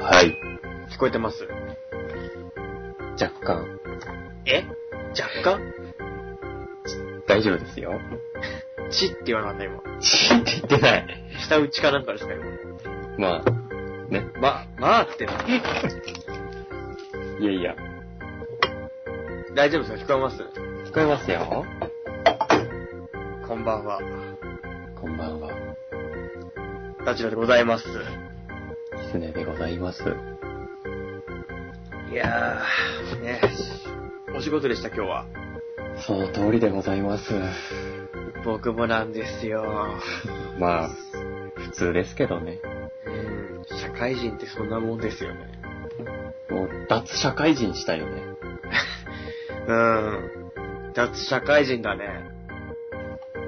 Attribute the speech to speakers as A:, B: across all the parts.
A: はい。
B: 聞こえてます
A: 若干、
B: え若干
A: 大丈夫ですよ。
B: チって言わなかった今。
A: ちって言ってない。
B: 下打ちかなんかですか今。
A: まあ、ね。
B: ま、まあってな。
A: いやいや。
B: 大丈夫ですか聞こえます
A: 聞こえますよ。
B: こんばんは。
A: こんばんは。
B: ダチラでございます。
A: キツネでございます。
B: いやー、ね。お仕事でした今日は。
A: その通りでございます。
B: 僕もなんですよ。
A: まあ、普通ですけどね。
B: うん。社会人ってそんなもんですよね。
A: もう、脱社会人したよね。
B: うん。脱社会人だね。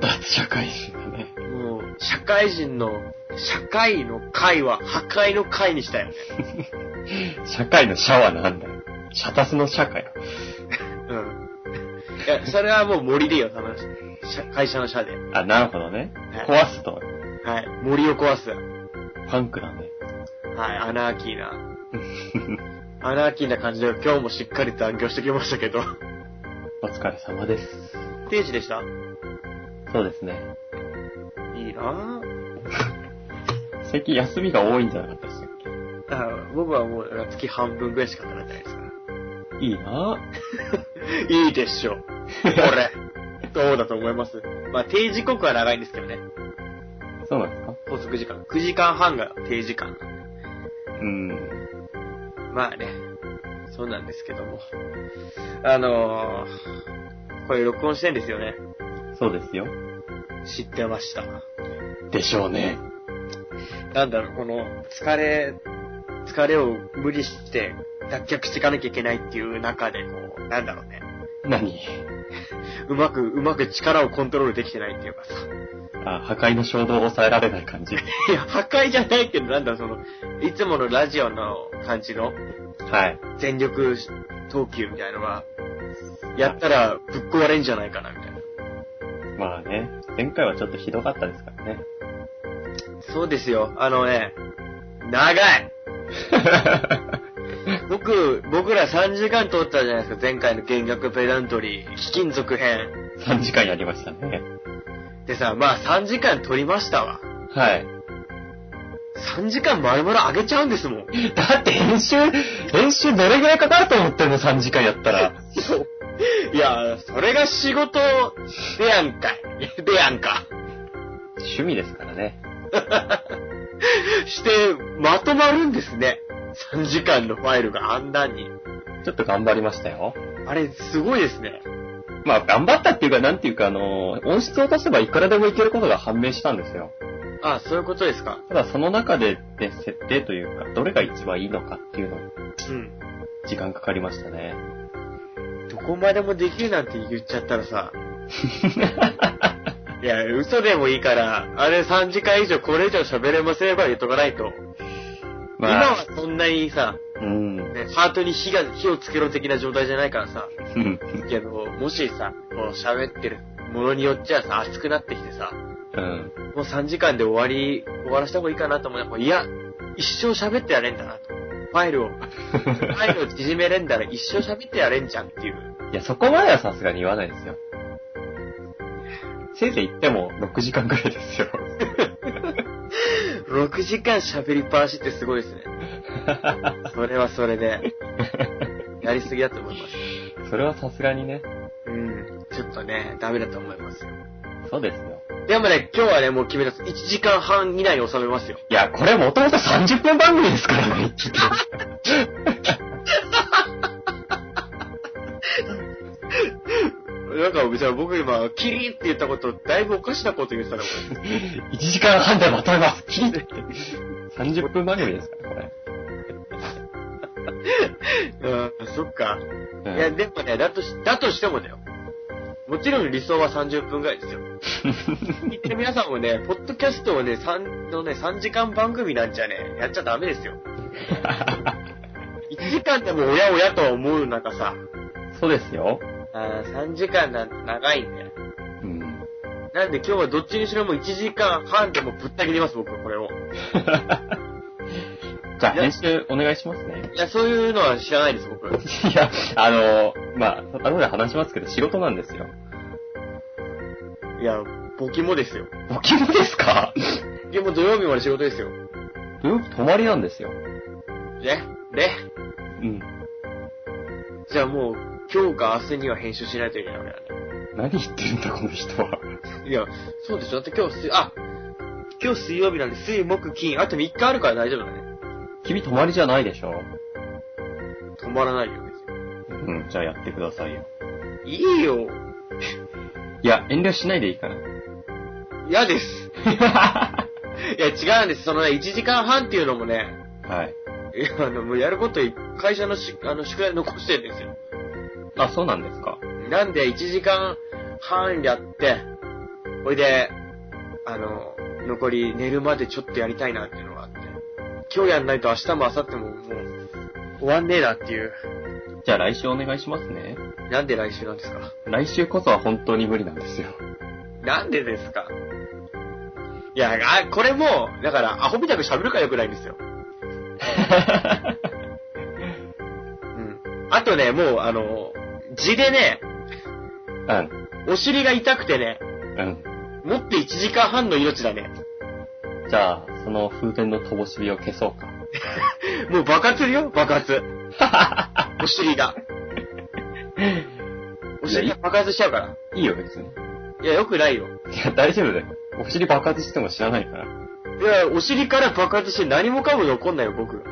A: 脱社会人だね。
B: もう、社会人の、社会の会は破壊の会にしたよね。
A: 社会の社はなんだよ。社タスの社会。
B: うん。 いや、それはもう森でよ、あの、社会社の社で。
A: あ、なるほどね。
B: は
A: 壊すと、
B: い。はい、森を壊す。はい、
A: パンクだね。
B: アナーキーな。アナーキーな感じで今日もしっかりと暗記をしてきましたけど。
A: お疲れ様です。
B: 定時でした
A: そうですね。
B: いいなぁ。
A: 最近休みが多いんじゃなかったでしたっ
B: あ僕はもう月半分ぐらいしか働いてないですか
A: けいい な
B: ら。いいでしょう。これ。どうだと思いますまあ、定時刻は長いんですけどね。
A: ぁ。そうなんですか
B: 拘束時間。9時間半が定時間。
A: うん。
B: まあね、そうなんですけども。あのー、これ録音してんですよね。
A: そうですよ。
B: 知ってました。
A: でしょうね。
B: なんだろう、この、疲れ、疲れを無理して脱却していかなきゃいけないっていう中で、こう、なんだろうね。
A: 何
B: うまく、うまく力をコントロールできてないっていうかさ。
A: あ、破壊の衝動を抑えられない感じ。
B: いや、破壊じゃないけど、なんだろう、その、いつものラジオの感じの
A: はい。
B: 全力投球みたいなのが、やったらぶっ壊れんじゃないかな、みたいな。
A: まあね、前回はちょっとひどかったですから ね。
B: そうですよ。あのね、長い僕、僕ら3時間通ったじゃないですか。前回の減額ペダントリー、貴金属編。
A: 3時間やりましたね。
B: でさ、まあ3時間取りましたわ。
A: はい。
B: 3時間丸々上げちゃうんですもん。
A: だって編集、編集どれぐらいかかると思ってんの ?3 時間やったら。
B: いや、それが仕事でやんかい。 でやんか。
A: 趣味ですからね。
B: して、まとまるんですね。3時間のファイルがあんなに。
A: ちょっと頑張りましたよ。
B: あれ、すごいですね。
A: まあ、頑張ったっていうか、なんていうか、あの、音質を出せばいくらでもいけることが判明したんですよ。
B: あ、そういうことですか。
A: ただ、その中で、ね、設定というか、どれが一番いいのかっていうのに
B: うん。
A: 時間かかりましたね。
B: どこまでもできるなんて言っちゃったらさ。 いや、嘘でもいいから、あれ3時間以上これ以上喋れませんば言っとかないと。
A: まあ、
B: 今はそんなにさ、
A: うん。
B: ねハートに火が、火をつけろ的な状態じゃないからさ。
A: うん。
B: けど、もしさ、こう喋ってるものによっちゃさ、熱くなってきてさ、
A: うん。
B: もう3時間で終わり、終わらせた方がいいかなと思う。もういや、一生喋ってやれんだなと。ファイ ルを、ファイルを縮めれんだら一生喋ってやれんじゃんっていう。
A: いや、そこまではさすがに言わないですよ。せいぜい言っても6時間くらいですよ。
B: 6時間喋りっぱなしってすごいです ね。それはそれで、やりすぎだと思います。
A: それはさすがにね。
B: うん。ちょっとね、ダメだと思いますよ。
A: そうですよ。
B: でもね、今日はね、もう決めたんです。1時間半以内に収めますよ。
A: いや、これもともと30分番組ですからね。きっと
B: なんか別に僕今、キリンって言ったこと、だいぶおかしなこと言ってたら、
A: 1時間半でまとめます。キリッ30分番組ですから、これ。
B: 俺うん、そっか。
A: うん
B: いや、でもね、だとし、だとしてもだよ。もちろん理想は30分ぐらいですよ。言ってる皆さんもね、ポッドキャストをね、3、のね、3時間番組なんじゃね、やっちゃダメですよ。1時間でもおやおやとは思う中さ、
A: そうですよ。
B: あー3時間なんて長いんだよ。
A: うん。
B: なんで今日はどっちにしろもう1時間半でもぶった切ります、僕はこれを。
A: じゃあ編集お願いしますね。
B: いや、そういうのは知らないです、僕。
A: いや、あの、まあ、後で話しますけど、仕事なんですよ。
B: いや、簿記もですよ。
A: お気もですか
B: いや、もう土曜日まで仕事ですよ。
A: 土曜日泊まりなんですよ。
B: ね、ね。
A: うん。
B: じゃあもう、今日か明日には編集しないといけないわけなんだよ
A: 何言ってるんだ、この人は。
B: いや、そうでしょだって今日水、あ、今日水曜日なんで、水、木、金、あと3日あるから大丈夫だね。
A: 君泊まりじゃないでしょ
B: 止まらないよ、
A: うん、じゃあやってくださいよ。
B: 別にいいよ。
A: いや、遠慮しないでいいから。
B: 嫌です。いや、違うんです。そのね、1時間半っていうのもね、
A: はい。
B: いや、あの、もうやることい、会社のし、あの、宿題残してるんですよ。
A: あ、そうなんですか。
B: なんで、1時間半やって、ほいで、あの、残り寝るまでちょっとやりたいなっていうのがあって、今日やんないと明日も明後日ももう、終わんねえなっていう。
A: じゃあ来週お願いしますね。
B: なんで来週なんですか
A: 来週こそは本当に無理なんですよ。
B: なんでですかいや、あ、これも、だから、アホみたく喋るからよくないんですよ。うん。あとね、もう、あの、字でね、
A: うん、
B: お尻が痛くてね、
A: う
B: 持って1時間半の命だね。
A: ん。じゃあ、その風船の灯火を消そうか。
B: もう爆発するよ、爆発。 お尻が。お尻が爆発しちゃうから。
A: いいよ、別に。
B: いや、よくないよ。
A: いや、大丈夫だよ。お尻爆発しても知らないから。
B: いや、お尻から爆発して何もかも残んないよ、僕。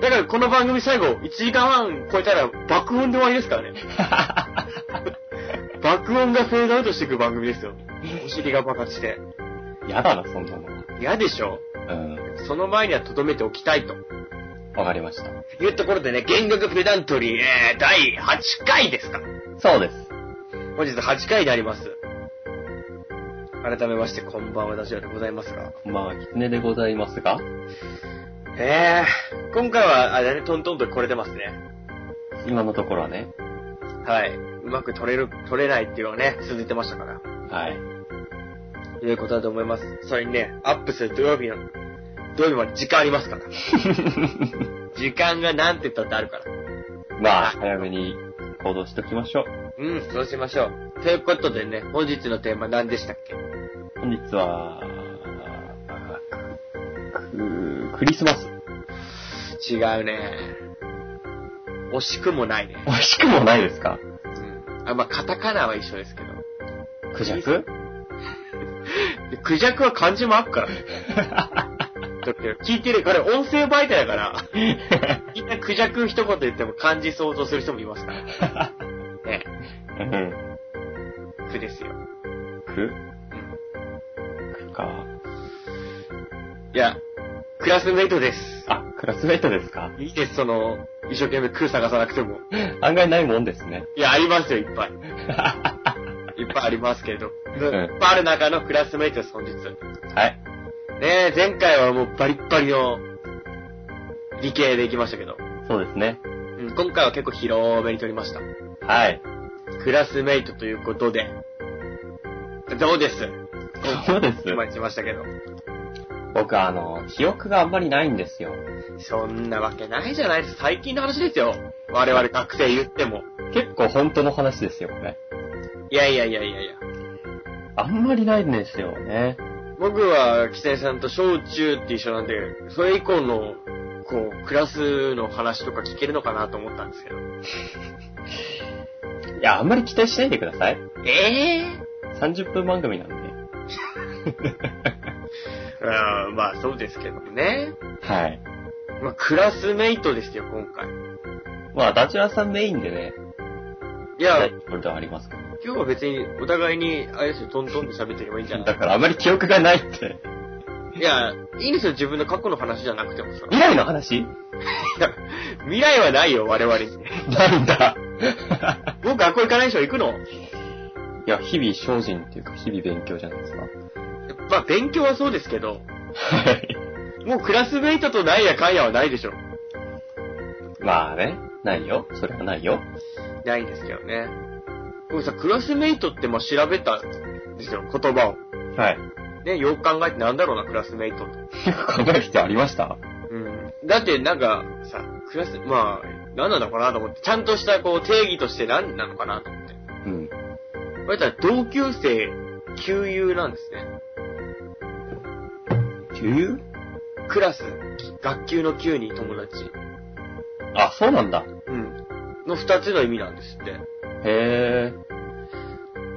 B: だからこの番組最後、1時間半超えたら爆音で終わりですからね。 爆音がフェードアウトしていく番組ですよ。お尻が爆発して。
A: やだな、そんなのは。
B: 嫌でしょ
A: うん。
B: その前には留めておきたいと。
A: わかりました。
B: いうところでね、弦楽ペダントリー、えー、第8回ですか。
A: そうです。
B: 本日8回になります。改めまして、こんばんは、ダジオでございますが。
A: まあ、狐でございますが、
B: えー、今回は、あれだね、トントンとこれてますね。
A: 今のところはね。
B: はい。うまく取れる、取れないっていうのはね、続いてましたから。
A: はい。
B: ということだと思います。それにね、アップする土曜日の、土曜日まで時間ありますから。時間がなんて言ったってあるから。
A: まあ、早めに行動しときましょう。
B: うん、そうしましょう。ということでね、本日のテーマ何でしたっけ
A: 本日は、くクリスマス。
B: 違うね。惜しくもないね。
A: 惜しくもないですか
B: うん。あ、まあ、カタカナは一緒ですけど。
A: クジャク
B: でクジャクは漢字もあっからね。 だって聞いてる、これ音声媒体だから、みんなクジャク一言言っても漢字想像する人もいますから。ね、
A: うん。
B: クですよ。
A: くくか。
B: いや、クラスメイトです。
A: あ、クラスメイトですか
B: いいです、その、一生懸命ク探さなくても。
A: 案外ないもんですね。
B: いや、ありますよ、いっ ぱい。いっぱいありますけれど。いっぱいある中のクラスメイトです、本日。
A: はい。
B: ねえ、前回はもうバリッバリの理系で行きましたけど、
A: そうですね。
B: うん、今回は結構広めに取りました。
A: はい。
B: クラスメイトということで、どうです
A: そうです。
B: 今言ってましたけど。
A: 僕、あの、記憶があんまりないんですよ。
B: そんなわけないじゃないです。最近の話ですよ。我々学生言っても。
A: 結構本当の話ですよ、これ。
B: いやいやいやいやいや。
A: あんまりないんですよね。
B: 僕は、キセさんと小中って一緒なんで、それ以降の、こう、クラスの話とか聞けるのかなと思ったんですけど。
A: いや、あんまり期待しないでください。
B: ええ
A: 30分番組なんで。
B: うん、まあそうですけどね。
A: はい。
B: まあクラスメイトですよ、今回。
A: まあ、ダチュラさんメインでね、
B: いや、
A: これではありますけど。
B: 今日は別にお互いに、あれですよ、トントンで喋ってればいいんじゃな
A: だからあまり記憶がないって。
B: いいや、いいんですよ、自分の過去の話じゃなくてもさ。
A: 未来の話
B: 未来はないよ、我々 に。
A: なんだ。
B: 僕学校行かないでしょ、行くの
A: いや、日々精進っていうか、日々勉強じゃないですか。
B: まあ勉強はそうですけど、
A: はい。
B: もうクラスメイトとないやかんやはないでしょ。
A: まあね、ないよ。それはないよ。
B: ないんですけどね。僕さ、クラスメイトってまあ調べたんですよ、言葉を。
A: はい。
B: ね、よく考えてなんだろうな、クラスメイトって。
A: 考える必要ありました
B: うん。だってなんかさ、クラス、まあ、何なのかなと思って、ちゃんとしたこう定義として何なのかなと思って。
A: うん。
B: これだったら同級生、旧友なんですね。
A: 旧友
B: クラス、学級の級に友達。
A: あ、そうなんだ。
B: うん。の二つの意味なんですって。
A: へえ。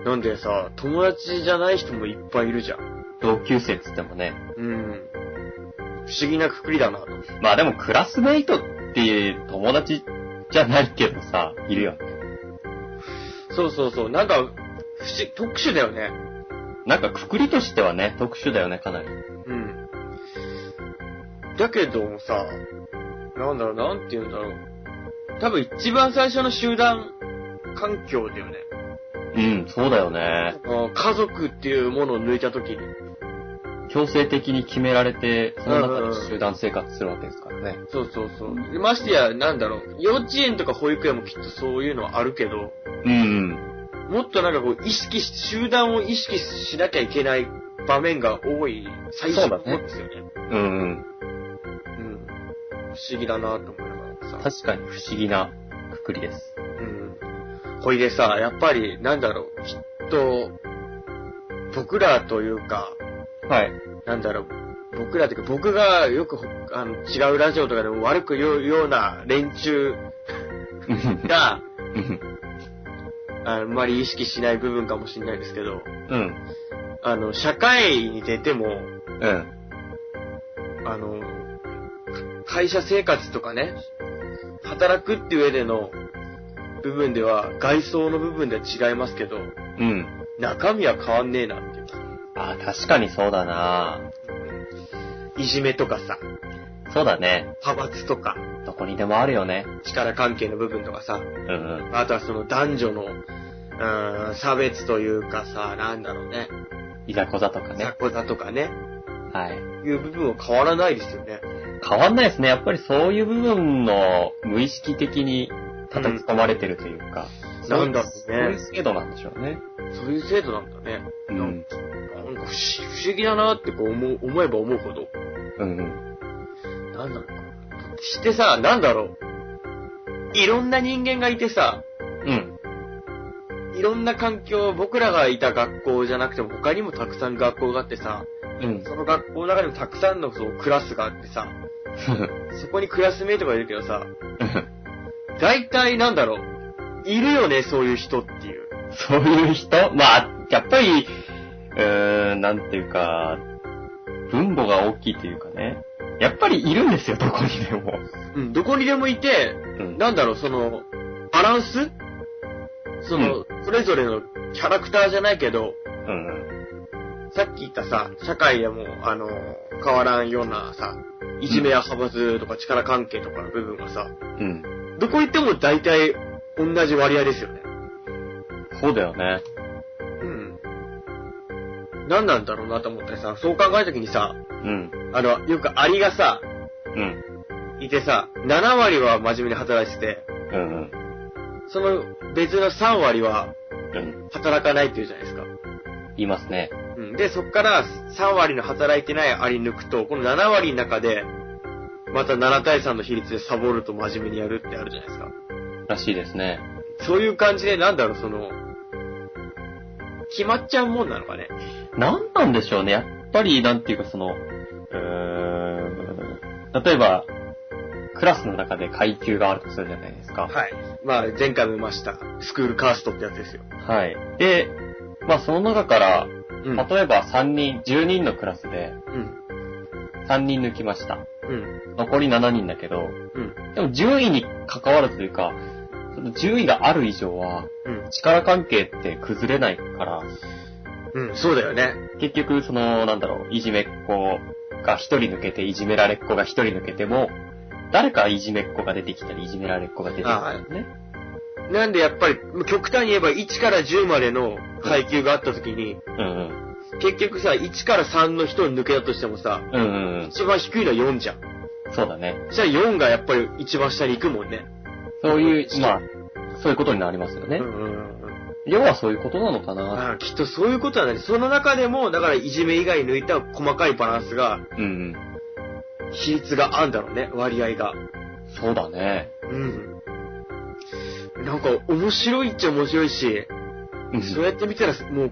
B: なんでさ、友達じゃない人もいっぱいいるじゃん。
A: 同級生っつってもね。
B: うん。不思議なくくりだなと。
A: まあでもクラスメイトって友達じゃないけどさ、いるよね。
B: そうそうそう。なんか、不思特殊だよね。
A: なんかくくりとしてはね、特殊だよね、かなり。
B: うん。だけどもさ、なんだろう、なんて言うんだろう。多分一番最初の集団環境だよね。
A: うん、そうだよね。
B: あー家族っていうものを抜いたときに。
A: 強制的に決められて、その中で集団生活するわけですからね。
B: そうそうそう。でましてや、なんだろう、幼稚園とか保育園もきっとそういうのはあるけど、
A: うん、
B: もっとなんかこう、意識し、集団を意識しなきゃいけない場面が多い最初の方ですよね。
A: うん。うんうん。
B: うん。不思議だなと思いながらさ。
A: 確かに不思議なくくりです。
B: うん。ほいでさ、やっぱり、なんだろう、きっと、僕らというか、
A: はい。
B: なんだろう、僕らというか、僕がよくほ、あの、違うラジオとかでも悪く言うような連中が、あんまり意識しない部分かもしれないですけど、
A: うん。
B: あの、社会に出ても、
A: うん。
B: あの、会社生活とかね、働くっていう上での部分では、外装の部分では違いますけど、
A: うん。
B: 中身は変わんねえなっていう。
A: あ、確かにそうだない
B: じめとかさ、
A: そうだね。
B: 派閥とか、
A: どこにでもあるよね。
B: 力関係の部分とかさ、
A: うんうん。
B: あとはその男女の、うーん、差別というかさ、なんだろうね、
A: いざこざとかね
B: 雑。魚だとかね、
A: はい。
B: いう部分は変わらないですよね。
A: 変わんないですね。やっぱりそういう部分の無意識的に叩き込まれてるというか。
B: ん
A: そう
B: なんだろうね
A: そういう制度なんでしょうね。
B: そういう制度なんだね。
A: う。
B: なんなんか不思不思議だなってこう思う思えば思うほど、
A: うんうん。
B: なんなのかな。してさ、なんだろう、いろんな人間がいてさ、
A: うん。
B: いろんな環境、僕らがいた学校じゃなくても他にもたくさん学校があってさ、
A: うん。
B: その学校の中にもたくさんのそうクラスがあってさ、そこにクラスメイトがいるけどさ、大体なんだろう、いるよね、そういう人っていう。
A: そういう人まあ、やっぱり、うーん、なんていうか、分母が大きいというかね。やっぱりいるんですよ、どこにでも。
B: うん、どこにでもいて、
A: うん。
B: なんだろう、その、バランスその、それぞれのキャラクターじゃないけど、
A: うんうん。
B: さっき言ったさ、社会でも、あの、変わらんようなさ、いじめや派閥とか力関係とかの部分がさ、
A: うん。
B: どこ行っても大体同じ割合ですよね。
A: そうだよね。
B: うん。何なんだろうなと思ってさ、そう考えたときにさ、
A: うん。
B: あの、よくアリがさ、
A: うん。
B: いてさ、7割は真面目に働いてて、
A: うんうん。
B: その別の3割は
A: うん。
B: 働かないっていうじゃないですか。
A: 言いますね。
B: うん。で、そっから3割の働いてないアリ抜くと、この7割の中で、また7対3の比率でサボると真面目にやるってあるじゃないですか。
A: らしいですね。
B: そういう感じで、なんだろう、その、決まっちゃうもんなのかね。
A: なんなんでしょうね。やっぱり、なんていうかその、うーん。例えば、クラスの中で階級があるとするじゃないですか。
B: はい。まあ、前回も言いました。スクールカーストってやつですよ。
A: はい。で、まあその中から、
B: うん。
A: 例えば3人、10人のクラスで
B: うん。
A: 3人抜きました。
B: うん。
A: 残り7人だけど、
B: うん。
A: でも順位に関わるというか、その順位がある以上は、
B: うん。
A: 力関係って崩れないから、
B: うん。そうだよね。
A: 結局その、なんだろう、いじめっ子が1人抜けて、いじめられっ子が1人抜けても、誰かいじめっ子が出てきたり、いじめられっ子が出てきたりね。
B: なんでやっぱり、極端に言えば1から10までの階級があった時に、
A: うんうん。
B: 結局さ、1から3の人に抜けたとしてもさ、
A: うんうんうん。
B: 一番低いのは4じゃん。
A: そうだね。
B: じゃあ4がやっぱり一番下に行くもんね。
A: そういう、まあ、そういうことになりますよね。
B: うんうんうん。
A: 要はそういうことなのかな。
B: ああきっとそういうことなんだね。その中でも、だからいじめ以外抜いた細かいバランスが、
A: うんうん。
B: 比率があんだろうね、割合が。
A: そうだね。
B: うん。なんか、面白いっちゃ面白いし、
A: うん
B: そうやって見たら、もう、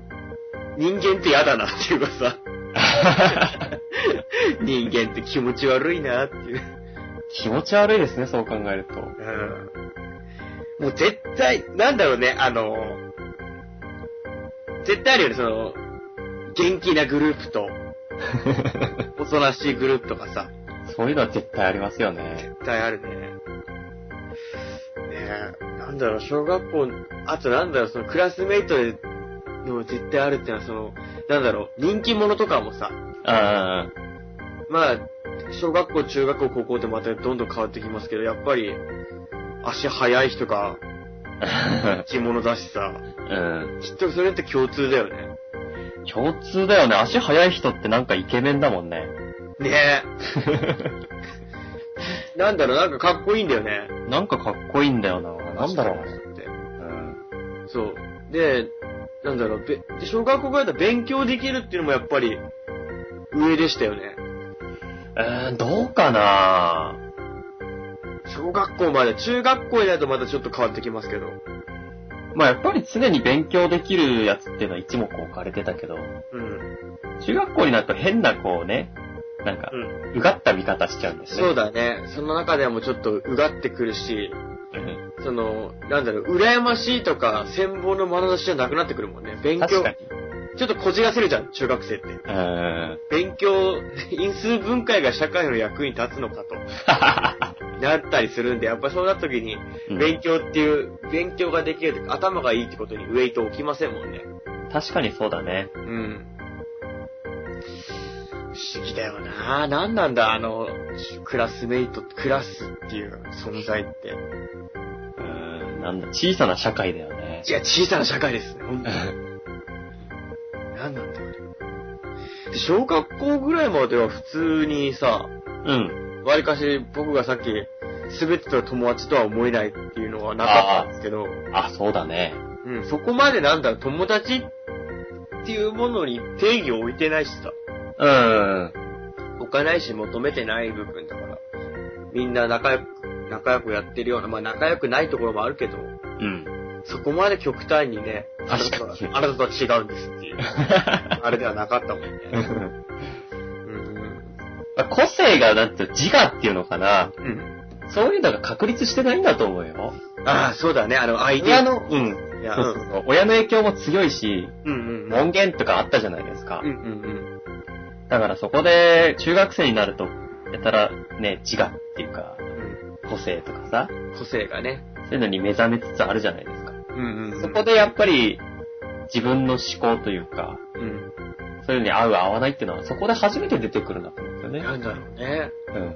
B: 人間って嫌だなっていうか さ、人間って気持ち悪いなっていう。
A: 気持ち悪いですね、そう考えると。
B: うん。もう絶対、なんだろうね、あの、絶対あるよね、その、元気なグループと、おとなしいグループとかさ、
A: そういうのは絶対ありますよね。
B: 絶対あるね。ねえ、なんだろう、小学校、あとなんだろう、そのクラスメイトで、の絶対あるってのは、その、なんだろう、人気者とかもさ、
A: ああ、
B: まあ、小学校、中学校、高校ってまたどんどん変わってきますけど、やっぱり、足速い人が着物だしさ、
A: うん。
B: きっとそれって共通だよね。
A: 共通だよね。足速い人ってなんかイケメンだもんね。
B: ねえ。なんだろう、なんかかっこいいんだよね。
A: なんかかっこいいんだよな。なんだろうね。
B: って。
A: うん。
B: そう。で、なんだろう、べで小学校からだと勉強できるっていうのもやっぱり、上でしたよね。
A: えー、どうかな
B: 小学校まで、中学校になるとまたちょっと変わってきますけど。
A: まあやっぱり常に勉強できるやつっていうのは一目置かれてたけど、
B: うん。
A: 中学校になると変なこうね、なんか
B: う、ん。
A: うがった見方しちゃうんですね。
B: そうだね。その中でもちょっとうがってくるし、
A: うん。
B: その、なんだろう、羨ましいとか、羨望の眼差しじゃなくなってくるもんね。勉
A: 確
B: 強
A: か、に。
B: ちょっとこじらせるじゃん、中学生って。
A: うん。
B: 勉強、因数分解が社会の役に立つのかと、 なったりするんで、やっぱそうなった時に、勉強っていう、勉強ができるというか頭がいいってことにウェイト置きませんもんね。
A: 確かにそうだね。
B: うん。不思議だよなぁ。なんなんだ、あの、クラスメイト、クラスっていう存在って。
A: うん。なんだ、小さな社会だよね。
B: いや、小さな社会ですね、本当に。なんなんだよ、あれ小学校ぐらいまでは普通にさ、
A: うん。
B: わりかし僕がさっき、すべての友達とは思えないっていうのはなかったんですけど、
A: あ、そうだね。
B: うん、そこまでなんだろう、友達っていうものに定義を置いてないしさ、
A: うん。
B: 置かないし求めてない部分だから、みんな仲良く、仲良くやってるような、まあ仲良くないところもあるけど、
A: うん。
B: そこまで極端にね、あな
A: 確
B: た
A: か
B: は
A: に
B: あなたとは違うんです っていう、あれではなかったもんね。うん。
A: 個性が、なんていうの自我っていうのかな。
B: うん。
A: そういうのが確立してないんだと思うよ。
B: ああ、そうだね、あの、相手。
A: 親の、うん。
B: いや、う。
A: そうそうんそう。親の影響も強いし、
B: うんうん。
A: 門限とかあったじゃないですか
B: うんう。んうん。
A: だからそこで、中学生になると、やたら、ね、自我っていうか、
B: う
A: 個性とかさ、
B: ん個性がね。
A: そういうのに目覚めつつあるじゃないですか。
B: うんうん。
A: そこでやっぱり、自分の思考というか、
B: うん。
A: そういうのに合う合わないっていうのは、そこで初めて出てくるんだと思うんですよ
B: な
A: ね。
B: んだろうね。
A: うん。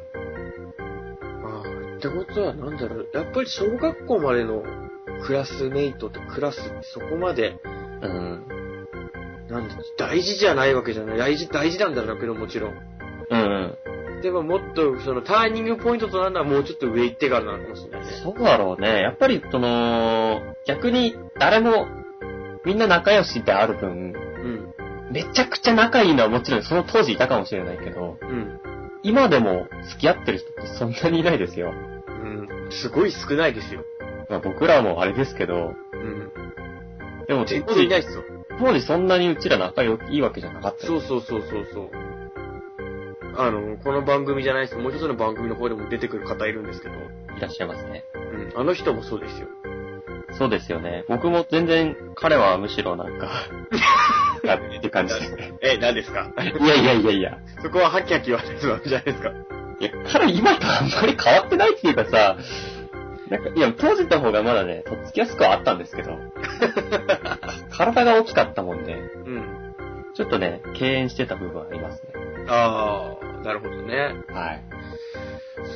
B: ああ、ってことはなんだろう。やっぱり小学校までのクラスメイトとクラスってそこまで、
A: うん。
B: なんだ、大事じゃないわけじゃない。大事、大事なんだろうけどもちろん。
A: うん。
B: でももっと、そのターニングポイントとなるのはもうちょっと上行ってからなのかもしれないね。
A: そうだろうね。やっぱり、その、逆に、誰も、みんな仲良しである分、
B: うん。
A: めちゃくちゃ仲いいのはもちろんその当時いたかもしれないけど、
B: うん。
A: 今でも付き合ってる人ってそんなにいないですよ。
B: うん。すごい少ないですよ。
A: まあ僕らもあれですけど、
B: うん。
A: でも
B: 全
A: 当
B: 然い
A: 時
B: な、いっすよ。
A: 当時そんなにうちら仲良いいわけじゃなかったよ。
B: そうそうそうそうそう。あの、この番組じゃないですもう一つの番組の方でも出てくる方いるんですけど、
A: いらっしゃいますね。
B: うん、あの人もそうですよ。
A: そうですよね。僕も全然、彼はむしろなん か、あって感じですね。
B: え、何ですか
A: いやいやいやいや。
B: そこはハキハキ言わないとダメじゃないですか。
A: いや、彼今とあんまり変わってないっていうかさ、なんか、いや、当時の方がまだね、とっつきやすくはあったんですけど、 体が大きかったもんで、
B: うん。
A: ちょっとね、敬遠してた部分はありますね。
B: ああ、なるほどね。
A: はい。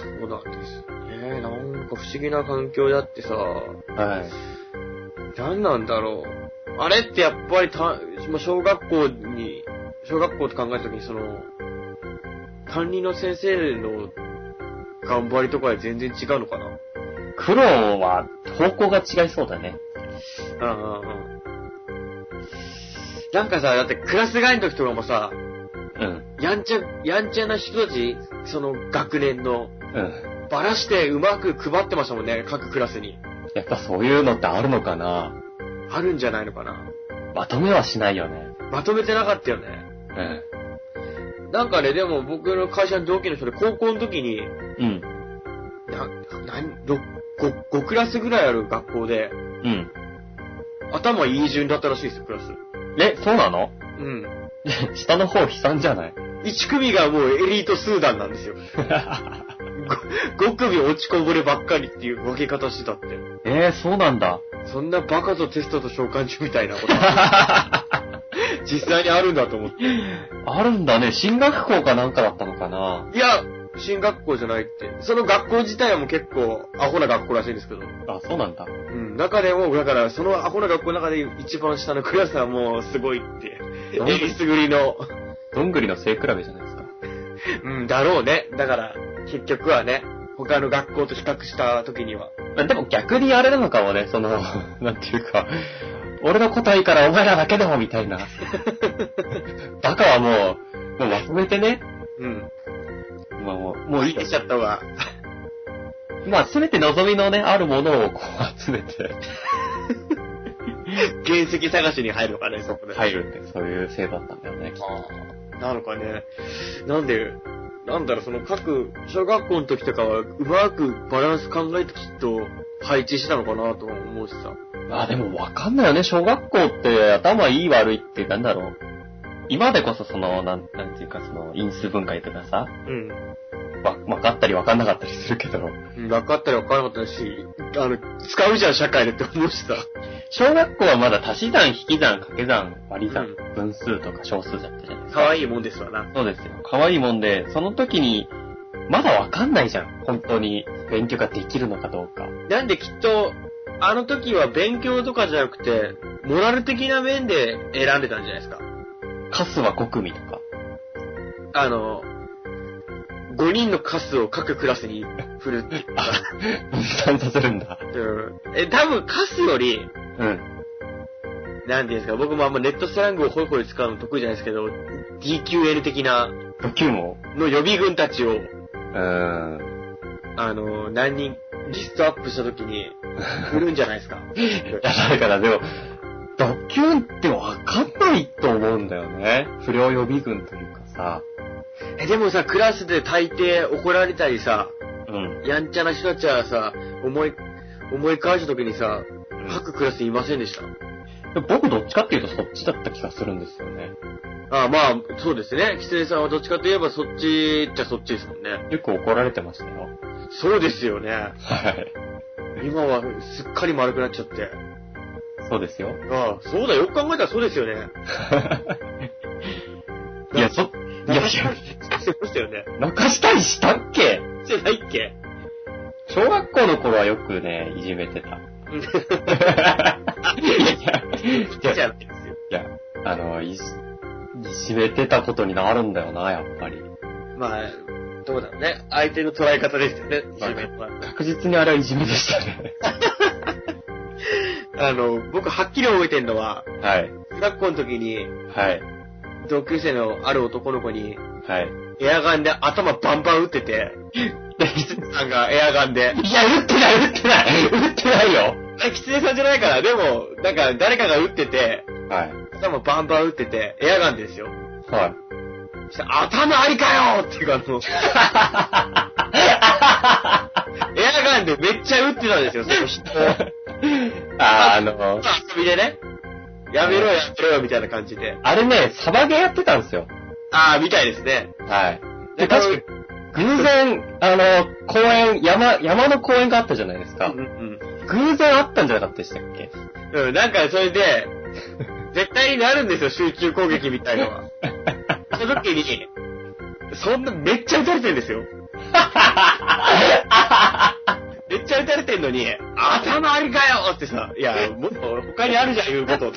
B: そうなんですよね。なんか不思議な環境だってさ、
A: はい。
B: 何なんだろう。あれってやっぱりた、まあ小学校に、小学校って考えた時にその、担任の先生の頑張りとかで全然違うのかな
A: 苦労は、方向が違いそうだね。
B: うんうんうんなんかさ、だってクラス外の時とかもさ、
A: うん。
B: やんちゃ、やんちゃな人たちその学年の、
A: うん。
B: ばらしてうまく配ってましたもんね、各クラスに。
A: やっぱそういうのってあるのかな
B: あるんじゃないのかな。
A: まとめはしないよね。
B: まとめてなかったよね。
A: うん。
B: なんかね、でも僕の会社の同期の人で高校の時に、
A: うん。
B: な、なに、ろ5、5クラスぐらいある学校で、
A: うん。
B: 頭いい順だったらしいですよ、クラス。
A: え、そうなの
B: うん。
A: 下の方悲惨じゃない
B: 1組がもうエリートスーダンなん ですよ。5, 組落ちこぼればっかりっていう分け方してたって。
A: えー、そうなん だ。
B: そんなバカとテストと召喚中みたいなこと、実際にあるんだと思って。
A: あるんだね。進学校かなんかだったのかない
B: や、進学校じゃないって。その学校自体はもう結構アホな学校らしいんですけど。
A: あ、そうなんだ。
B: うん。中でも、だから、そのアホな学校の中で一番下のクラスはもうすごいって。え
A: うん
B: りすぐりの。
A: どんぐりの背比べじゃないですか。
B: うん、だろうね。だから、結局はね、他の学校と比較した時には。
A: まあでも逆にあれなのかもね、その、 なんていうか、俺の答えからお前らだけでもみたい な。バカはもう、もうまとめてね。
B: うん。
A: まあもう、
B: も
A: も
B: う
A: う
B: い
A: い
B: いっちゃった方が。
A: まあすべて望みのね、あるものをこう集めて、
B: 原石探しに入るのかね、そこで。
A: 入るって、そういうせいだったんだよね。きっと
B: なのかね。なんで、なんだろう、その各、小学校の時とかは、うまくバランス考えてきっと配置したのかなとは思うしさ。
A: まあでもわかんないよね。小学校って頭いい悪いってなんだろう。今でこそその、なん、なんていうかその、因数分解とかさ、
B: う
A: わ、わかったりわかんなかったりするけど、
B: ん。分かったり分からなかったし、あの、使うじゃん、社会でって思うしさ。
A: 小学校はまだ足し算、引き算、掛け算、割り算、
B: う
A: 分数とか小数だったじゃないですか。
B: 可愛いもんですわな。
A: そうですよ。可愛いもんで、その時に、まだわかんないじゃん。本当に勉強ができるのかどうか。
B: なんできっと、あの時は勉強とかじゃなくて、モラル的な面で選んでたんじゃないですか。
A: カスは5組とか。
B: あの、5人のカスを各クラスに振るっていうか。
A: 分散させるんだ。
B: うん。え、多分カスより、
A: うん。
B: なんていうんですか、僕もあんまネットスラングをホイホイ使うの得意じゃないですけど、DQL 的な、
A: 5級も。
B: の予備軍たちを、
A: うーん。
B: あの、何人、リストアップした時に、売るんじゃないですか。
A: いや、だからでも、ドキュンってわかんないと思うんだよね。不良予備軍というかさ。
B: え、でもさ、クラスで大抵怒られたりさ、
A: うん。
B: やんちゃな人たちはさ、思い、思い返した時にさ、各クラスいませんでした。
A: 僕どっちかっていうとそっちだった気がするんですよね。
B: ああ、まあ、そうですね。キツネさんはどっちかといえばそっちっちゃそっちですもんね。
A: よく怒られてましたよ。
B: そうですよね。
A: はい。
B: 今はすっかり丸くなっちゃって。
A: そうですよ。
B: ああ、そうだ、よく考えたらそうですよね。
A: いや、そ、いや、い や、
B: してましたよね。
A: 泣かしたりしたっけ
B: してないっけ
A: 小学校の頃はよくね、いじめてた。 いや、いや、い
B: じ
A: や
B: ゃないですよ。
A: あの、いじ、いじめてたことになるんだよな、やっぱり。
B: まあ、どうだろうね。相手の捉え方ですよね、いじめは。
A: 確実にあれはいじめでしたね。
B: あの、僕はっきり覚えてるのは、
A: はい。
B: 中学校の時に、
A: はい。
B: 同級生のある男の子に、
A: はい。
B: エアガンで頭バンバン撃ってて、キツネさんがエアガンで、
A: いや、撃ってない、撃ってない、撃ってないよ。
B: あキツネさんじゃないから、でも、なんか誰かが撃ってて、
A: はい。
B: 頭バンバン撃ってて、エアガンでですよ。
A: はい。
B: そしたら頭ありかよっていうか、あの、 エアガンでめっちゃ撃ってたんですよ、その 人。
A: あ、あの、
B: 遊びでね、やめろよやめろよみたいな感じで。
A: あれね、サバゲーやってたんですよ。
B: ああ、みたいですね。
A: はい。
B: で
A: で、確か、偶然、あの、公園、山、山の公園があったじゃないです
B: う
A: か。
B: ん
A: 偶然あったんじゃなかったでしたっけ
B: うん。うん、なんかそれで、絶対になるんですよ、集中攻撃みたいのは。その時に、そんな、めっちゃ撃たれてるんですよ。めっちゃ撃たれてんのに、頭ありかよってさ、いや、もっと他にあるじゃん、いうこと。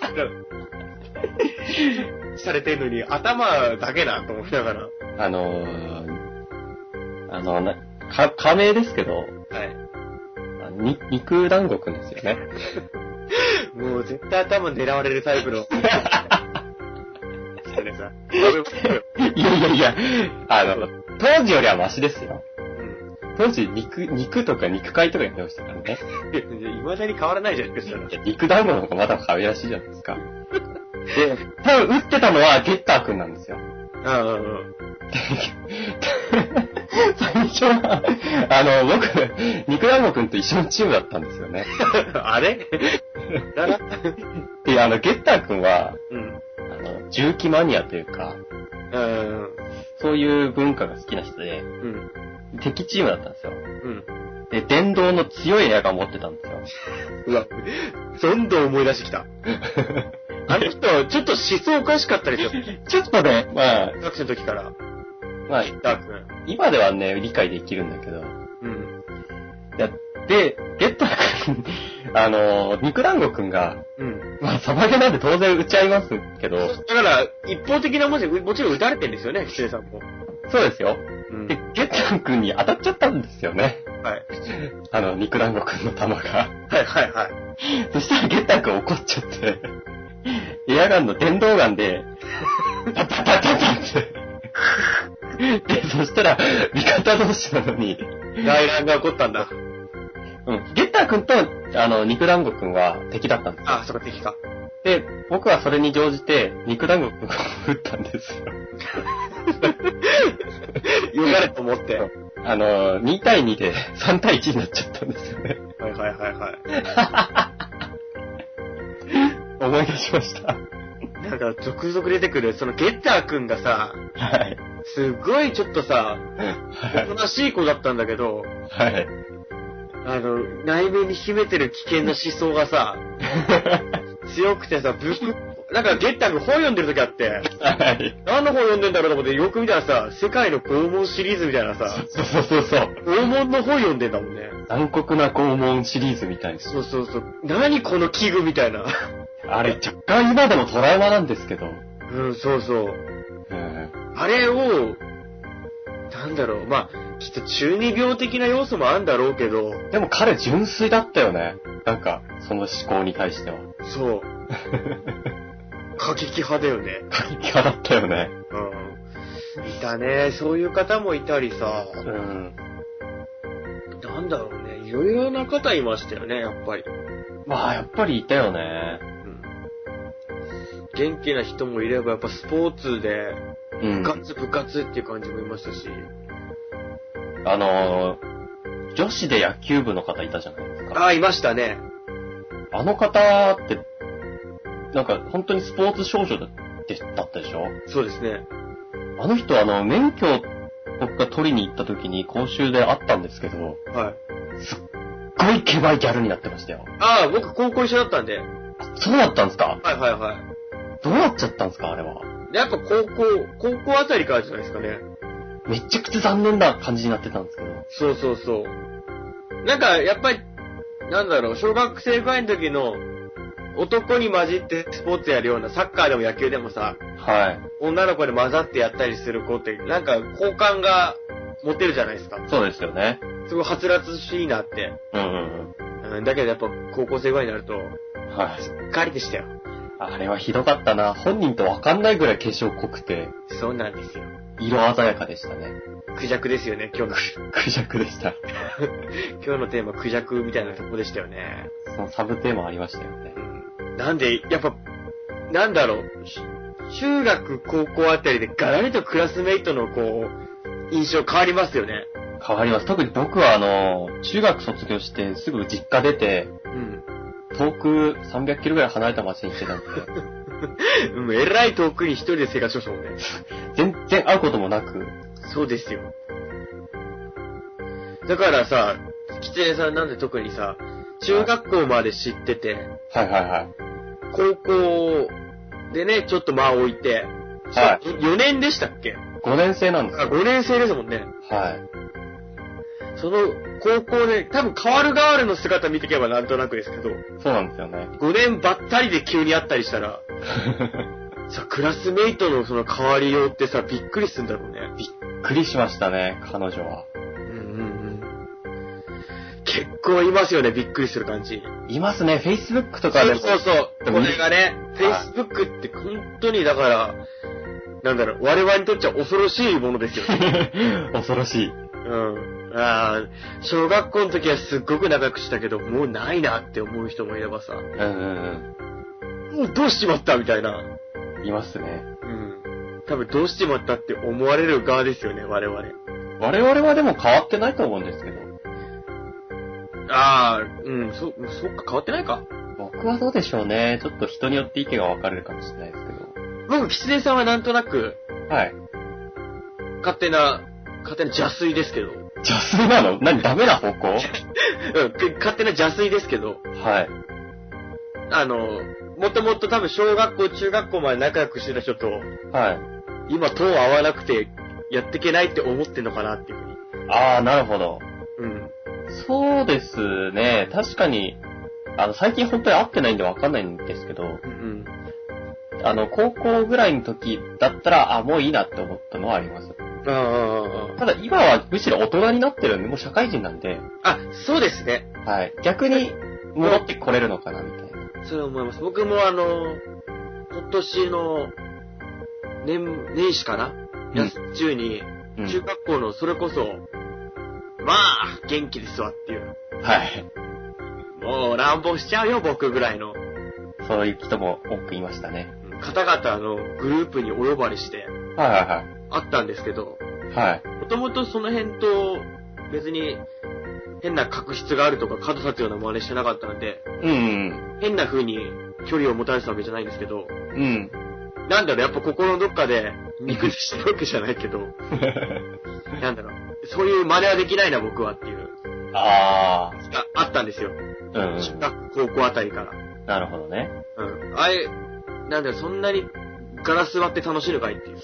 B: されてんのに、頭だけな、と思いながら。は
A: あのー、あの、な、か、仮名ですけど、
B: い。
A: あに、肉団子くんですよ ね。
B: もう絶対頭狙われるタイプの。それさ。
A: いやいやいや、あの、当時よりはマシですよ。
B: うん。
A: 当時、肉、肉とか肉塊とかやってましたからね。
B: いまだに変わらないじゃないですか。
A: いや肉団子の方がまだ可愛らしいじゃないですか。で、多分打ってたのはゲッターくんなんですよ。
B: うんうんうん。
A: 最初は、あの、僕、肉団子くんと一緒のチームだったんですよね。
B: あれ だら
A: で、あの、ゲッターくんは、
B: うん。
A: あの、重機マニアというか、
B: うん。
A: そういう文化が好きな人で、
B: うん。
A: 敵チームだったんですよ。
B: うん。
A: で、電動の強いエアガン持ってたんですよ。
B: うわ、どんどん思い出してきた。あの人、ちょっと思想おかしかったですよ。
A: ちょっとね、まあ、
B: 学生の時から。
A: まあ、
B: ダーク。
A: 今ではね、理解できるんだけど。
B: うん。
A: で、ゲッターくん、あの、肉団子くんが、
B: うん。
A: まあ、サバゲなんで当然撃ち合いますけど、
B: だから、一方的な文字、もちろん打たれてんですよね、キツネさんも。
A: そうですよ。
B: うん
A: で、ゲッタン君に当たっちゃったんですよね。
B: はい。
A: あの、肉団子君の 弾が。
B: はいはいはい。
A: そしたらゲッタン君怒っちゃって、エアガンの電動ガンで、タタタタタって。で、そしたら、味方同士なのに、
B: 内乱が起こったんだ。
A: うん、ゲッター君と、あの、肉団子君は敵だったんです
B: あ、そっか、敵か。
A: で、僕はそれに乗じて、肉団子君を撃ったんですよ。
B: よかれと思って。はい
A: あの、2対2で3対1になっちゃったんですよね。
B: はいはいはい。
A: 思い出しました。
B: なんか、続々出てくる、そのゲッターくんがさ、
A: はい。
B: すごいちょっとさ、
A: は
B: おとなしい子だったんだけど、
A: い。はい。
B: あの、内面に秘めてる危険な思想がさ、強くてさ、ブク、なんかゲッターくん本読んでる時あって、
A: はい。
B: 何の本読んでんだろうと思って、よく見たらさ、世界の拷問シリーズみたいなさ、
A: そうそうそうそう。
B: 拷問の本読んでんだもんね。
A: 残酷な拷問シリーズみたいです。
B: そうそうそう。何この器具みたいな。
A: あれ、若干今でもトラウマなんですけど。
B: うん、そうそう。
A: うん。
B: あれを、なんだろう、まあ、きっと中二病的な要素もあるんだろうけど、
A: でも彼純粋だったよね。なんか、その思考に対しては。
B: そう。過激派だよね。
A: 過激派だったよね。
B: うん。いたね。そういう方もいたりさ、
A: うん。
B: なんだろうね。いろいろな方いましたよね、やっぱり。
A: まあ、やっぱりいたよね。
B: うん。元気な人もいれば、やっぱスポーツで、
A: う
B: 部
A: ん。
B: 活部活っていう感じもいましたし、
A: あのー、女子で野球部の方いたじゃないですか。
B: ああ、いましたね。
A: あの方って、なんか本当にスポーツ少女だってだったでしょ
B: そうですね。
A: あの人、あの、免許を僕が取りに行った時に講習で会ったんですけど、
B: はい。
A: すごいケバいギャルになってましたよ。
B: ああ、僕高校一緒だったんで。はい
A: そうだったんですか
B: はいはい。
A: どうなっちゃったんですかあれは。
B: でやっぱ高校、高校あたりからじゃないですかね。
A: めちゃくちゃ残念な感じになってたんですけど。
B: そうそうそう。なんか、やっぱり、なんだろう、小学生ぐらいの時の、男に混じってスポーツやるような、サッカーでも野球でもさ、
A: はい。
B: 女の子で混ざってやったりする子って、なんか、好感が持てるじゃないですか。
A: そうですよね。
B: すごいはつらつしいなって。
A: うんうん
B: うん、だけどやっぱ、高校生ぐらいになると、
A: うん。はい。
B: ガリでしたよ。
A: あれはひどかったな。本人とわかんないぐらい化粧濃くて、
B: そうなんですよ。
A: 色鮮やかでしたね。
B: クジャクですよね、今日の。
A: クジャクでした。
B: 今日のテーマ、クジャクみたいなとこでしたよね。
A: そのサブテーマありましたよね。
B: なんで、やっぱ、なんだろう、し中学、高校あたりでガラリとクラスメイトのこう、印象変わりますよね。
A: 変わります。特に僕はあの、中学卒業してすぐ実家出て、
B: うん。
A: 遠く300キロぐらい離れた町に行ってたんで、
B: うん、えらい遠くに一人で生活しましたもんね。
A: 全然会うこともなく、
B: そうですよ。だからさ、吉江さんなんで特にさ、中学校まで知ってて、
A: はいはいはい。
B: 高校でね、ちょっと間を置いて、
A: はい
B: 4年でしたっけ
A: 5年生なんです
B: あ、
A: よ。
B: 5年生ですもんね。
A: はい。
B: その、高校で、多分変わる変わるの姿見てけばなんとなくですけど、
A: そうなんですよ ね。
B: 5年ばったりで急に会ったりしたら、さ、クラスメイトのその変わりようってさ、びっくりするんだろうね。
A: びっくりしましたね、彼女は。
B: うんうんうん。結構いますよね、びっくりする感じ。
A: いますね、Facebook
B: そ
A: とかで
B: う
A: も。
B: そうそう。
A: で
B: こ
A: も
B: れがね、
A: はい
B: Facebook って本当にだから、なんだろう、我々にとっちゃ恐ろしいものですよね。
A: 恐ろしい。
B: うん。ああ、小学校の時はすっごく長くしたけど、もうないなって思う人もいればさ、
A: うんうん
B: もうどうしちまったみたいな。
A: うん。いますね。
B: うん。多分どうしちまったって思われる側ですよね、我々。
A: 我々はでも変わってないと思うんですけど。
B: ああ、うん、そ、そっか変わってないか。
A: 僕はどうでしょうね。ちょっと人によって意見が分かれるかもしれないですけど。
B: 僕、キツネさんはなんとなく、
A: はい。
B: 勝手な、勝手な邪推ですけど、うん、
A: 邪推なの何ダメな 方向
B: く勝手な邪推ですけど、
A: はい。
B: あの、もともと多分小学校、中学校まで仲良くしてた人と、
A: はい。
B: 今、と合わなくて、やってけないって思ってんのかなっていうふうに。
A: ああ、なるほど。
B: うん。
A: そうですね。確かに、あの、最近本当に会ってないんで分かんないんですけど、
B: うん。
A: あの、高校ぐらいの時だったら、あ、もういいなって思ったのはあります。
B: ああ
A: ただ今はむしろ大人になってるんで、もう社会人なんで、
B: あ、そうですね。
A: はい。逆に戻ってこれるのかな、みたいな。
B: そう思います。僕もあの、今年の年、年始かな休み中に、
A: うん
B: 中学校のそれこそ、まあ、元気ですわっていう。
A: はい。
B: もう乱暴しちゃうよ、僕ぐらいの。うん
A: そういう人も多くいましたね。
B: 方々のグループにお呼ばれして、
A: はいは
B: あったんですけど、
A: いはい。はい。
B: もともとその辺と、別に、変な確執があるとか、角立つような真似してなかったんで、
A: うん
B: 変な風に距離を持たれてたわけじゃないんですけど、
A: うん。うん。
B: なんだろう、やっぱ心のどっかで、見崩してるわけじゃないけ ど、なんだろう、そういう真似はできないな、僕はっていう、
A: ああ。
B: があったんですよ。
A: うん
B: 中学、高校あたりから。
A: うん。なるほどね。
B: うん。あれ、なんだろう、そんなに、ガラス割って楽しいのかいっていう。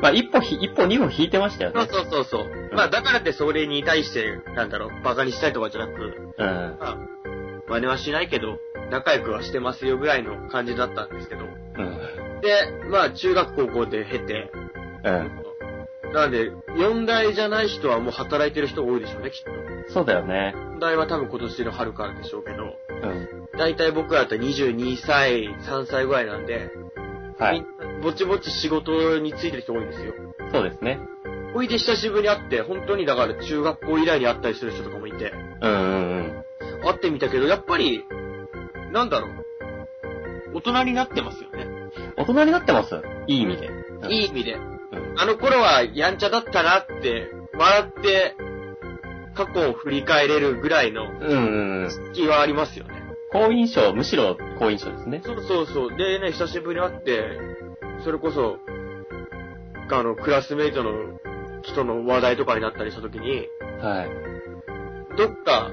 A: まあ、一歩ひ、一歩二歩引いてましたよ
B: そう
A: ね。
B: そうそうそう。まあ、だからってそれに対して、なんだろう、バカにしたいとかじゃなく、
A: うん。
B: まあ、真似はしないけど、仲良くはしてますよぐらいの感じだったんですけど。
A: うん。
B: で、まあ、中学、高校で経て、
A: うん。
B: なんで、4代じゃない人はもう働いてる人多いでしょうね、きっと。
A: そうだよね。
B: 4代は多分今年の春からでしょうけど、
A: うん。
B: だいたい僕らだったら22歳、3歳ぐらいなんで、
A: はい。
B: みんなぼちぼち仕事についてる人多いんですよ。
A: そうですね。
B: おいで久しぶりに会って、本当にだから中学校以来に会ったりする人とかもいて、
A: うんうん
B: 会ってみたけど、やっぱり、なんだろう。大人になってますよね。
A: うん。大人になってます。いい意味で。うん
B: いい意味で。
A: うん。
B: あの頃はやんちゃだったなって、笑って、過去を振り返れるぐらいの
A: うんうんうん。
B: 気はありますよね。
A: 好印象、むしろ好印象ですね。
B: そうそうそう。でね、久しぶりに会って、それこそ、あの、クラスメイトの人の話題とかになったりした時に、
A: はい。
B: どっか、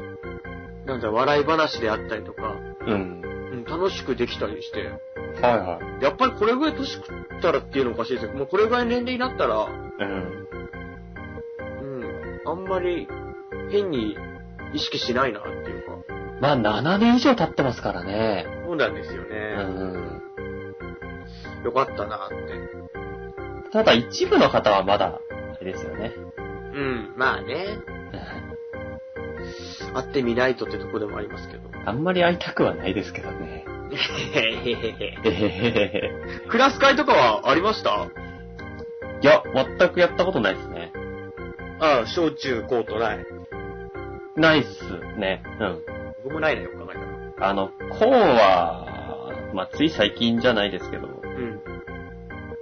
B: なんだ、笑い話であったりとか、
A: うん。
B: うん、楽しくできたりして、
A: はいはい。
B: やっぱりこれぐらい年食ったらっていうのおかしいですけど、もうこれぐらい年齢になったら、
A: うん。
B: うん、あんまり変に意識しないなっていうか、
A: まあ、7年以上経ってますからね。
B: そうなんですよ
A: う
B: ね。
A: ん。
B: よかったなって。
A: ただ、一部の方はまだ、あれですよね。
B: うん、まあね、会ってみないとってとこでもありますけど。
A: あんまり会いたくはないですけどね。 えへへへへ。
B: クラス会とかはありました
A: いや、全くやったことないですね。
B: ああ、小中高とない。
A: ないっすね。うん。
B: 僕もないね、よく考えたら。
A: あの、こうは、まあ、つい最近じゃないですけど、
B: うん。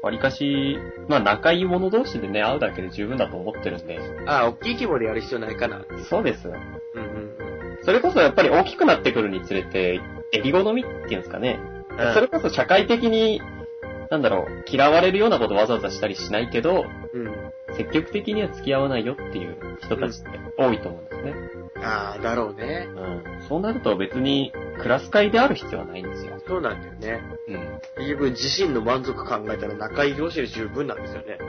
A: わりかし、まあ、仲いい者同士でね、会うだけで十分だと思ってるんで。
B: ああ、大きい規模でやる必要ないかな。
A: そうです。
B: うんうん
A: それこそやっぱり大きくなってくるにつれて、エビ好みっていうんですかね。
B: うん。
A: それこそ社会的に、なんだろう、嫌われるようなことわざわざしたりしないけど、
B: うん。
A: 積極的には付き合わないよっていう人たちって多いと思うんですね。
B: ああ、だろうね。
A: うん。そうなると別に、クラス会である必要はないんですよ。
B: そうなんだよね。
A: うん。
B: 自分自身の満足感考えたら仲良い同士で十分なんですよね。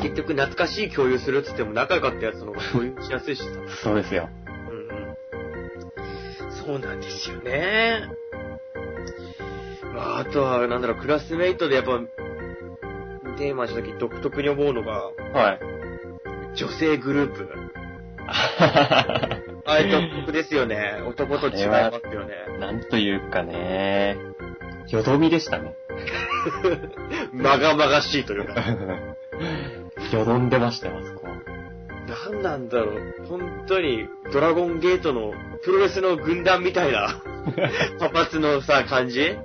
B: 結局懐かしい共有するっつっても仲良かったやつの方が共有しやすいしさ。
A: そうですよ。
B: うんうん。そうなんですよね。まあ、あとは、なんだろう、クラスメイトでやっぱ、テーマした時独特に思うのが、
A: はい。
B: 女性グループ。あれ独特ですよね。男と違いますよね。
A: なんというかね、よどみでしたね。
B: まがまがしいというか。
A: よどんでましたよ、あそこは。
B: なんなんだろう。本当に、ドラゴンゲートのプロレスの軍団みたいな、パパツのさ、感じ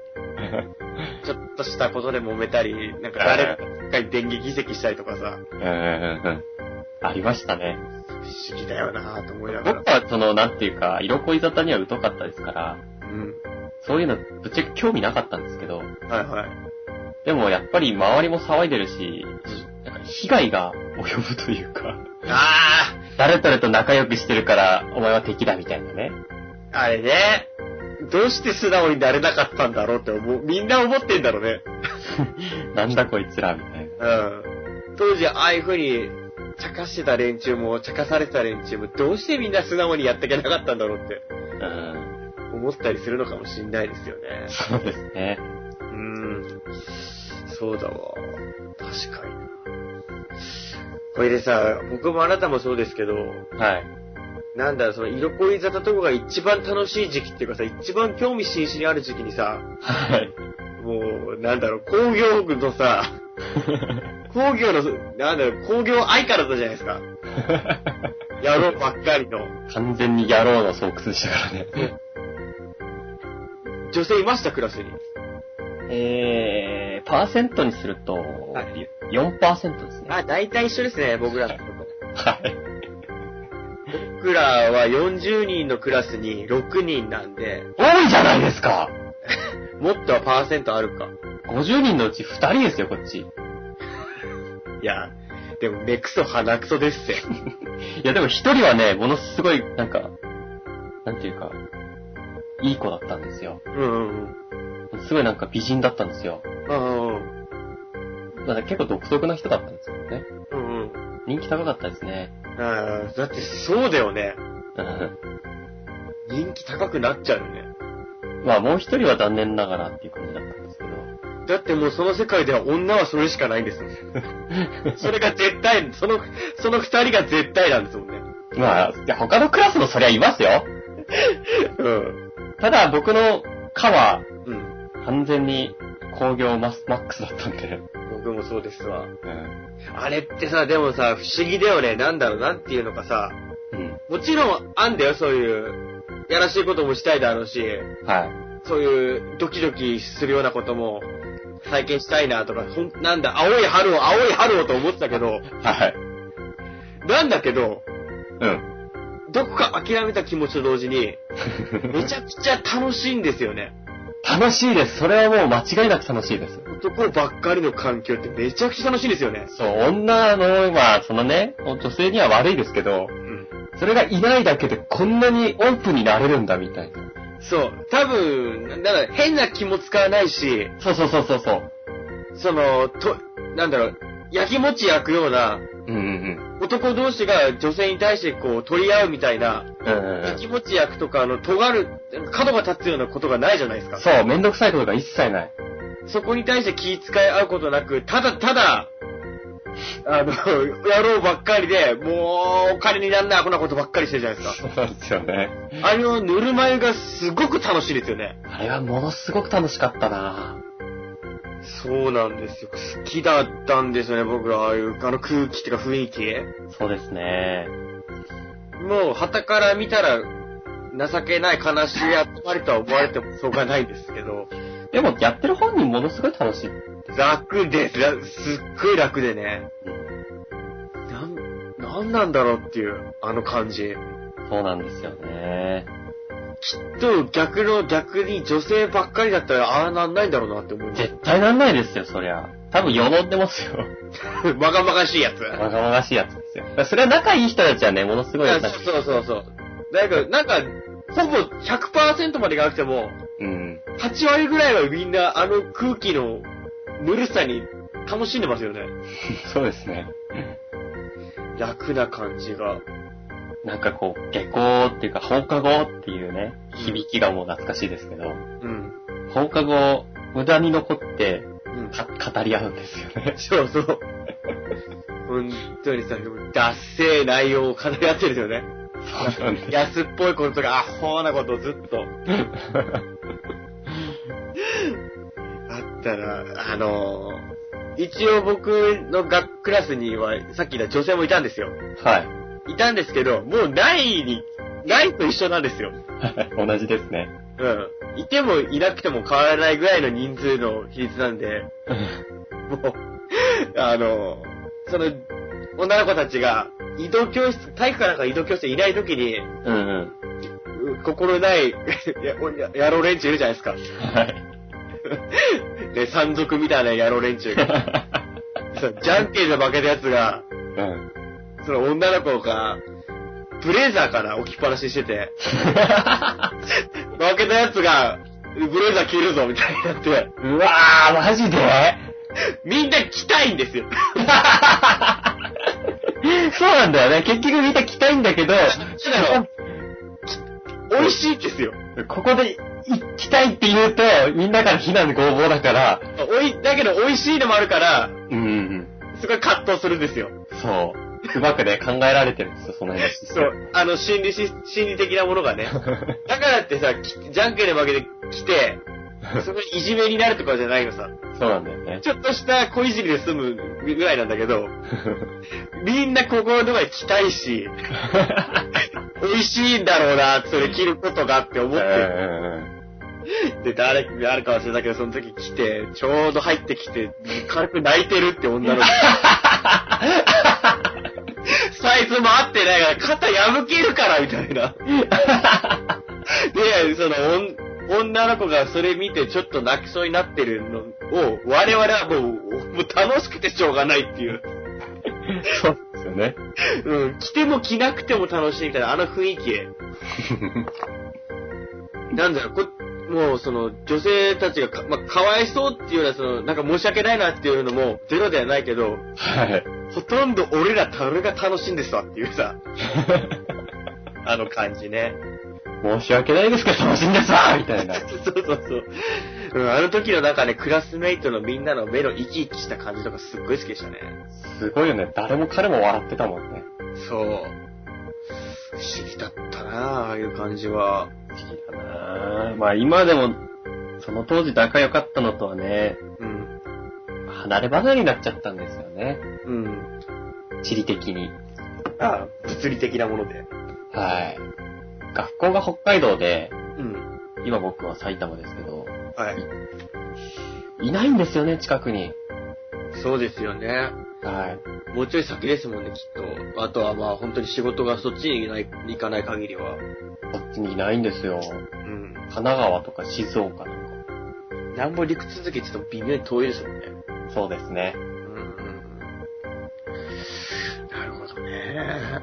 B: ちょっとしたことで揉めたり、なんか誰かに電撃移籍したりとかさ、
A: うんありましたね。
B: 不思議だよなぁと思いながら
A: 僕。はその、なんていうか、色恋沙汰には疎かったですから、
B: うん。
A: そういうの、ぶっちゃけ興味なかったんですけど、
B: はいはい。
A: でもやっぱり周りも騒いでるし、なんか被害が及ぶというか、
B: あ
A: 誰々と仲良くしてるから、お前は敵だみたいなね。
B: ああれね。どうして素直になれなかったんだろうって思う。みんな思ってんだろうね。
A: なんだこいつら、みたいな。
B: うん。当時ああいう風に、茶化してた連中も、茶化されてた連中も、どうしてみんな素直にやっていけなかったんだろうって
A: うん。
B: 思ったりするのかもしんないですよね。
A: そうですね。
B: うん。そうだわ。確かにな。これでさ、僕もあなたもそうですけど、
A: はい。
B: なんだろう、その色恋沙汰とかが一番楽しい時期っていうかさ、一番興味津々にある時期にさ、
A: はい。
B: もう、なんだろう、工業部のさ、工業の、なんだろう、工業愛からだったじゃないですか。やろうばっかりの。
A: 完全に野郎の巣窟でしたからね。
B: 女性いました、クラスに。
A: えー、パーセントにすると、
B: い
A: 4%ですね。
B: あ、大体一緒ですね、僕らのこと。
A: はい。
B: 僕らは40人のクラスに6人なんで、
A: 多いじゃないですか
B: もっとはパーセントあるか。
A: !50 人のうち2人ですよ、こっち。い
B: いや、でも目くそ鼻くそですよ。
A: や、でも1人はね、ものすごい、なんか、なんていうか、いい子だったんですよ。
B: うんうん
A: すごいなんか美人だったんですよ。
B: うん。うん
A: だから結構独特な人だったんですけどね。
B: うん。
A: 人気高かったですね。
B: あーだってそうだよね。
A: うん。
B: 人気高くなっちゃうよね。
A: まあもう一人は残念ながらっていう感じだったんですけど。
B: だってもうその世界では女はそれしかないんですよ。 それが絶対、その、その二人が絶対なんですもんね。
A: まあ、いや他のクラスもそりゃいますよ。
B: うん。
A: ただ僕の課は
B: うん。
A: 完全に工業マスマックスだったんで。
B: 僕もそうですわ。
A: うん。
B: あれってさ、でもさ、不思議だよね。なんだろう、なんていうのかさ。
A: うん。
B: もちろん、あんだよ、そういう、やらしいこともしたいだろうし、
A: は
B: そういう、ドキドキするようなことも、体験したいなとか、ほん、なんだ、青い春を、青い春をと思ってたけど、
A: い。はい。
B: なんだけど、
A: うん。
B: どこか諦めた気持ちと同時に、めちゃくちゃ楽しいんですよね。
A: 楽しいです。それはもう間違いなく楽しいです。
B: 男ばっかりの環境ってめちゃくちゃ楽しいんですよね。
A: そう、女の、まあ、そのね、女性には悪いですけど、
B: うん。
A: それがいないだけでこんなにオープンになれるんだみたいな。
B: そう。多分、なんだろう、変な気も使わないし、
A: そうそうそうそうそう。
B: その、と、なんだろう、焼きもち焼くような、
A: うんうん
B: 男同士が女性に対してこう取り合うみたいな、
A: うん。うんうんうん
B: 焼きもち焼くとか、あの、尖る、角が立つようなことがないじゃないですか。
A: そう、めんどくさいことが一切ない。
B: そこに対して気遣い合うことなく、ただただ、あの、 野郎ばっかりで、もう、お金になんないアホなことばっかりしてるじゃないですか。
A: うなんですよね。
B: あの、ぬるま湯がすごく楽しいですよね。
A: あれはものすごく楽しかったな
B: そうなんですよ。好きだったんですよね、僕ら、ああいう、あの空気っていうか雰囲気。
A: そうですね。
B: もう、旗から見たら、情けない悲しい集まりとは思われてもしょうがないんですけど、
A: でも、やってる本人ものすごい楽しい。
B: 楽です。らすっごい楽でね。なん、なんなんだろうっていう、あの感じ。
A: そうなんですよね。
B: きっと逆の逆に女性ばっかりだったらああなんないんだろうなって思います。
A: 絶対なんないですよ、そりゃ。多分、よどんでますよ。
B: まがまがしいやつ。
A: まがまがしいやつですよ。それは仲いい人たちはね、ものすごい
B: あ
A: 優
B: そ
A: し
B: う
A: い。
B: そうそうそう。だけど、なんか、ほぼ100%までいかなくても、
A: うん。
B: 8割ぐらいはみんなあの空気のぬるさに楽しんでますよね。
A: そうですね。
B: 楽な感じが。
A: なんかこう、下校っていうか放課後っていうね、響きがもう懐かしいですけど、
B: うん。
A: 放課後、無駄に残って、
B: うん。
A: か語り合うんですよね。
B: そうそう。本当にさ、ダッセー内容を語り合ってるんですよね。
A: そうなんです。
B: 安っぽいこととか、アホなことをずっと。あっただ、あのー一応僕の学クラスには、さっき言った女性もいたんですよ。
A: はい。
B: いたんですけど、もうないに、ないと一緒なんですよ。
A: はい同じですね。
B: うん。いてもいなくても変わらないぐらいの人数の比率なんで、もう、あの、その、女の子たちが、移動教室、体育かなんか移動教室いない時に、
A: うんうん。
B: う心ない やおや野郎連中いるじゃないですか。
A: はい。
B: で、山賊みたいな野郎連中が。そうじゃんけんで負けたやつが、
A: うん。
B: その女の子が、ブレザーから置きっぱなしにしてて、負けたやつが、ブレザー着るぞみたいになって、
A: うわー、マジで
B: みんな着たいんですよ。
A: そうなんだよね。結局みんな来たいんだけど、
B: そうだよ美味しいんですよ。
A: ここで行きたいって言うと、みんなから非難の攻防だから、
B: おい、だけど美味しいのもあるから、
A: うんうん
B: すごい葛藤するんですよ。
A: うん。そう。うまくね、考えられてるんですよ、その辺。
B: そう。あの、心理し、心理的なものがね。だからってさ、きじゃんけんで負けてきて、そこにいじめになるとかじゃないのさ。
A: そうなんだよね。
B: ちょっとした小いじりで済むぐらいなんだけど、みんな心の中で着たいし、美味しいんだろうな、それ着ることがって思
A: うんう
B: って。
A: ん
B: で、誰、誰か忘れたけど、その時来て、ちょうど入ってきて、軽く泣いてるって女の子。サイズも合ってないから、肩破けるから、みたいな。で、その、おん女の子がそれ見てちょっと泣きそうになってるのを、我々はもう、もう楽しくてしょうがないっていう。
A: うん。そうですよね。
B: うん、着ても着なくても楽しいみたいな、あの雰囲気。なんだろう、こもうその、女性たちがか、まあ、かわいそうっていうような、その、なんか申し訳ないなっていうのも、ゼロではないけど、
A: はい。
B: ほとんど俺ら、俺が楽しいんですわっていうさ、あの感じね。
A: 申し訳ないですけど、楽しんでさみたいな。
B: そうそうそう。うん、あの時のなんかね、クラスメイトのみんなの目の生き生きした感じとかすっごい好きでしたね。
A: すごいよね。誰も彼も笑ってたもんね。
B: そう。不思議だったなあああいう感じは。
A: 不思議だなぁまあ今でも、その当時仲良かったのとはね、
B: うん。
A: 離れ離れになっちゃったんですよね。
B: うん。
A: 地理的に。
B: ああ、物理的なもので。
A: はい。学校が北海道で、
B: うん。
A: 今僕は埼玉ですけど、
B: はい。
A: いないんですよね、近くに。
B: そうですよね。
A: はい。
B: もうちょい先ですもんね、きっと。あとはまあ本当に仕事がそっちにいない行かない限りは。
A: こっちにいないんですよ。
B: うん。
A: 神奈川とか静岡とか。
B: なんぼ陸続きちょっと微妙に遠いですもんね。
A: そうですね。
B: うんうんうんなるほどね。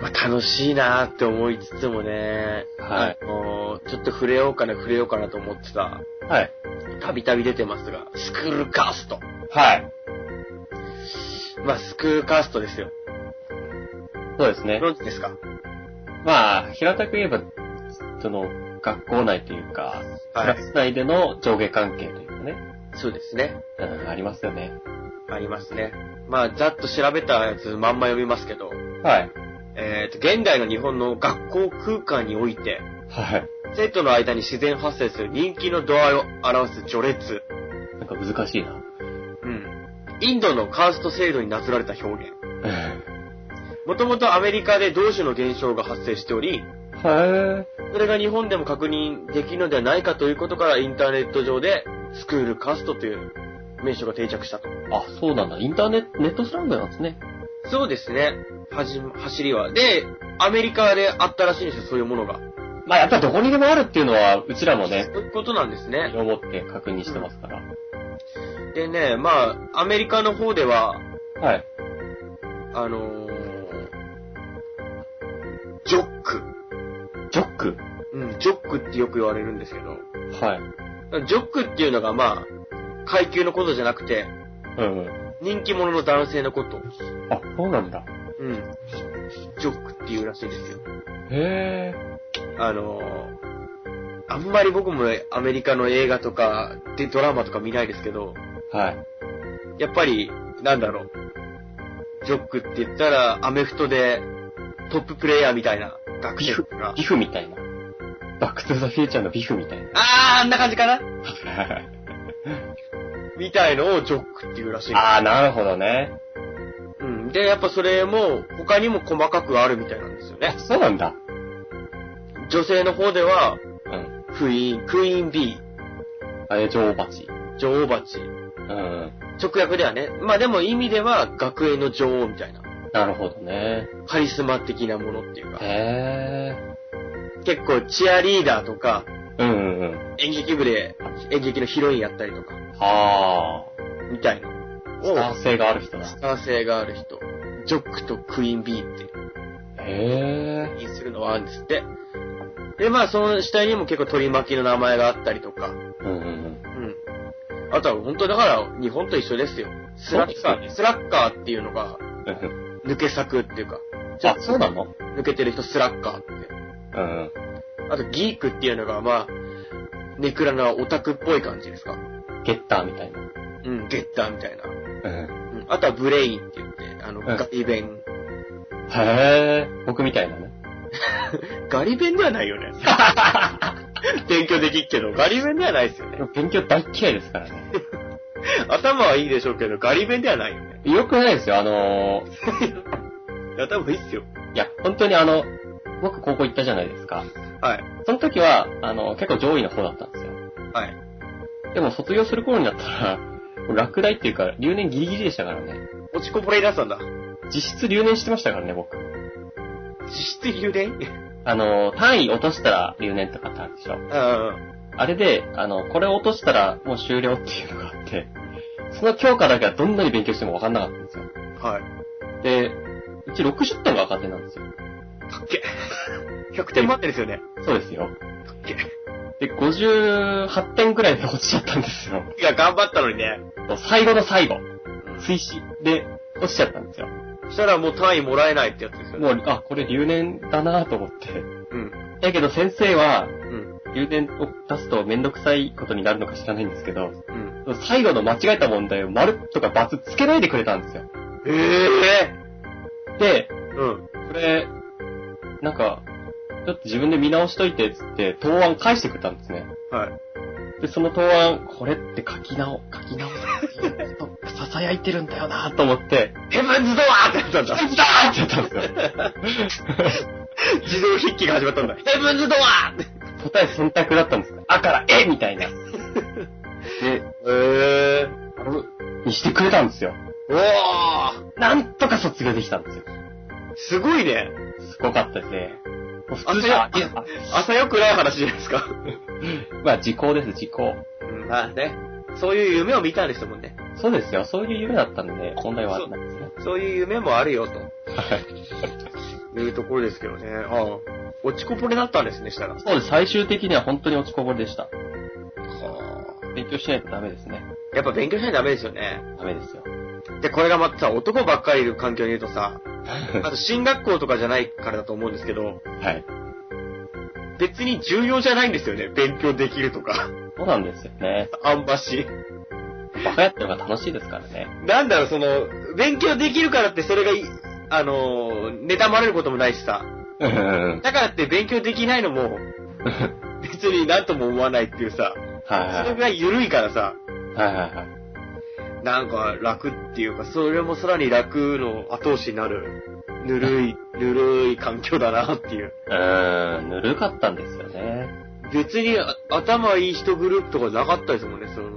B: まあ、楽しいなーって思いつつもね、
A: はい
B: あのーちょっと触れようかな、触れようかなと思ってた、
A: はい。
B: たびたび出てますが、スクールカースト。
A: はい。
B: まあ、スクールカーストですよ。
A: そうですね
B: ご。存知ですか
A: まあ、平たく言えば、その、学校内というか、ク
B: は
A: ラ
B: い。
A: ス内での上下関係というかね、
B: そうですね。
A: うん、ありますよね。
B: ありますね。まあ、ざっと調べたやつまんま読みますけど、
A: はい。
B: えっ、と、現代の日本の学校空間において、
A: はい。
B: 生徒の間に自然発生する人気の度合いを表す序列。
A: なんか難しいな。
B: うん。インドのカースト制度になぞられた表現。もともとアメリカで同種の現象が発生しており、
A: は
B: それが日本でも確認できるのではないかということからインターネット上でスクールカーストという名称が定着したと。
A: い。あ、そうなんだ。インターネット、ネットスラングなんですね。
B: そうですね。はじ、走りは。で、アメリカであったらしいんですよ、そういうものが。
A: まあ、やっぱどこにでもあるっていうのは、うちらもね、
B: そういうことなんですね。
A: 思って確認してますから。
B: でね、まあ、アメリカの方では、
A: はい。
B: あのー、ジョック。
A: ジョック
B: うん、ジョックってよく言われるんですけど、
A: はい。
B: ジョックっていうのがまあ、階級のことじゃなくて、
A: うん。
B: 人気者の男性のこと。
A: あ、そうなんだ。
B: うん。ジョックっていうらしいですよ。
A: へえ。
B: あのー、あんまり僕もアメリカの映画とか、でドラマとか見ないですけど、
A: はい。
B: やっぱり、なんだろう。ジョックって言ったら、アメフトでトッププレイヤーみたいな学生が。
A: ビフみたいな。バックトゥザフューチャーのビフみたいな。
B: あー、あんな感じかな
A: はい。
B: みたいのをジョックっていうらしいんです
A: ああ、なるほどね。
B: うん。で、やっぱそれも他にも細かくあるみたいなんですよね
A: え、。そうなんだ。
B: 女性の方では、
A: うん。
B: クイーン、クイーン B、
A: あれ、女王蜂。
B: 女王蜂。
A: うん。
B: 直訳ではね。まあでも意味では学園の女王みたいな。
A: なるほどね。
B: カリスマ的なものっていうか。
A: へえ。
B: 結構チアリーダーとか、
A: うんうんうん。
B: 演劇部で演劇のヒロインやったりとか、
A: はあ。
B: みたいな。
A: スタ
B: を、
A: ー性がある人だ。
B: スター性がある人。ジョックとクイーン B って
A: へえ。
B: にするのはあるんですって。で、まあ、その死体にも結構取り巻きの名前があったりとか、
A: うんうんうん
B: う。ん。あとは本当だから日本と一緒ですよ。スラッカ
A: そう
B: ー、
A: ですね
B: スラッカーっていうのが
A: うん
B: 抜け作っていうか、
A: うんあ、そうなの
B: 抜けてる人スラッカーって。
A: うん。
B: あとギークっていうのがまあ、ネクラなオタクっぽい感じですか。
A: ゲッターみたいな。
B: うん、ゲッターみたいな。
A: うん。
B: うん。あとはブレインって言って、あの、
A: ん
B: ガリ弁。
A: へえ。僕みたいなね。
B: ガリ弁ではないよ ね。勉強できっけど、ガリ弁ではないですよね。
A: 勉強大嫌いですからね。
B: 頭はいいでしょうけど、ガリ弁ではないよね。
A: よくないですよ、あのー、
B: 頭いいっすよ。
A: いや、本当にあの、僕高校行ったじゃないですか。
B: はい。
A: その時は、あの、結構上位の方だったんですよ。
B: はい。
A: でも卒業する頃になったら、もう落第っていうか、留年ギリギリでしたからね。
B: 落ちこぼれになったんだ。
A: 実質留年してましたからね、僕。
B: 実質留年
A: あの、単位落としたら留年とかってあるでしょ。
B: うん。
A: あれで、あの、これ落としたらもう終了っていうのがあって、その教科だけはどんなに勉強しても分かんなかったんですよ。
B: はい。
A: で、うち60点が赤点なんですよ。
B: かっ けえ。100点満点ですよね。
A: そうですよ。
B: かっけえ。
A: で、58点くらいで落ちちゃったんですよ。
B: いや、頑張ったのにね。
A: 最後の最後、追試で落ちちゃったんですよ。
B: そしたらもう単位もらえないってやつですよね。
A: もう、あ、これ留年だなと思って。
B: うん。
A: だけど先生は、
B: うん。
A: 留年を出すとめんどくさいことになるのか知らないんですけど、
B: うん。
A: 最後の間違えた問題を丸とか×つけないでくれたんですよ。
B: ええ
A: で、
B: うん。
A: これ、なんか、ちょっと自分で見直しといてっつって、答案返してくれたんですね。
B: はい。
A: で、その答案、これって書き直、書き直す。ちょっと囁いてるんだよなと思って、
B: ヘブンズドアーってやったん
A: ダ
B: だ。
A: ーってやったんですよ。
B: 自動筆記が始まったんだ。ヘブンズドアーって。
A: 答え選択だったんですよ。あから、えみたいな。で、
B: ええ
A: あのにしてくれたんですよ。
B: おー
A: なんとか卒業できたんですよ。
B: すごいね。
A: すごかったですね。もう普
B: 朝
A: 通じ
B: よ
A: ゃ、いや、
B: 朝よくない話じゃないですか。
A: まあ、時効です、時効。
B: うん、まあね。そういう夢を見たんですもんね。
A: そうですよ。そういう夢だったんでね、問題はあったんですね。
B: そういう夢もあるよ、と
A: はい。
B: いうところですけどね。ああ。落ちこぼれだったんですね、したら。は
A: そうです。最終的には本当に落ちこぼれでした。
B: あ。
A: 勉強しないとダメですね。
B: やっぱ勉強しないとダメですよね。
A: ダメ ですよ。
B: で、これがまたさ、男ばっかりいる環境にいるとさ、あと進学校とかじゃないからだと思うんですけど、
A: はい。
B: 別に重要じゃないんですよね。勉強できるとか。
A: そうなんですよね。
B: あんまし。
A: バカやってるのが楽しいですからね。
B: なんだろう、その、勉強できるからってそれがい、あのー、妬まれることもないしさ。
A: うん。
B: だからって勉強できないのも、別になんとも思わないっていうさ、それ
A: は
B: ぐらい緩いからさ、
A: い。はいはいはい。
B: なんか楽っていうか、それもさらに楽の後押しになる、ぬるい、ぬるい環境だなっていう。
A: うーん、ぬるかったんですよね。
B: 別にあ頭いい人グループとかなかったですもんね、その。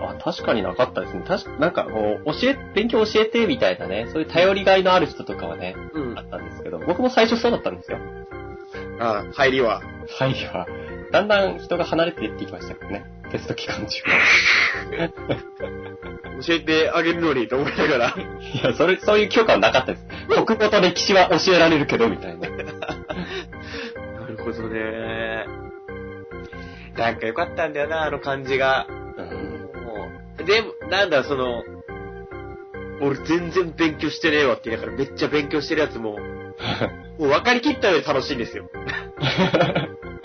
A: あ、確かになかったですね。確か、なんかこう、教え、勉強教えてみたいなね、そういう頼りがいのある人とかはね、
B: うん
A: あ。ったんですけど、僕も最初そうだったんですよ。
B: あ入りは。
A: はいは。だんだん人が離れていっていきましたけどね。テスト期間中
B: 教えてあげるのにと思いながら。
A: いや、それ、そういう教科はなかったです。国語と歴史は教えられるけど、みたいな。
B: なるほどね。なんか良かったんだよな、あの感じが。
A: うん。
B: もうでも、なんだ、その、俺全然勉強してねえわって言いながらめっちゃ勉強してるやつも、もう分かりきった上で楽しいんですよ。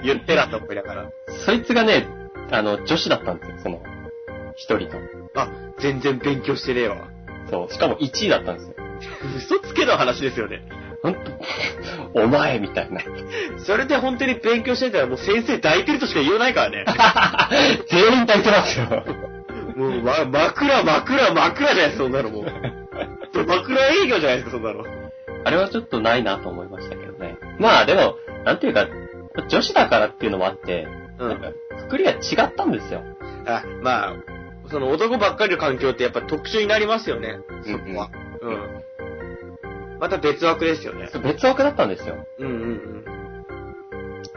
B: 言ってらと思いながら。
A: そいつがね、あの、女子だったんですよ、その、一人と。
B: あ、全然勉強してねえわ。
A: そう。しかも1位だったんですよ。
B: 嘘つけの話ですよね。
A: ほんと、お前みたいな。
B: それで本当に勉強してたらもう先生抱いてるとしか言わないからね。
A: 全員抱いてますよ。
B: もう、ま、枕、枕、枕じゃないですか、そんなのもう。枕営業じゃないですか、そんなの。
A: あれはちょっとないなと思いましたけどね。まあでも、なんていうか、女子だからっていうのもあって、
B: う
A: なん
B: ん
A: か。、くくりが違ったんですよ。
B: あ、まあ、その男ばっかりの環境ってやっぱ特殊になりますよね。
A: そ
B: そこは。うん。また別枠ですよね。
A: 別枠だったんですよ。
B: うんうん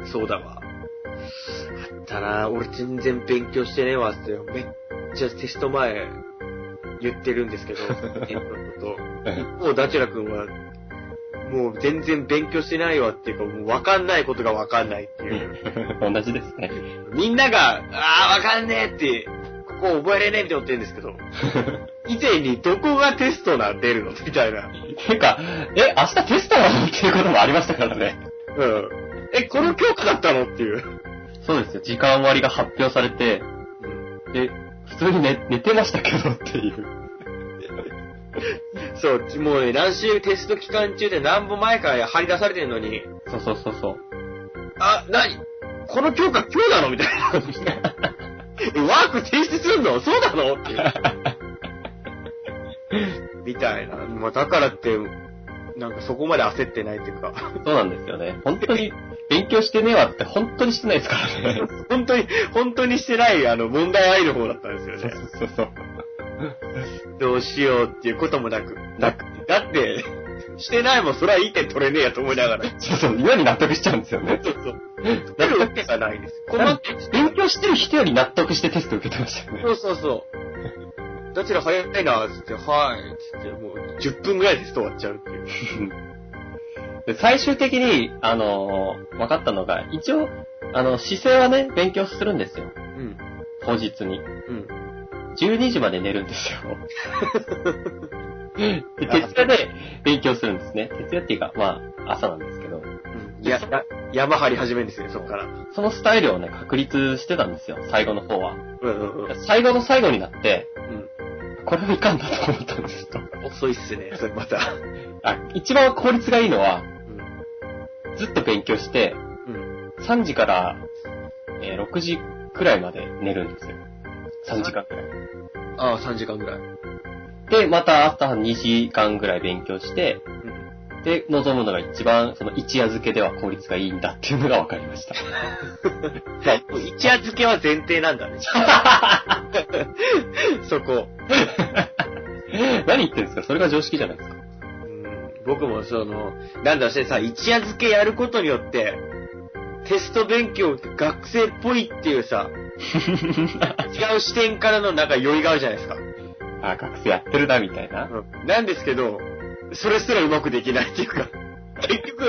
B: うん。そうだわ。あったな俺全然勉強してねえわって、めっちゃテスト前言ってるん ですけど、テストのこと。一方、ダチュラ君は、もう全然勉強してないわっていうか、もうわかんないことがわかんないっていう。
A: 同じですね。
B: みんなが、ああ、わかんねえって、ここ覚えれねえって思ってるんです けど、以前にどこがテストなん出るのみたいな。
A: てか、え、明日テストなのっていうこともありましたからね。
B: うん。え、この教科だったのっていう。
A: そうですよ。時間割が発表されて、え、普通に寝寝てましたけどっていう。
B: そう、もうね、何週テスト期間中で何本前から張り出されてるのに、
A: そうそうそう そう。
B: あ、なにこの教科今日なのみたい な。えワーク提出すんのそうなのって いう。みたいな。まあ、だからって、なんかそこまで焦ってないっていうか。
A: そうなんですよね。本当に、勉強してねえわって本当にしてないですからね。
B: 本当に、本当にしてない、あの、問題ありの方だったんですよね。
A: そうそう。
B: どうしようっていうこともなく。
A: なく、
B: だって、してないもん、それはいい点取れねえやと思いながら。
A: そうそう、今に納得しちゃうんですよね。
B: そうそう。 なるわけがないです。こ
A: な
B: の
A: ん勉強してる人より納得してテスト受けてましたよね。
B: そうそうそう。どちら早いな、つって、はい、つって、もう、10分ぐらいでスト終わっちゃうっていう。
A: で最終的に、あのー分かったのが、一応、あの、姿勢はね、勉強するんですよ。
B: うん。
A: 当日に。
B: うん。
A: 12時まで寝るんです よ。で徹夜で勉強するんですね。徹夜っていうか、まあ、朝なんですけど、
B: うん。いや、や山張り始めるんですよね、そっから。
A: そのスタイルをね、確立してたんですよ、最後の方は。
B: うんうんうん。
A: 最後の最後になって、
B: うん
A: これはいかんだと思ったんですよ。
B: 遅いっすね、それまた。
A: あ、一番効率がいいのは、
B: うん。
A: ずっと勉強して、
B: うん。
A: 3時から、えー6時くらいまで寝るんですよ。3時間くらい。
B: ああ、3時間ぐらい。
A: で、また朝2時間ぐらい勉強して、
B: うん。
A: で、望むのが一番、その一夜漬けでは効率がいいんだっていうのが分かりました。
B: 一夜漬けは前提なんだ ね。そこ。
A: 何言ってんですかそれが常識じゃないですか。
B: うん僕もその、なんだろうしてさ、一夜漬けやることによって、テスト勉強、学生っぽいっていうさ、違う視点からのなんか酔いがあるじゃないですか。
A: あ、学生やってるな、みたいな。
B: なんですけど、それすらうまくできないっていうか、 結局、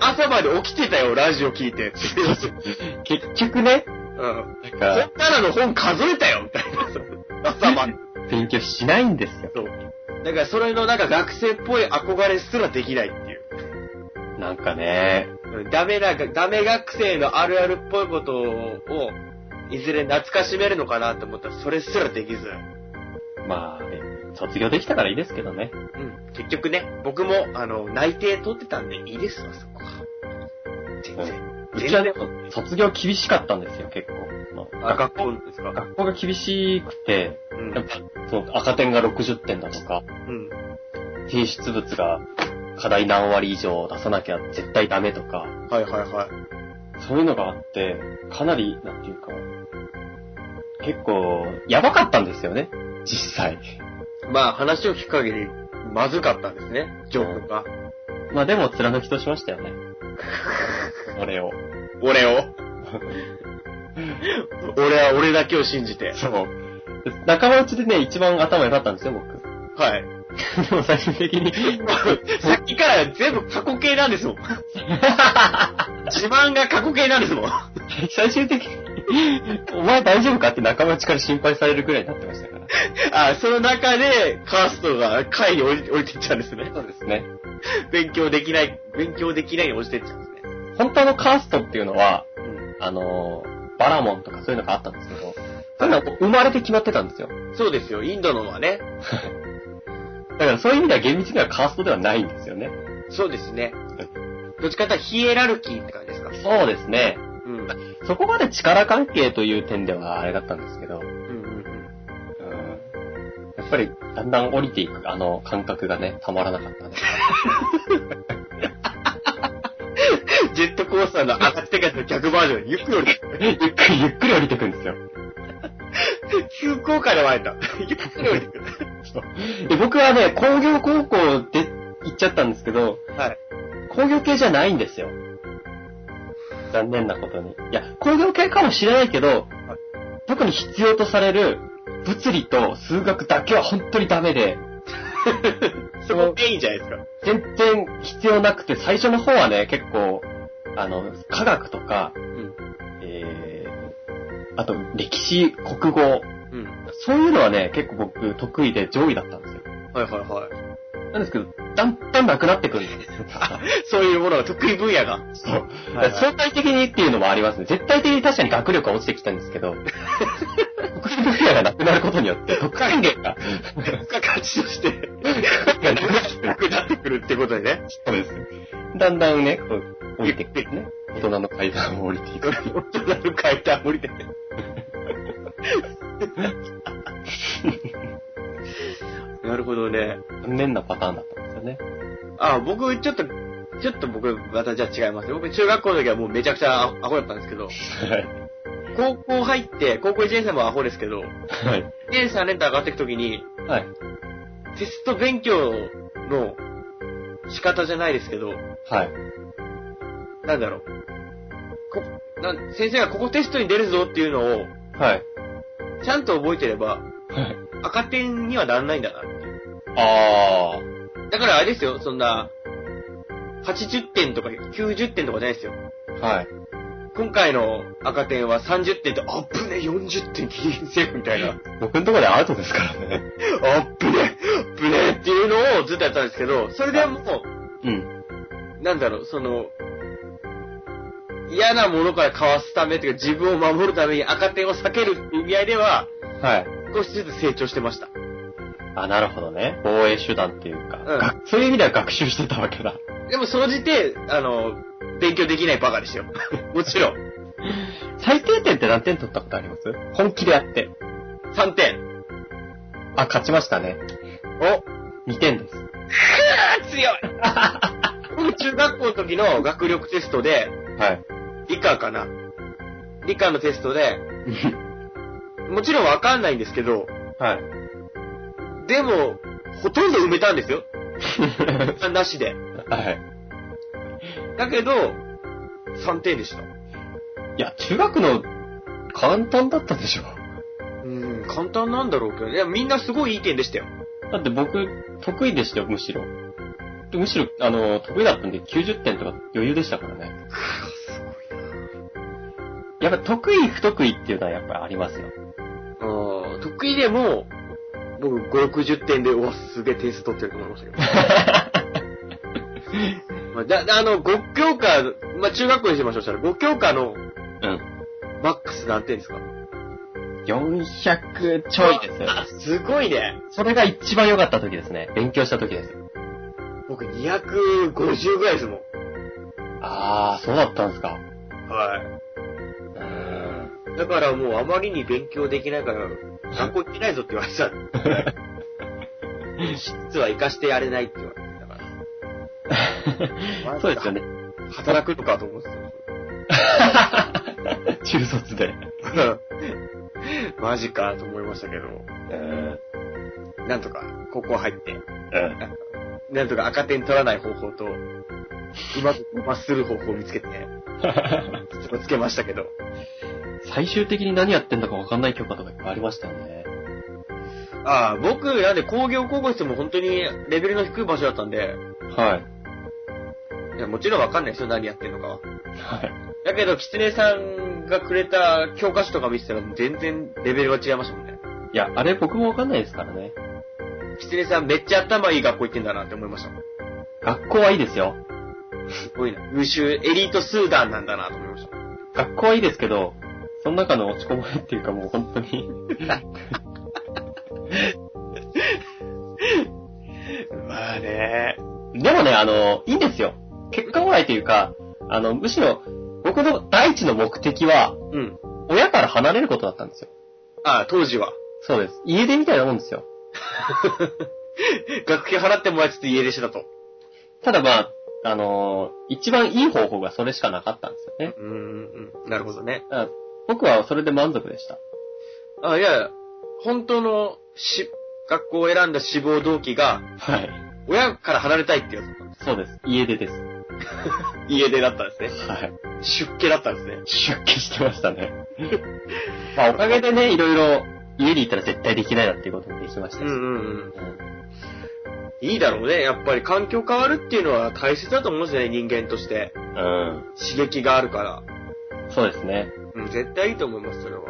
B: 朝まで起きてたよ、ラジオ聞いて。
A: 結局ね、
B: うん。
A: なん
B: そ
A: か
B: っ、からの本数えたよ、みたいな。 朝まで。
A: 勉強しないんですよ。
B: だから、それのなんか学生っぽい憧れすらできないっていう。
A: なんかね、
B: うんダメな、ダメ学生のあるあるっぽいことを、いずれ懐かしめるのかなと思ったら、それすらできず。
A: まあ、卒業できたからいいですけどね。
B: うん。結局ね、僕も、あの、内定取ってたんでいいですわ、そこは。全然。
A: うちはね、卒業厳しかったんですよ、結構。ま
B: あ、学校ですか
A: 学校が厳しくて、
B: うん
A: やっぱ、その赤点が60点だとか、
B: うん。
A: 提出物が課題何割以上出さなきゃ絶対ダメとか、
B: はいはいはい。
A: そういうのがあって、かなり、なんていうか、結構、やばかったんですよね、実際。
B: まあ、話を聞く限り、まずかったんですね、情報が。
A: まあでも、貫きとしましたよね。俺を。
B: 俺 を。俺は俺だけを信じて。
A: そう。仲間内でね、一番頭良かったんですよ、僕。
B: はい。
A: でも最終的に、
B: さっきから全部過去形なん ですもん。自慢が過去形なんですもん。
A: 最終的に、お前大丈夫かって仲間内から心配されるぐらいになってましたから。
B: あ、その中で、カーストが会に降り降りていっちゃうんですね。
A: そうですね。
B: 勉強できない、勉強できないに落ちていっちゃうんですね。
A: 本当のカーストっていうのは、あのー、バラモンとかそういうのがあったんですけど、そういうのはこう生まれて決まってたんですよ。
B: そうですよ、インドのはね。
A: だからそういう意味では厳密にはカーストではないんですよね。
B: そうですね。どっちかというとヒエラルキーって感じですか。
A: そうですね。
B: うん。うん
A: そこまで力関係という点ではあれだったんですけど、
B: うんうん。
A: うんぱりだんだん降りていくあの感覚がね、たまらなかったね。
B: ジェットコースターの上がってからの逆バージョン、ゆっくり降りてくる。
A: ゆっくり、ゆっくり降りてくんですよ。
B: 急降下ではえ た。ゆっくり降りてくる。
A: で、僕はね、工業高校で行っちゃったんですけど、
B: はい。
A: 工業系じゃないんですよ。残念なことに。いや、工業系かもしれないけど、特に必要とされる物理と数学だけは本当にダメで、
B: そこメインじゃないですか。
A: 全然必要なくて、最初の方はね、結構、あの、科学とか、
B: ん
A: えー、あと歴史、国語、
B: うん。
A: そういうのはね、結構僕得意で上位だったんですよ。
B: はいはいはい。
A: なんですけど、だんだんなくなってくるんですよ。
B: そういうものが得意分野が。
A: そう。
B: はいはい
A: 相対的にっていうのもありますね。絶対的に確かに学力は落ちてきたんですけど、得意分野がなくなることによって、得意分野が、
B: が価値として、
A: いやなくなってく
B: なくなってくるってことでね。
A: そうです。だんだんね、こう、降りてきてね。大人の階段を降りていく。
B: 大人の階段降り て。なるほどね。
A: 残念なパターンだったんですよね。
B: あ、僕、ちょっと、ちょっと僕、またじゃあ違いますよ。僕、中学校の時はもうめちゃくちゃアアホだったんですけど、
A: は
B: 高校入って、高校1年生もアホですけど、
A: い。はい。
B: 2年3年と上がっていく時に、
A: はい。
B: テスト勉強の仕方じゃないですけど、
A: はい。
B: なんだろう。こなん先生がここテストに出るぞっていうのを、
A: はい。
B: ちゃんと覚えてれば、
A: はい。
B: 赤点にはならないんだなっていう。
A: あ
B: だからあれですよ、そんな、80点とか90点とかじゃないですよ。
A: ー。はい。
B: 今回の赤点は30点と、あっぶね、40点ギリギリセーフみ たいな。
A: 僕のところでアウトですからね。
B: あっぶね、あっぶねっていうのをずっとやったんですけど、それでも
A: うん。
B: う、なんだろう、その、嫌なものからかわすためというか、自分を守るために赤点を避けるっていう意味合いでは、
A: はい。
B: 少しずつ成長してました。
A: あ、なるほどね。防衛手段っていうか、
B: ん
A: がそういう意味では学習してたわけだ。
B: でも、総じて、あの、勉強できないバカでしたよ。 もちろん。
A: 最低点って何点取ったことあります本気でやって。
B: 3点。
A: あ、勝ちましたね。
B: お
A: 2点です。
B: あー強い 僕、中学校の時の学力テストで、
A: はい。
B: 理科かな。理科のテスト で、もちろんわかんないんですけど、
A: はい。
B: でも、ほとんど埋めたんですよ。なしで。
A: はい。
B: だけど、3点でした。
A: いや、中学の簡単だったでしょ。
B: うん、簡単なんだろうけど、いや、みんなすごいいい点でしたよ。
A: だって僕、得意でしたよ、むしろ。でむしろ、あの、得意だったんで90点とか余裕でしたからね。
B: す
A: やっぱ得意、不得意っていうのはやっぱあり ますよ。
B: ごい。うん、得意でも、僕5、60点で、うわ、すげえ点数取ってると思いま したけど。まあ、だ、だあの、5教科、まあ、中学校にしましょうしたら、5教科の
A: うん。
B: マックス何点ですか
A: 400ちょいですよ。
B: あ、すごいね。
A: それが一番良かった時ですね。勉強した時です。
B: 僕250ぐらいですもん。
A: あー、そうだったんですか。
B: は
A: うー
B: い。
A: ん。
B: だからもうあまりに勉強できないから、学校行ってないぞって言われてた。 実は生かしてやれないって言われてたから。
A: そうですよね。
B: 働くのかと思ってたんです
A: 中卒で。
B: よ。 マジかと思いましたけど、
A: うん。
B: なんとか高校入って、
A: うん。
B: なんとか赤点取らない方法と、うまくまっする方法を見つけて、ちょっとつけましたけど。
A: 最終的に何やってんだか分かんない教科とかいっぱいありましたよね。
B: ああ、僕、なんで工業高校室も本当にレベルの低い場所だったんで、
A: はい。
B: いやもちろんわかんないですよ、何やってるのかは。
A: はい。
B: だけど、キツネさんがくれた教科書とか見てたら全然レベルが違いましたもんね。
A: いや、あれ僕も分かんないですからね。
B: キツネさんめっちゃ頭いい学校行ってんだなって思いましたもん。
A: 学校はいいですよ。
B: すごいな。優秀、エリートスーダンなんだなと思いました。
A: 学校はいいですけど、その中の落ちこぼれっていうかもう本当に。
B: まあね。
A: でもね、あの、いいんですよ。結果オーライというか、あの、むしろ、僕の第一の目的は、
B: うん。
A: 親から離れることだったんですよ。
B: ああ、当時は。
A: そうです。家出みたいなもんですよ。
B: 学費払ってもらえちょっと家出しだと。
A: ただまあ、あのー一番いい方法がそれしかなかったんですよね。
B: うんうんうん。なるほどね。
A: だから僕はそれで満足でした。
B: あ、いや、本当のし、学校を選んだ志望動機が、
A: はい。
B: 親から離れたいってやつだったんです。
A: そうです。家出です。
B: 家出だったんですね。
A: はい。
B: 出家だったんですね。
A: 出家してましたね。 まあ、おかげでね、いろいろ、家にいたら絶対できないなっていうこともできましたし。
B: うんうんうん。
A: うん
B: いいだろうね。やっぱり環境変わるっていうのは大切だと思うんですね、人間として。
A: うん。
B: 刺激があるから。
A: そうですね。
B: うん、絶対いいと思います、それは。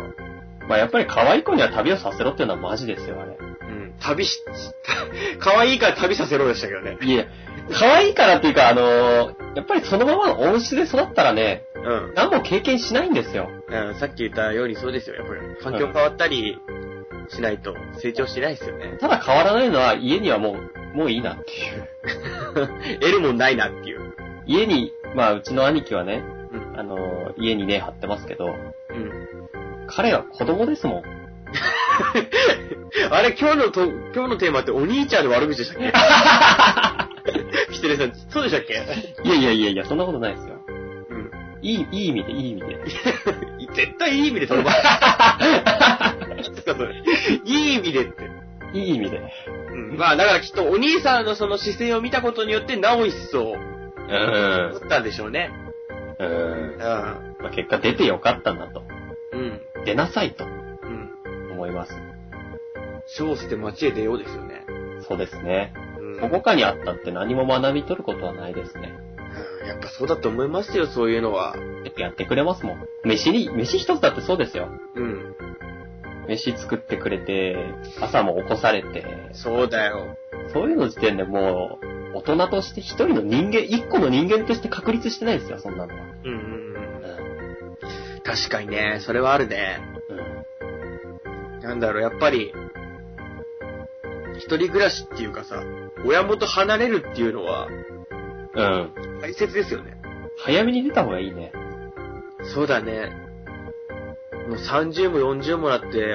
A: まあ、やっぱり可愛い子には旅をさせろっていうのはマジですよ、あれ。
B: うん、旅し、 可愛いから旅させろでしたけどね。
A: いや、可愛いからっていうか、あのーやっぱりそのままの温室で育ったらね、
B: うん。
A: 何も経験しないんですよ。
B: うん、さっき言ったようにそうですよ、やっぱり。環境変わったりしないと成長しないですよね。
A: ただ変わらないのは、家にはもう、もういいなっていう。
B: 得るもんないなっていう。
A: 家に、まあ、うちの兄貴はね、
B: うん。
A: あのー家にね、張ってますけど、
B: うん。
A: 彼は子供ですもん。
B: あれ、今日のと、今日のテーマってお兄ちゃんの悪口でしたっ け失礼さん、そうでしたっけ
A: いやいやいやいや、そんなことないですよ。
B: うん。
A: いい、いい意味で、いい意味で。
B: 絶対いい意味で飛ば いい意味でって。
A: いい意味で。
B: うん。まあ、だからきっとお兄さんのその視線を見たことによって、なお一層、
A: うん。
B: 思ったんでしょうね。
A: うん。
B: うん。
A: まあ、結果出てよかったなと。
B: うん。
A: 出なさいと
B: うん。
A: 思います。
B: 小捨て街へ出ようですよね。
A: そうですね。
B: うん。
A: 保護下にあったって何も学び取ることはないですね。
B: うんやっぱそうだと思いますよ、そういうのは。
A: よくやってくれますもん。飯に、飯一つだってそうですよ。
B: うん。
A: 飯作ってくれて、朝も起こされて、
B: そうだよ。
A: そういうの時点でもう、大人として一人の人間、一個の人間として確立してないですよ、そんなのは。
B: うんうん
A: う。
B: うんん。確かにね、それはあるね。
A: うん。
B: なんだろう、やっぱり、一人暮らしっていうかさ、親元離れるっていうのは
A: うん。
B: 大切ですよね。
A: 早めに出た方がいいね。
B: そうだね。もう30も40もらって、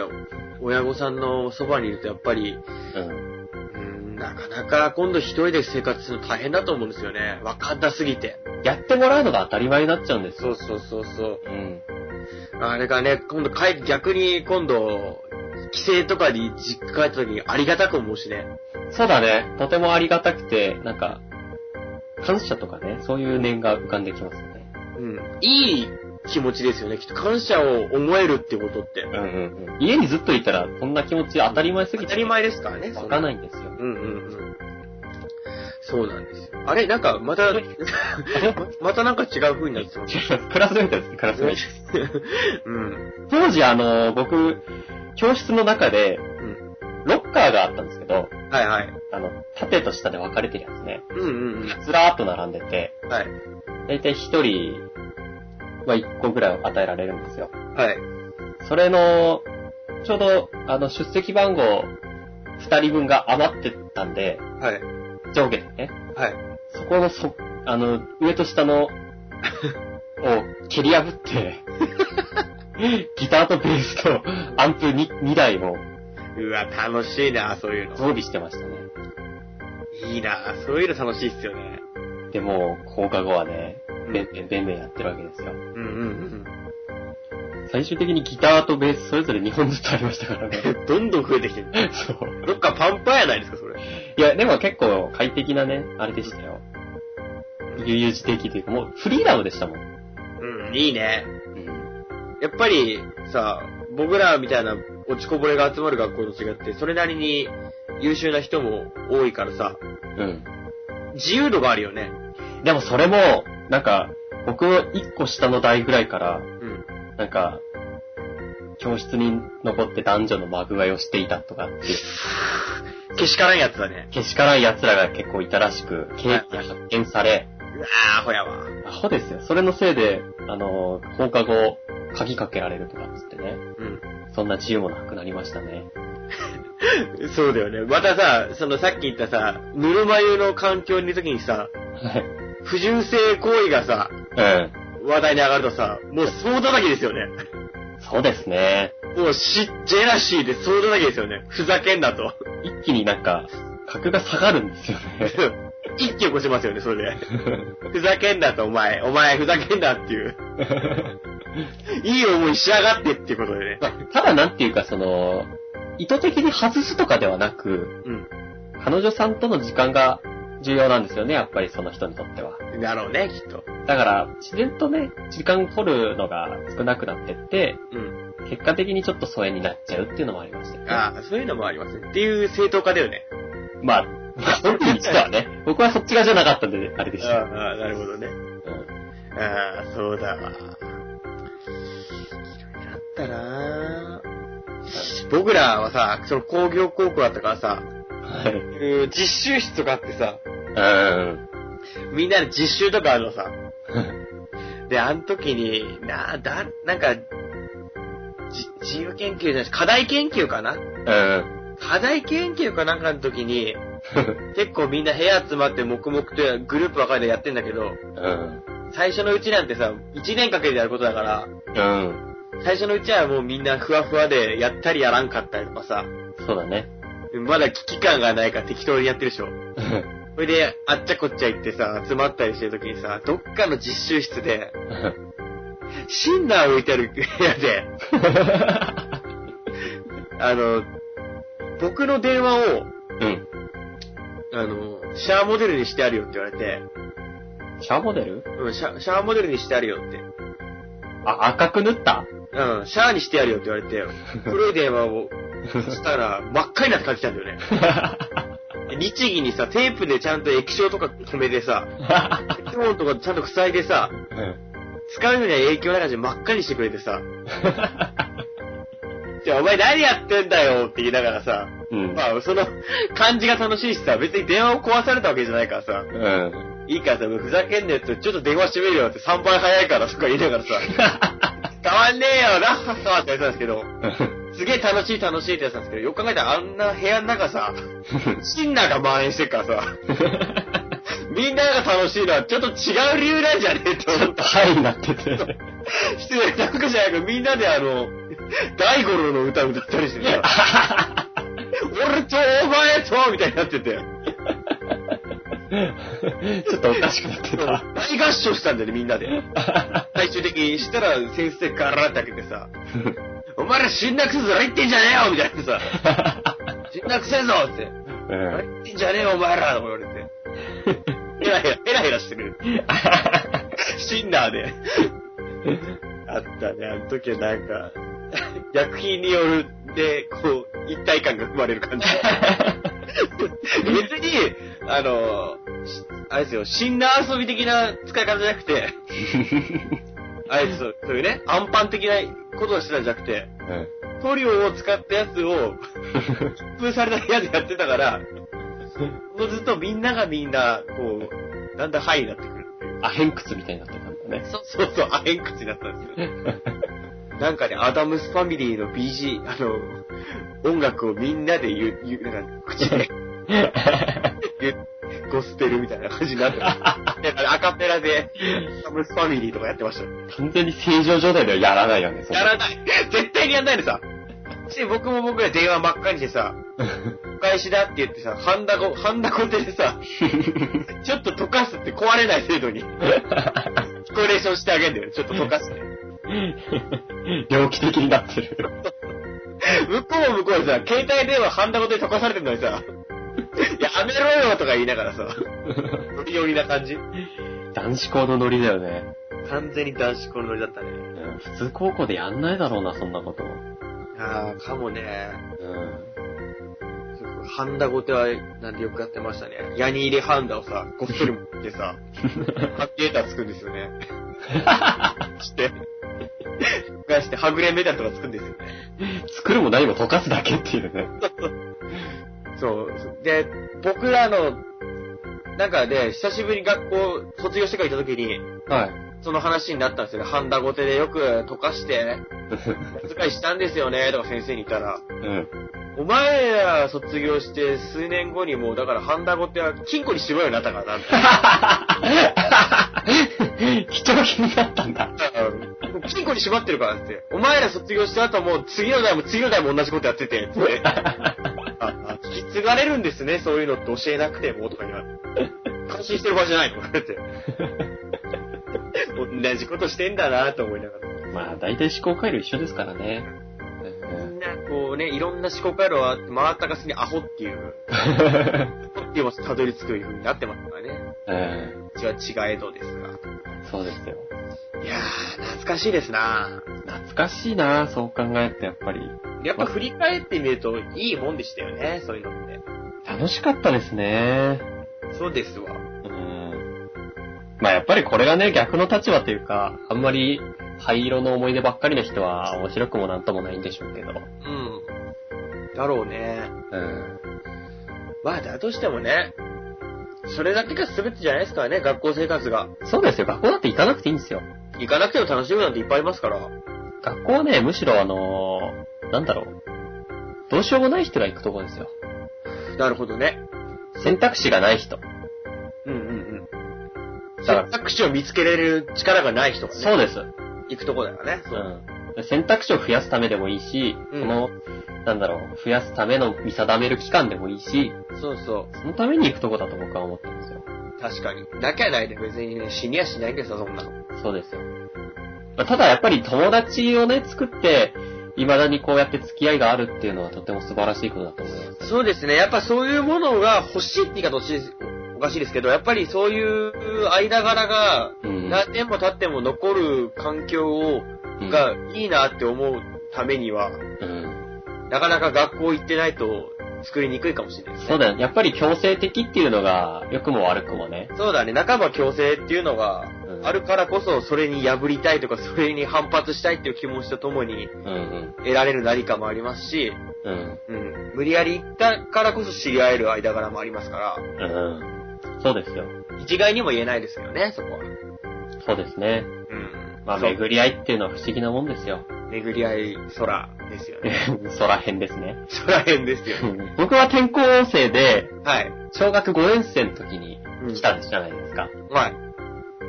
B: 親御さんのそばにいるとやっぱり、
A: うん。
B: うん、なかなか今度一人で生活するの大変だと思うんですよね。わかんなすぎて。
A: やってもらうのが当たり前になっちゃうんです
B: そ
A: よ。
B: うそうそうそう。
A: うん。
B: あれがね、今度帰って、逆に今度、帰省とかに実家帰った時にありがたく思うしね。
A: そうだね。とてもありがたくて、なんか、感謝とかね、そういう念が浮かんできますよね。
B: うん。いい気持ちですよね。きっと感謝を思えるってことって。
A: うんうんうん。家にずっといたら、そんな気持ち当たり前すぎ
B: 当
A: て。
B: たり前ですからね。。
A: わかんないいんですよ。
B: うんうんうん。そうなんですよ。あれなんか、ま た、またなんか違う風になってます。
A: クラスメイトですね、ク ラスメイト。
B: うん。
A: 当時、あの、僕、教室の中で、
B: ん
A: ロッカーがあったんですけど、
B: はいはい。
A: あの、縦と下で分かれてるやつね。
B: うんうん
A: ずらーっと並んでて、
B: うん。はい。
A: だいたい一人は一個ぐらいは与えられるんですよ。
B: はい。
A: それの、ちょうど、あの、出席番号、二人分が余ってたんで、
B: はい。
A: 上下でね。
B: はい。
A: そこの、そ、あの、上と 下の、を蹴り破って、 ギターとベースとアンプ 2, 2台を
B: うわ、楽しいな、そういう
A: 装
B: の。
A: 備してましたね。
B: いいな、そういうの楽しいっすよね。
A: でも、放課後はね、
B: うん
A: べんべんべんべんやってるわけですよ。
B: うんうん
A: 最終的にギターとベースそれぞれ2本ずつありましたから
B: う
A: ね。
B: ん。どんどん増えてきてる。
A: そう。
B: どっかパンパンやないですか、それ。
A: いや、でも結構快適なね、あれでしたよ。悠々自適というか、もうフリーダムでしたもん。
B: うん、いいね。
A: うん。
B: やっぱり、さ、僕らみたいな落ちこぼれが集まる学校と違って、それなりに優秀な人も多いからさ、
A: うん。
B: 自由度があるよね。
A: でもそれも、なんか、僕は1個下の代ぐらいから、
B: うん。
A: なんか、教室に残って男女のまぐわいをしていたとかって、
B: けしからんやつだね。
A: けしからん奴らが結構いたらしく、ケーキが発見され、
B: うわー、ほやわ。
A: アホですよ。それのせいで、あの、放課後、鍵かけられるとかっつってね。
B: う
A: そんな自由もなくなりましたね。
B: ん。 そうだよね。またさ、そのさっき言ったさ、ぬるま湯の環境にいるときにさ、
A: はい。
B: 不純正行為がさ、
A: うん。
B: 話題に上がるとさ、もうそうだらけですよね。
A: そうですね。
B: もうし、ジェラシーでそうだらけですよね。ふざけんなと。
A: 一気になんか、格が下がるんですよね。
B: 一気起こしますよね、それで。ふざけんなと、お前。お前、ふざけんなっていう。いい思いしやがってっていうことでね。
A: まあ、ただなんていうかその、意図的に外すとかではなく、
B: うん。
A: 彼女さんとの時間が重要なんですよね、やっぱりその人にとっては。
B: だろうね、きっと。
A: だから、自然とね、時間取るのが少なくなってって、
B: うん。
A: 結果的にちょっと疎遠になっちゃうっていうのもありましたよね。
B: ああ、そういうのもありますね。っていう正当化だよね。
A: まあ、まあ、本人にしてはね、 僕はそっち側じゃなかったんで、あれで
B: あ
A: した。
B: あ、なるほどね。
A: うん
B: ああ、そうだわ。いろいろあったな僕らはさ、その工業高校だったからさ、
A: はい。
B: うん実習室とかあってさ、
A: うん。
B: みんなで実習とかあるのさ。で、あの時に、なあ、だ、なんか、じ、自由研究じゃないし、課題研究かな
A: うん。
B: 課題研究かなんかの時に、結構みんな部屋集まって黙々とグループ分かれてやってんだけど、
A: うん。
B: 最初のうちなんてさ、1年かけてやることだから、
A: うん。
B: 最初のうちはもうみんなふわふわで、やったりやらんかったりとかさ、
A: そうだね。
B: まだ危機感がないから適当にやってるでしょ。
A: うん
B: それで、あっちゃこっちゃ行ってさ、集まったりしてる時にさ、どっかの実習室で、シンナー置いてある部屋で、あの、僕の電話を、
A: うん。
B: あの、シャアモデルにしてあるよって言われて、
A: シャーモデル
B: うん、シャシャアモデルにしてあるよって。
A: あ、赤く塗った
B: うん、シャアにしてやるよって言われて、古い電話をしたら、真っ赤になって帰ってきたんだよね。で律儀にさ、テープでちゃんと液晶とか止めてさ、ズボンとかちゃんと塞いでさ、
A: うん
B: 使うのには影響ない感じで真っ赤にしてくれてさ、じゃあお前何やってんだよって言いながらさ、
A: うん。
B: まあその感じが楽しいしさ、別に電話を壊されたわけじゃないからさ、
A: うん。
B: いいからさ、ふざけんなよって、ちょっと電話してみるよって3倍早いからとか言いながらさ、 変わんねえよなはっはってやってたんですけど、すげえ楽しい楽しいってやってたんですけど、よく考えたらあんな部屋の中さ、シンナーが蔓延してるから さ、みんなが楽しいのはちょっと違う理由なんじゃねえって思った。
A: はいになってて。
B: 失礼なことじゃなくみんなであの、大五郎の歌歌ったりしてさ、俺とお前とみたいになってて、
A: ちょっとおかしくなってた。
B: 大合唱したんだよね、みんなで。最終的にしたら先生ガラッて開けてさ、お前ら死んだくせずら言ってんじゃねえよみたいなさ、 死んだくせえぞって、
A: うん
B: ら言ってんじゃねえよお前らとか言われて、ヘラヘラ、ヘラヘラしてる。シンナーで。あったね、あの時はなんか、薬品によるで、こう、一体感が生まれる 感じ。別に、あの、しあれですよ、シンナー遊び的な使い方じゃなくて、あれですよ、そういうね、アンパン的なことをしてたんじゃなくて、トリオを使ったやつを、封鎖された部屋でやってたから、もうずっとみんながみんな、こう、だんだんハイになってくるっていう。
A: あ、偏屈みたいになってたんだね。
B: そうそうそう、あへん口だったんですよ。なんかね、アダムスファミリーの BG、あの、音楽をみんなで言う、言う、なんか、口で言う、ゴスペルみたいな感じになってた。だからアカペラで、アダムスファミリーとかやってましたよ。
A: 完全に正常状態ではやらないよね、それ
B: やらない絶対にやんないのさ。して僕も僕ら電話真っ赤にしてさ、お返しだって言ってさ、ハンダコ、ハンダコテでさ、ちょっと溶かすって壊れない程度に、スコレーションしてあげるんだよね。ちょっと溶かすって。
A: 猟奇的になってる。
B: 向こうも向こうでさ、携帯電話ハンダごとで溶かされてる のにさ、やめろよとか言いながら さ、ノリノリな感じ
A: 男子校のノリだよね。
B: 完全に男子校のノリだったね。
A: うん普通高校でやんないだろうな、そんなこと。
B: ああ、かもね。
A: うん
B: ハンダごては、なんでよくやってましたね。矢に入れハンダをさ、こっそり持ってさ、 ハッキーーターつくんですよね。して、返して、はぐれメダルとかつくんですよね。
A: 作るも何も溶かすだけっていうね。
B: そう。で、僕らの、なんかね、久しぶりに学校卒業してから行った時に、
A: はい。
B: その話になったんですよね。ハンダゴテでよく溶かして、お使いしたんですよね、とか先生に言ったら。
A: うん。
B: お前ら卒業して数年後にもう、だからハンダゴテは金庫にしまうようになったからな。
A: 貴重品になったんだ。
B: もう金庫にしまってるからって。お前ら卒業した後もう次の代も次の代も同じことやってて、って。ああ、き継がれるんですね、そういうのって教えなくても、とか言われて。感心してる場合じゃないのって。同じことしてんだなと思いながら。
A: まあ、大体思考回路一緒ですからね。
B: みんな、こうね、いろんな思考回路は回ったかすにアホっていう、アホっていうもたどり着くようになってますからね。
A: うん、
B: うちは違えどですが。
A: そうですよ。
B: いやー、懐かしいですな
A: 懐かしいなそう考えるとやっぱり。
B: やっぱ振り返ってみると、いいもんでしたよね、そういうのって。
A: 楽しかったですね。
B: そうですわ。
A: うん。まあやっぱりこれがね、逆の立場というか、あんまり灰色の思い出ばっかりの人は面白くもなんともないんでしょうけど。
B: うん。だろうね。
A: うん。
B: まあ、だとしてもね、それだけが全てじゃないですからね、学校生活が。
A: そうですよ。学校だって行かなくていいんですよ。
B: 行かなくても楽しむなんていっぱいいますから。
A: 学校はね、むしろあのーなんだろう。どうしようもない人が行くとこですよ。
B: なるほどね。
A: 選択肢がない人。
B: うんうんうん。
A: だから
B: 選択肢を見つけれる力がない人がね、
A: そうです。
B: 行くとこだからね。
A: うん。選択肢を増やすためでもいいし、
B: うん
A: その、なんだろう、増やすための見定める期間でもいいし、
B: そうそう
A: そのために行くとこだと僕は思ってるんですよ。
B: 確かに。なきゃないで別にね、死にはしないんですよ、そんなの。
A: そうですよ。まあただやっぱり友達をね、作って、未だにこうやって付き合いがあるっていうのはとても素晴らしいことだと思います。
B: そうですね。やっぱそういうものが欲しいって言い方おかしいですおかしいですけど、やっぱりそういう間柄が
A: うん。
B: 何年も経っても残る環境を
A: うん、
B: がいいなって思うためには、
A: うん。
B: なかなか学校行ってないと作りにくいかもしれないですね。
A: そうだよ。やっぱり強制的っていうのが、良くも悪くもね。
B: そうだね、仲間強制っていうのが
A: うん
B: あるからこそ、それに破りたいとか、それに反発したいっていう気持ちとともに
A: うんうん。
B: 得られる何かもありますし、
A: うん。
B: うん、無理やり行ったからこそ知り合える間柄もありますから、
A: うん。そうですよ。
B: 一概にも言えないですよね、そこは。
A: そうですね。
B: うん。
A: まあ、
B: そう
A: 巡り合いっていうのは不思議なもんですよ。
B: 巡り合い空ですよね。
A: 空編ですね。
B: 空編ですよ。
A: 僕は転校生で、
B: はい。
A: 小学5年生の時に
B: うん
A: 来たんじゃないですか。
B: は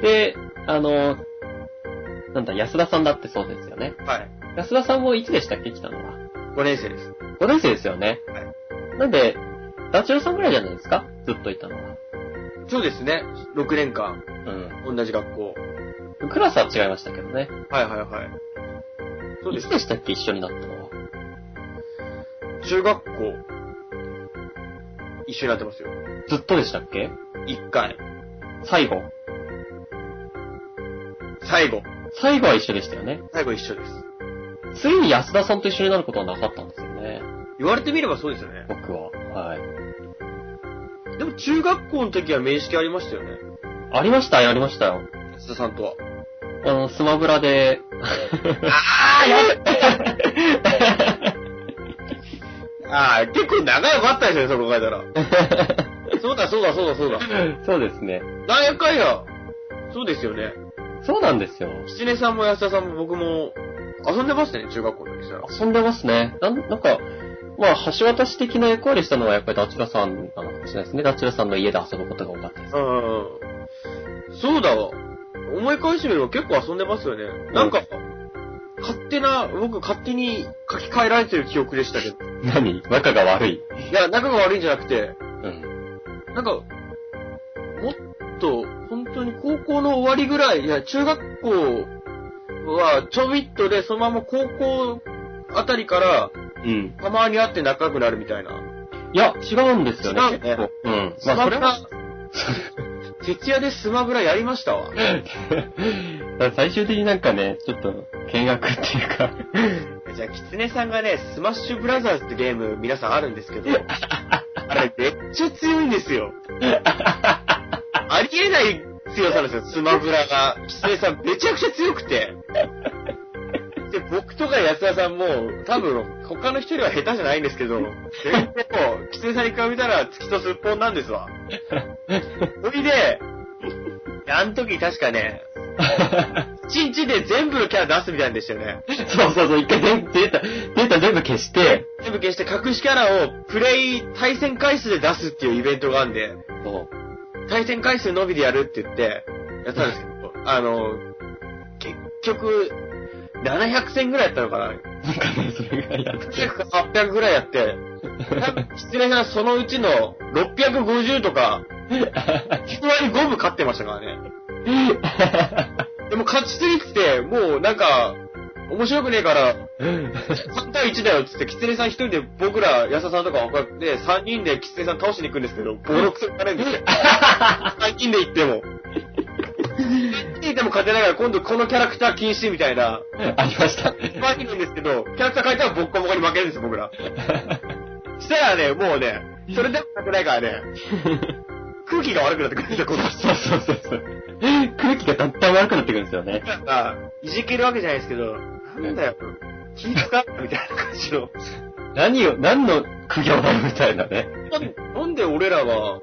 B: い。
A: で、あの、なんだ、安田さんだってそうですよね。
B: はい。
A: 安田さんもいつでしたっけ来たのは。
B: 5年生です。
A: 5年生ですよね。
B: は
A: なんで、ダチョウさんぐらいじゃないですかずっといたのは。
B: そうですね。6年間、
A: う
B: 同じ学校。
A: ん。クラスは違いましたけどね。
B: はいはいはい。そうで
A: い
B: す
A: つ。でしたっけ一緒になったのは。
B: 中学校、一緒になってますよ。
A: ずっとでしたっけ
B: 1回。
A: 最後。
B: 最後。
A: 最後は一緒でしたよね。
B: 最後一緒です。
A: ついに安田さんと一緒になることはなかったんですよね。
B: 言われてみればそうですよね。
A: 僕は。はい。
B: でも中学校の時は面識ありましたよね。
A: ありましたありましたよ。
B: 安田さんとは。
A: あの、スマブラで、
B: ああ、やべああ、結構長いかったですね、そこ考えたら。そうだ、そうだ、そうだ、そうだ。
A: そうですね。
B: なんやかんや。そうですよね。
A: そうなんですよ。
B: 七音さんも安田さんも僕も遊んでましたね、中学校の時したら。
A: 遊んでますね。なん、なんか、まあ、橋渡し的な役割したのはやっぱりダチュラさんなのかもしれないですね。ダチュラさんの家で遊ぶことが多かったです。
B: うん。そうだわ。思い返してみれば結構遊んでますよね。なんか、勝手な、僕勝手に書き換えられてる記憶でしたけど。
A: 何仲が悪い。
B: いや、仲が悪いんじゃなくて、
A: うん。
B: なんか、もっと、本当に高校の終わりぐらい、いや、中学校はちょびっとで、そのまま高校あたりから、
A: うん。
B: たまに会って仲良くなるみたいな。
A: いや、違うんですよね。
B: 違うね
A: 結構うん。
B: ス
A: まあ、
B: マ
A: そ
B: ブ
A: れ
B: ラ
A: は、、
B: 徹夜でスマブラやりましたわ。
A: 最終的になんかね、ちょっと、見学っていう か、
B: じゃあ、キツネさんがね、スマッシュブラザーズってゲーム、皆さんあるんですけど、あれ、めっちゃ強いんですよ。ありえない強さなんですよ、スマブラが。キツネさん、めちゃくちゃ強くて。で、僕とか安田さんも、多分、他の人よりは下手じゃないんですけど、全然もう、キツネさんに比べたら、月とすっぽんなんですわ。それで、あの時確かね、1日で全部のキャラ出すみたいなんでしたよね。
A: そうそうそう、一回全データ、データ全部消して、
B: 全部消して隠しキャラをプレイ対戦回数で出すっていうイベントがあるんで、
A: そう。
B: 対戦回数のみでやるって言って、やったんですけど、あの、結局、700戦ぐらいやったのかな
A: なんかね、それぐらいやって。
B: ?800 ぐらいやって、多分失礼な、そのうちの650とか、9割5分勝ってましたからね。でも勝ちすぎて、もうなんか、面白くねえから、3対1だよっつって、キツネさん一人で僕ら、安田さんとか分かって、3人でキツネさん倒しに行くんですけど、ボロクソになれるんですよ。3人で行っても。3人でも勝てないから、今度このキャラクター禁止みたいな、
A: あ り ました。
B: まあいるんですけど、キャラクター変えたらボッコボコに負けるんですよ、僕ら。したらね、もうね、それでも勝てないからね、空気が悪くなってくるんですよ、今度。
A: そうそうそうそう。空気がだんだん悪くなってくるんですよね。
B: なんか、いじけるわけじゃないですけど、なんだよ、気使ったみたいな感じの。
A: 何を、何の苦行だよみたいなね。
B: なんなんで俺らは、もう、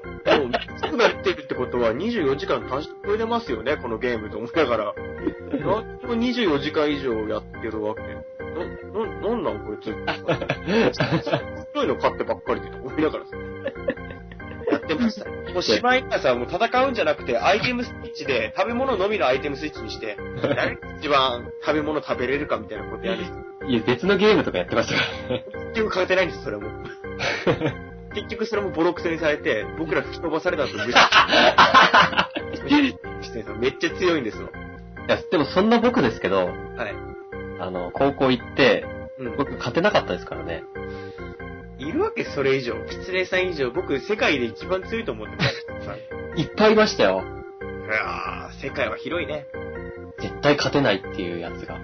B: 熱くなってるってことは24時間短縮超えてますよね、このゲームと思いながら。なんでも24時間以上やってるわけ。な、な、なんなんこいつ。強いの買ってばっかりでと思いながらさ。やってました。もうしまいにはさ、もう戦うんじゃなくて、アイテムスイッチで、食べ物のみのアイテムスイッチにして、誰が一番食べ物食べれるかみたいなことやる。
A: いや、別のゲームとかやってましたからね。
B: 結局買えてないんです、それも。 結局それもボロクソにされて、僕ら吹き飛ばされた後、 めっち ゃめっちゃ強いんですよ。
A: いや、でもそんな僕ですけ
B: は
A: ど、
B: い。
A: あの、高校行って、
B: うん。
A: 僕勝てなかったですからね。
B: いるわけそれ以上。キツネさん以上。僕、世界で一番強いと思 ってます。
A: いっぱいいましたよ。
B: いやー、世界は広いね。
A: 絶対勝てないっていうやつが。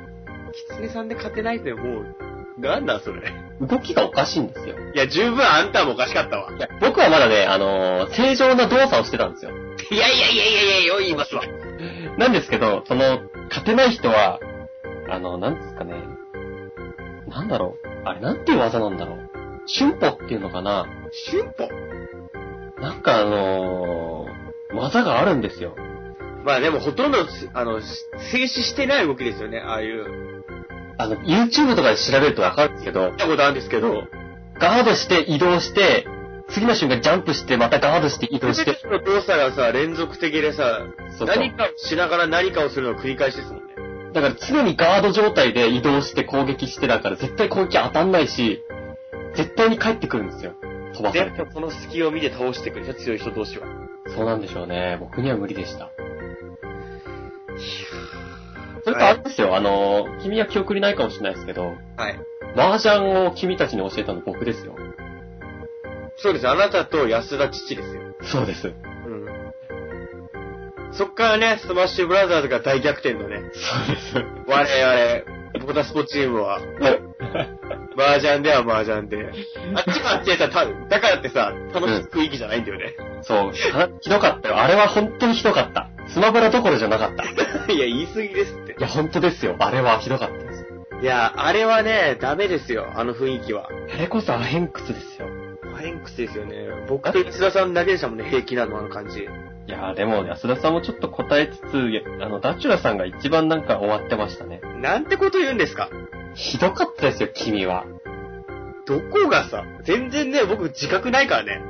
B: キツネさんで勝てないってもう、なんだそれ。
A: 動きがおかしいんですよ。
B: いや、十分あんたもおかしかったわ。
A: いや、僕はまだね、あのー正常な動作をしてたんですよ。
B: いやいやいやいやいや、よう言いますわ。
A: なんですけど、その、勝てない人は、あの、なんですかね。なんだろう。あれ、なんていう技なんだろう。瞬歩っていうのかな
B: 瞬歩
A: なんかあのー技があるんですよ。
B: まあでもほとんど、あの、静止してない動きですよね、ああいう。
A: あの、YouTube とかで調べるとわかるんですけど
B: 見、たことあるんですけど、
A: ガードして移動して、次の瞬間ジャンプして、またガードして移動し
B: 全
A: て、
B: ての動作がさ、連続的でさ、
A: そうそう。
B: 何かをしながら何かをするのを繰り返しですもんね。
A: だから常にガード状態で移動して攻撃してだから絶対攻撃当たんないし、絶対に帰ってくるんですよ。飛ばされ
B: 全
A: て。
B: 部この隙を見て倒してくる強い人同士は。
A: そうなんでしょうね。僕には無理でした。それとあれですよ、あのー、君は記憶にないかもしれないですけど、
B: はい。
A: 麻雀を君たちに教えたの僕ですよ。
B: そうです。あなたと安田父ですよ。
A: そうです。
B: うん。そっからね、スマッシュブラザーズが大逆転のね、
A: そう
B: 我々、僕たスポチームは、麻雀では麻雀で。あっちがあっちでさ、ただからってさ、楽しく息じゃないんだよね。
A: です。そう、あひどかったよ。あれは本当にひどかった。スマブラどころじゃなかった。い
B: いや、言い過ぎですって。
A: や、本当ですよ。あれはひどかったです。
B: いや、あれはね、ダメですよ、あの雰囲気は。
A: あれこそアヘンクスですよ。
B: ヘンクスですよね。僕と吉田さんだけでしたもんね、平気なの、あの感じ。
A: いやーでも、安田さんもちょっと答えつつ、いやあの、ダチュラさんが一番なんか終わってましたね。
B: なんてこと言うんですか
A: ひどかったですよ、君は。
B: どこがさ、全然ね、僕自覚ないからね。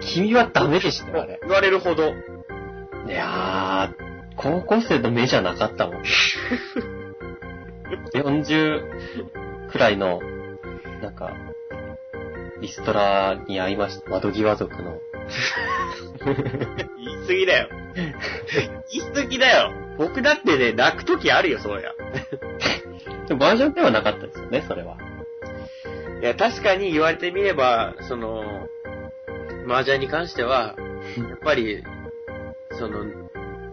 A: 君はダメでしたよ、あれ。
B: 言われるほど。
A: いやー、高校生の目じゃなかったも ん。40くらいの、なんか、リストラに会いました。窓際族の。
B: 言い過ぎだよ。 言い過ぎだよ。僕だってね、泣く時あるよ、そうや。
A: でもバージョンではなかったですよね、それは。
B: いや、確かに言われてみれば、その、麻雀に関しては、やっぱり、その、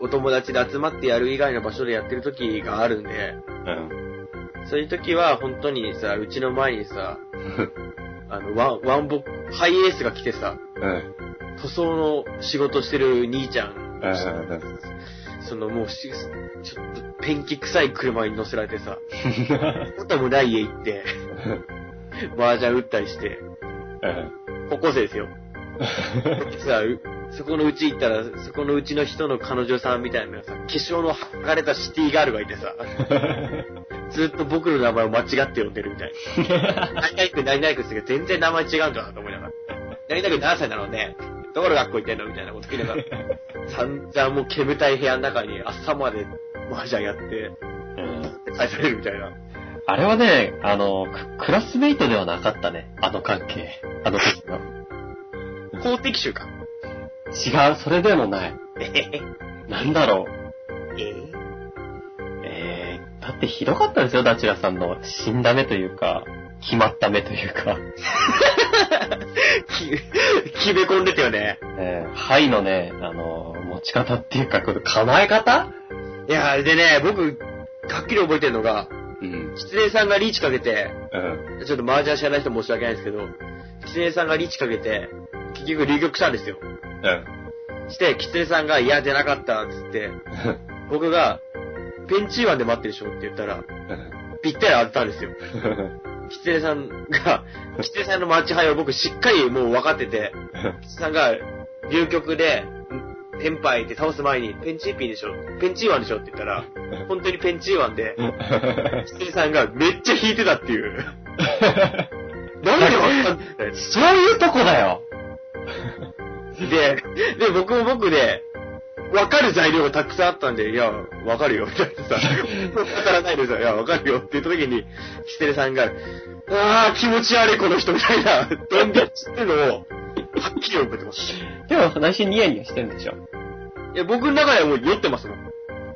B: お友達で集まってやる以外の場所でやってる時があるんで、
A: うん。
B: そういう時は本当にさ、うちの前にさ、あの、ワン、ワンボッハイエースが来てさ、
A: うん。
B: 塗装の仕事してる兄ちゃん、
A: うん。
B: そのもうし、ちょっとペンキ臭い車に乗せられてさ、音もない家行って、麻雀打ったりして、高校生ですよ。さ、うそこのうち行ったら、そこのうちの人の彼女さんみたいなのがさ、化粧の剥がれたシティガールがいてさ、ずっと僕の名前を間違って呼んでるみたいな。何々君、何々君って言うけど全然名前違うんだなと思いながら。何々君何歳なのね。どこの学校行ってんのみたいなこと聞いながら。散々もう煙たい部屋の中に朝まで麻雀やって、
A: うん
B: 返されるみたいな。
A: あれはね、あの、ククラスメイトではなかったね。あの関係。あの時の。
B: 公的集か。
A: 違う、それでもない。
B: えへ
A: なんだろ
B: へえ
A: う。えー、だってひどかったですよ、ダチュラさんの。死んだ目というか、決まった目というか。
B: き、決め込んでたよね。
A: えー、肺のね、あの、持ち方っていうか、この構え方
B: いや、あれでね、僕、はっきり覚えてるのが、
A: うん。
B: 失礼さんがリーチかけて、
A: うん。
B: ちょっと麻雀知らない人申し訳ないんですけど、キツネさんがリーチかけて、結局流局したんですよ。
A: うん。
B: して、キツネさんが、いや、出なかった、っつって、僕が、ペンチーワンで待ってるでしょって言ったら、ぴったり当てたんですよ。キツネさんが、キツネさんのマッチ牌を僕しっかりもう分かってて、キツネさんが、流局で、ペンパイって倒す前に、ペンチーピーでしょペンチーワンでしょって言ったら、本当にペンチーワンで、キツネさんがめっちゃ引いてたっていう。なんで分かんない
A: そういうとこだよ。
B: で、で、僕も僕で、わかる材料がたくさんあったんで、いや、わかるよ、みたいなさ、わからないでさ、いや、わかるよって言った時に、キセレさんが、あー、気持ち悪い、この人、みたいな、どんでっちってのを、はっきり覚えてます。
A: でも、内心ニヤニヤしてるんでしょ。
B: いや、僕の中ではもう酔ってますもん。うん。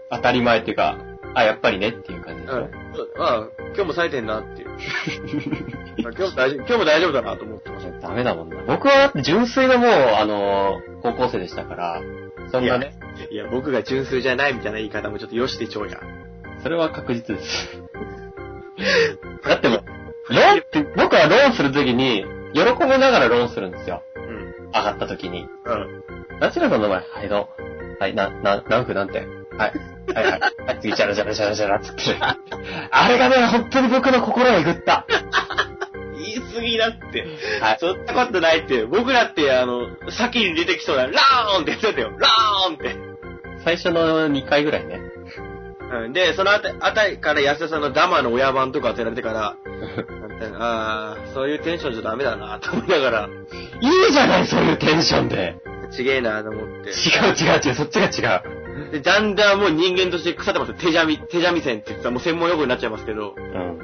A: 当たり前っていうか、あ、やっぱりねっていう感じでしょ。
B: あー今日も冴えてんな、っていう。まあ今日も大丈夫、今日も大丈夫だな、と思ってます。
A: ダメだもんな。僕はだって純粋なもう、あの高校生でしたから、そんなね、
B: いや、僕が純粋じゃないみたいな言い方もちょっとよしてちょうや。
A: それは確実です。 だってもう、ローンって、僕はローンするときに、喜びながらローンするんですよ。
B: うん。
A: 上がったときに。
B: うん。
A: ナチュラさんの名前、はい、どうはい、な、な、何分なんて。はい。はいはい。はい、次、チャラチャラチャラチャラっつって。あれがね、本当に僕の心をえぐった。
B: 言い過ぎだって。
A: はい。
B: そんなことないって、僕らって、あの、先に出てきそうな、ラーンって言ってたよ。ラーンって。
A: 最初の2回ぐらいね。
B: うん、で、そのあたあたりから安田さんのダマの親番とか当てられてから、あー、そういうテンションじゃダメだな、と思いながら、
A: いいじゃない、そういうテンションで。
B: ちげえな、と思っ
A: 違
B: て。
A: う違う違う、そっちが違う。
B: で、だんだんもう人間として腐ってますよ。手じゃみ、手じゃみ線って言ってたらもう専門用語になっちゃいますけど、
A: うん。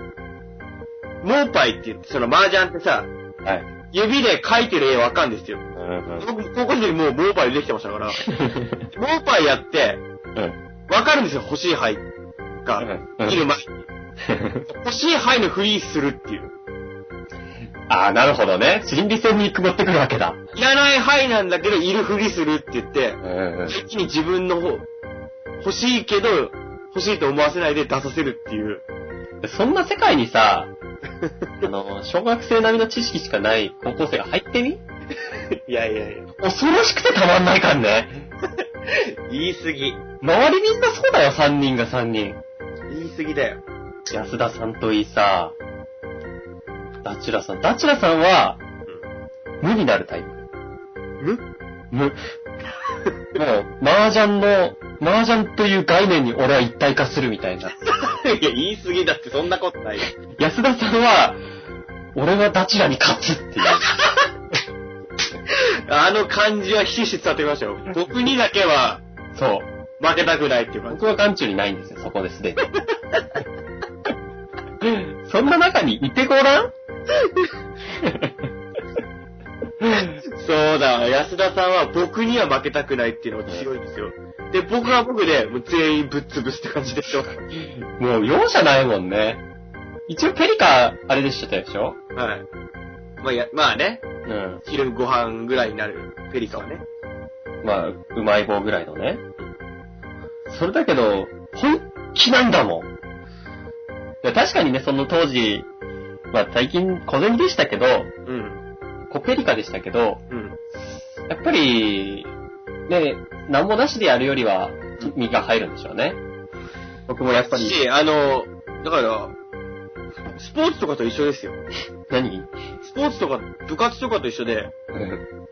B: モーパイって言って、その麻雀ってさ、
A: はい。
B: 指で描いてる絵わかんですよ。
A: うん
B: 僕、高校生の時もうモーパイできてましたから、モーパイやって、
A: うん。
B: わかるんですよ、欲しい牌が。見る前に。欲しい範囲のフリーするっていう。
A: ああ、なるほどね。心理戦に持ってくるわけだ。
B: いらない範囲なんだけど、いるフリするって言って
A: う、んうん。
B: 一気に自分の方、欲しいけど、欲しいと思わせないで出させるっていう。
A: そんな世界にさ、あの、小学生並みの知識しかない高校生が入ってみ
B: いやいやいや。
A: 恐ろしくてたまんないかんね。
B: 言い過ぎ。
A: 周りみんなそうだよ、3人が3人。
B: 言い過ぎだよ。
A: 安田さんといいさ、ダチュラさん。ダチュラさんは、無になるタイプ。
B: む
A: 無。もう、麻雀の、麻雀という概念に俺は一体化するみたいな。
B: いや、言い過ぎだってそんなことないよ。
A: 安田さんは、俺はダチュラに勝つっていう。
B: あの感じはひしひし伝わってきましたよ。僕にだけは
A: そう。
B: 負けたくないっていう感じ。
A: 僕は眼中にないんですよ、そこですでに。 そんな中にいてごらん
B: そうだ、安田さんは僕には負けたくないっていうのが強いんですよ。で、僕は僕で、もう全員ぶっ潰すって感じでしょ。
A: もう容赦ないもんね。一応ペリカ、あれでしたでしょ
B: はい。まあ、や、まあね、
A: うん。
B: 昼ご飯ぐらいになるペリカはね。
A: まあ、うまい棒ぐらいのね。それだけど、本気なんだもん。いや確かにね、その当時、まあ最近小銭でしたけど、
B: うん。
A: コペリカでしたけど、
B: うん。
A: やっぱり、ね、なんもなしでやるよりは、身が入るんでしょうね。僕もやっぱり、
B: し、あの、だから、スポーツとかと一緒ですよ。
A: 何
B: スポーツとか、部活とかと一緒で、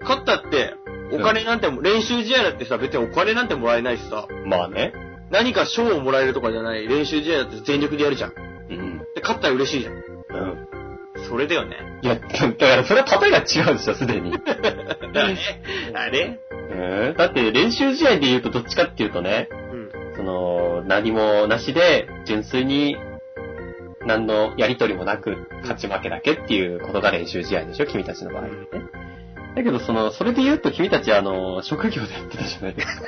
B: 勝ったって、お金なんても、練習試合だってさ、別にお金なんてもらえないしさ、
A: まあね。
B: 何か賞をもらえるとかじゃない、練習試合だって全力でやるじゃん。で、
A: うん。
B: 勝ったら嬉しいじゃん。
A: うん。
B: それだよね。
A: いや、だからそれは例えが違うでしょ、すでに。
B: あれ あれ
A: うんだって練習試合で言うとどっちかっていうとね、
B: うん。
A: その、何もなしで、純粋に、何のやりとりもなく、勝ち負けだけっていうことが練習試合でしょ、君たちの場合はね。だけど、その、それで言うと君たち、あの、職業でやってたじゃないですか。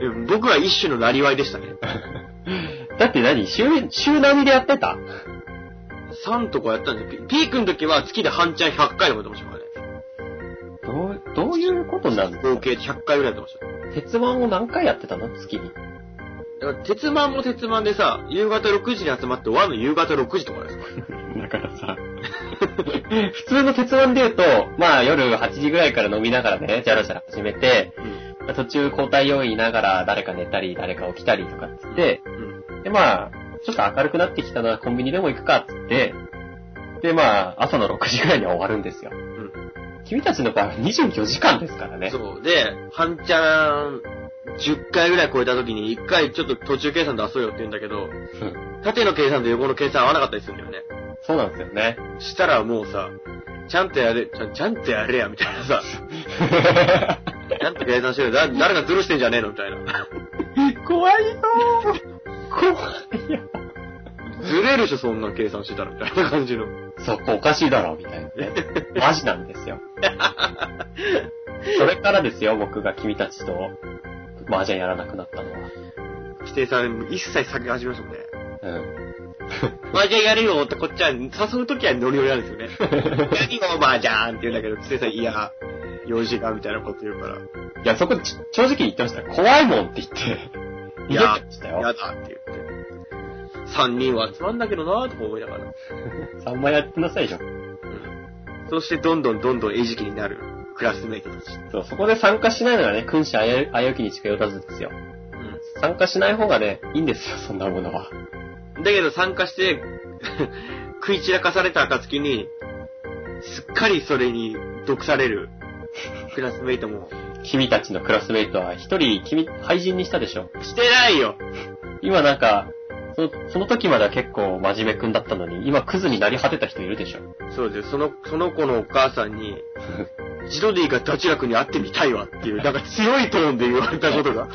B: うん僕は一種のなりわいでしたね。
A: だって何週、週並みでやってた
B: 3とかやったんで、ピピークの時は月で半チャン100回とかやってましたから
A: どう、どういうことになるんで
B: ね。
A: す
B: 合
A: か
B: 計で100回ぐらいやってました。
A: 鉄腕を何回やってたの月に。
B: だから鉄腕も鉄腕でさ、夕方6時に集まって、和の夕方6時とかですか
A: だから さ、普通の鉄腕で言うと、まあ夜8時ぐらいから飲みながらね、じゃらじゃら始めて、
B: ら。うん。
A: まあ途中交代要員いながら誰か寝たり、誰か起きたりとかっつって、
B: うん。
A: でまあ、ちょっと明るくなってきたな、コンビニでも行くかっつって、でまあ、朝の6時ぐらいには終わるんですよ。君たちの場合は24時間ですからね。
B: そう。で、半チャン10回ぐらい超えた時に、1回ちょっと途中計算出そうよって言うんだけど、
A: うん
B: 縦の計算と横の計算合わなかったりするんだよね。
A: そうなんですよ ね。
B: したらもうさ、ちゃんとやれ、ちゃんちゃんとやれや、みたいなさ、 ちゃんと計算してる、だ誰かズルしてんじゃねえのみたいな。
A: 怖いよー怖いよ
B: ズレるでしょ、そんな計算してたら、みたいな感じの。
A: そこおかしいだろ、みた いなね。マジなんですよ。それからですよ、僕が君たちと麻雀やらなくなったのは。
B: 規定さん、一切避け始めましたもんね。
A: うん。
B: 麻雀やるよってこっちは誘うときはノリノリなんです よね。何も麻雀って言うんだけど、つてさん、いや、用事がみたいなこと言うから、
A: いや、そこ、ち正直に言ってました。怖いもんって言って。
B: い
A: い
B: や
A: や、した
B: や
A: よ。
B: だって言って。三人は集まんだけどなーとか思いながら。
A: 3枚やってなさいよ。
B: うん。そしてどんどんどんどん餌食になるクラスメイトたち。
A: そう、そこで参加しないのはね、君子あやあやきに近寄らずですよ。
B: う
A: 参加しない方がね、いいんですよ、そんなものは。
B: ん。だけど参加して、食い散らかされた暁に、すっかりそれに毒されるクラスメイトも、
A: 君たちのクラスメイトは一人、君、廃人にしたでしょ。
B: してないよ
A: 今なんか、そその時までは結構真面目くんだったのに、今クズになり果てた人いるでしょ。
B: そうです。その、その子のお母さん に、ジロディがダチラ君に会ってみたいわっていう、なんか強いトーンで言われたことが。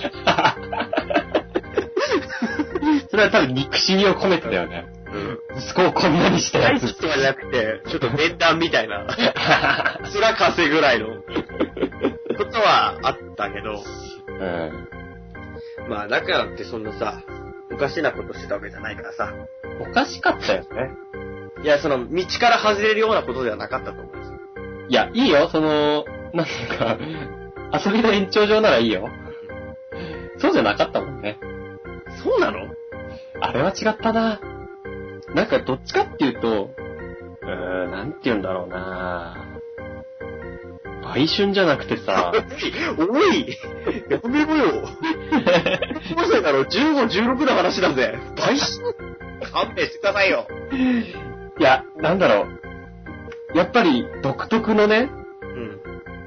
A: それは多分憎しみを込めてだよね。
B: うん。
A: 息子をこんなにした
B: 大
A: や
B: 好。
A: つ
B: きとかじゃなくて、ちょっと面談みたい な、そら稼ぐら いの、ことはあったけど、
A: うん。
B: まあ、だからってそんなさ、おかしなことしてたわけじゃないからさ。
A: おかしかったよね。
B: いや、その、道から外れるようなことではなかったと思うんですよ。
A: いや、いいよ、その、なんていうか、遊びの延長上ならいいよ。そうじゃなかったもんね。
B: そうなの
A: あれは違ったな。なんかどっちかっていうと、うーん、なんて言うんだろうな。売春じゃなくてさ、
B: おいやめろ よ高校生だろ ?15、16の話だぜ倍勘弁してくださいよ
A: いや、なんだろう。やっぱり独特のね、
B: うん。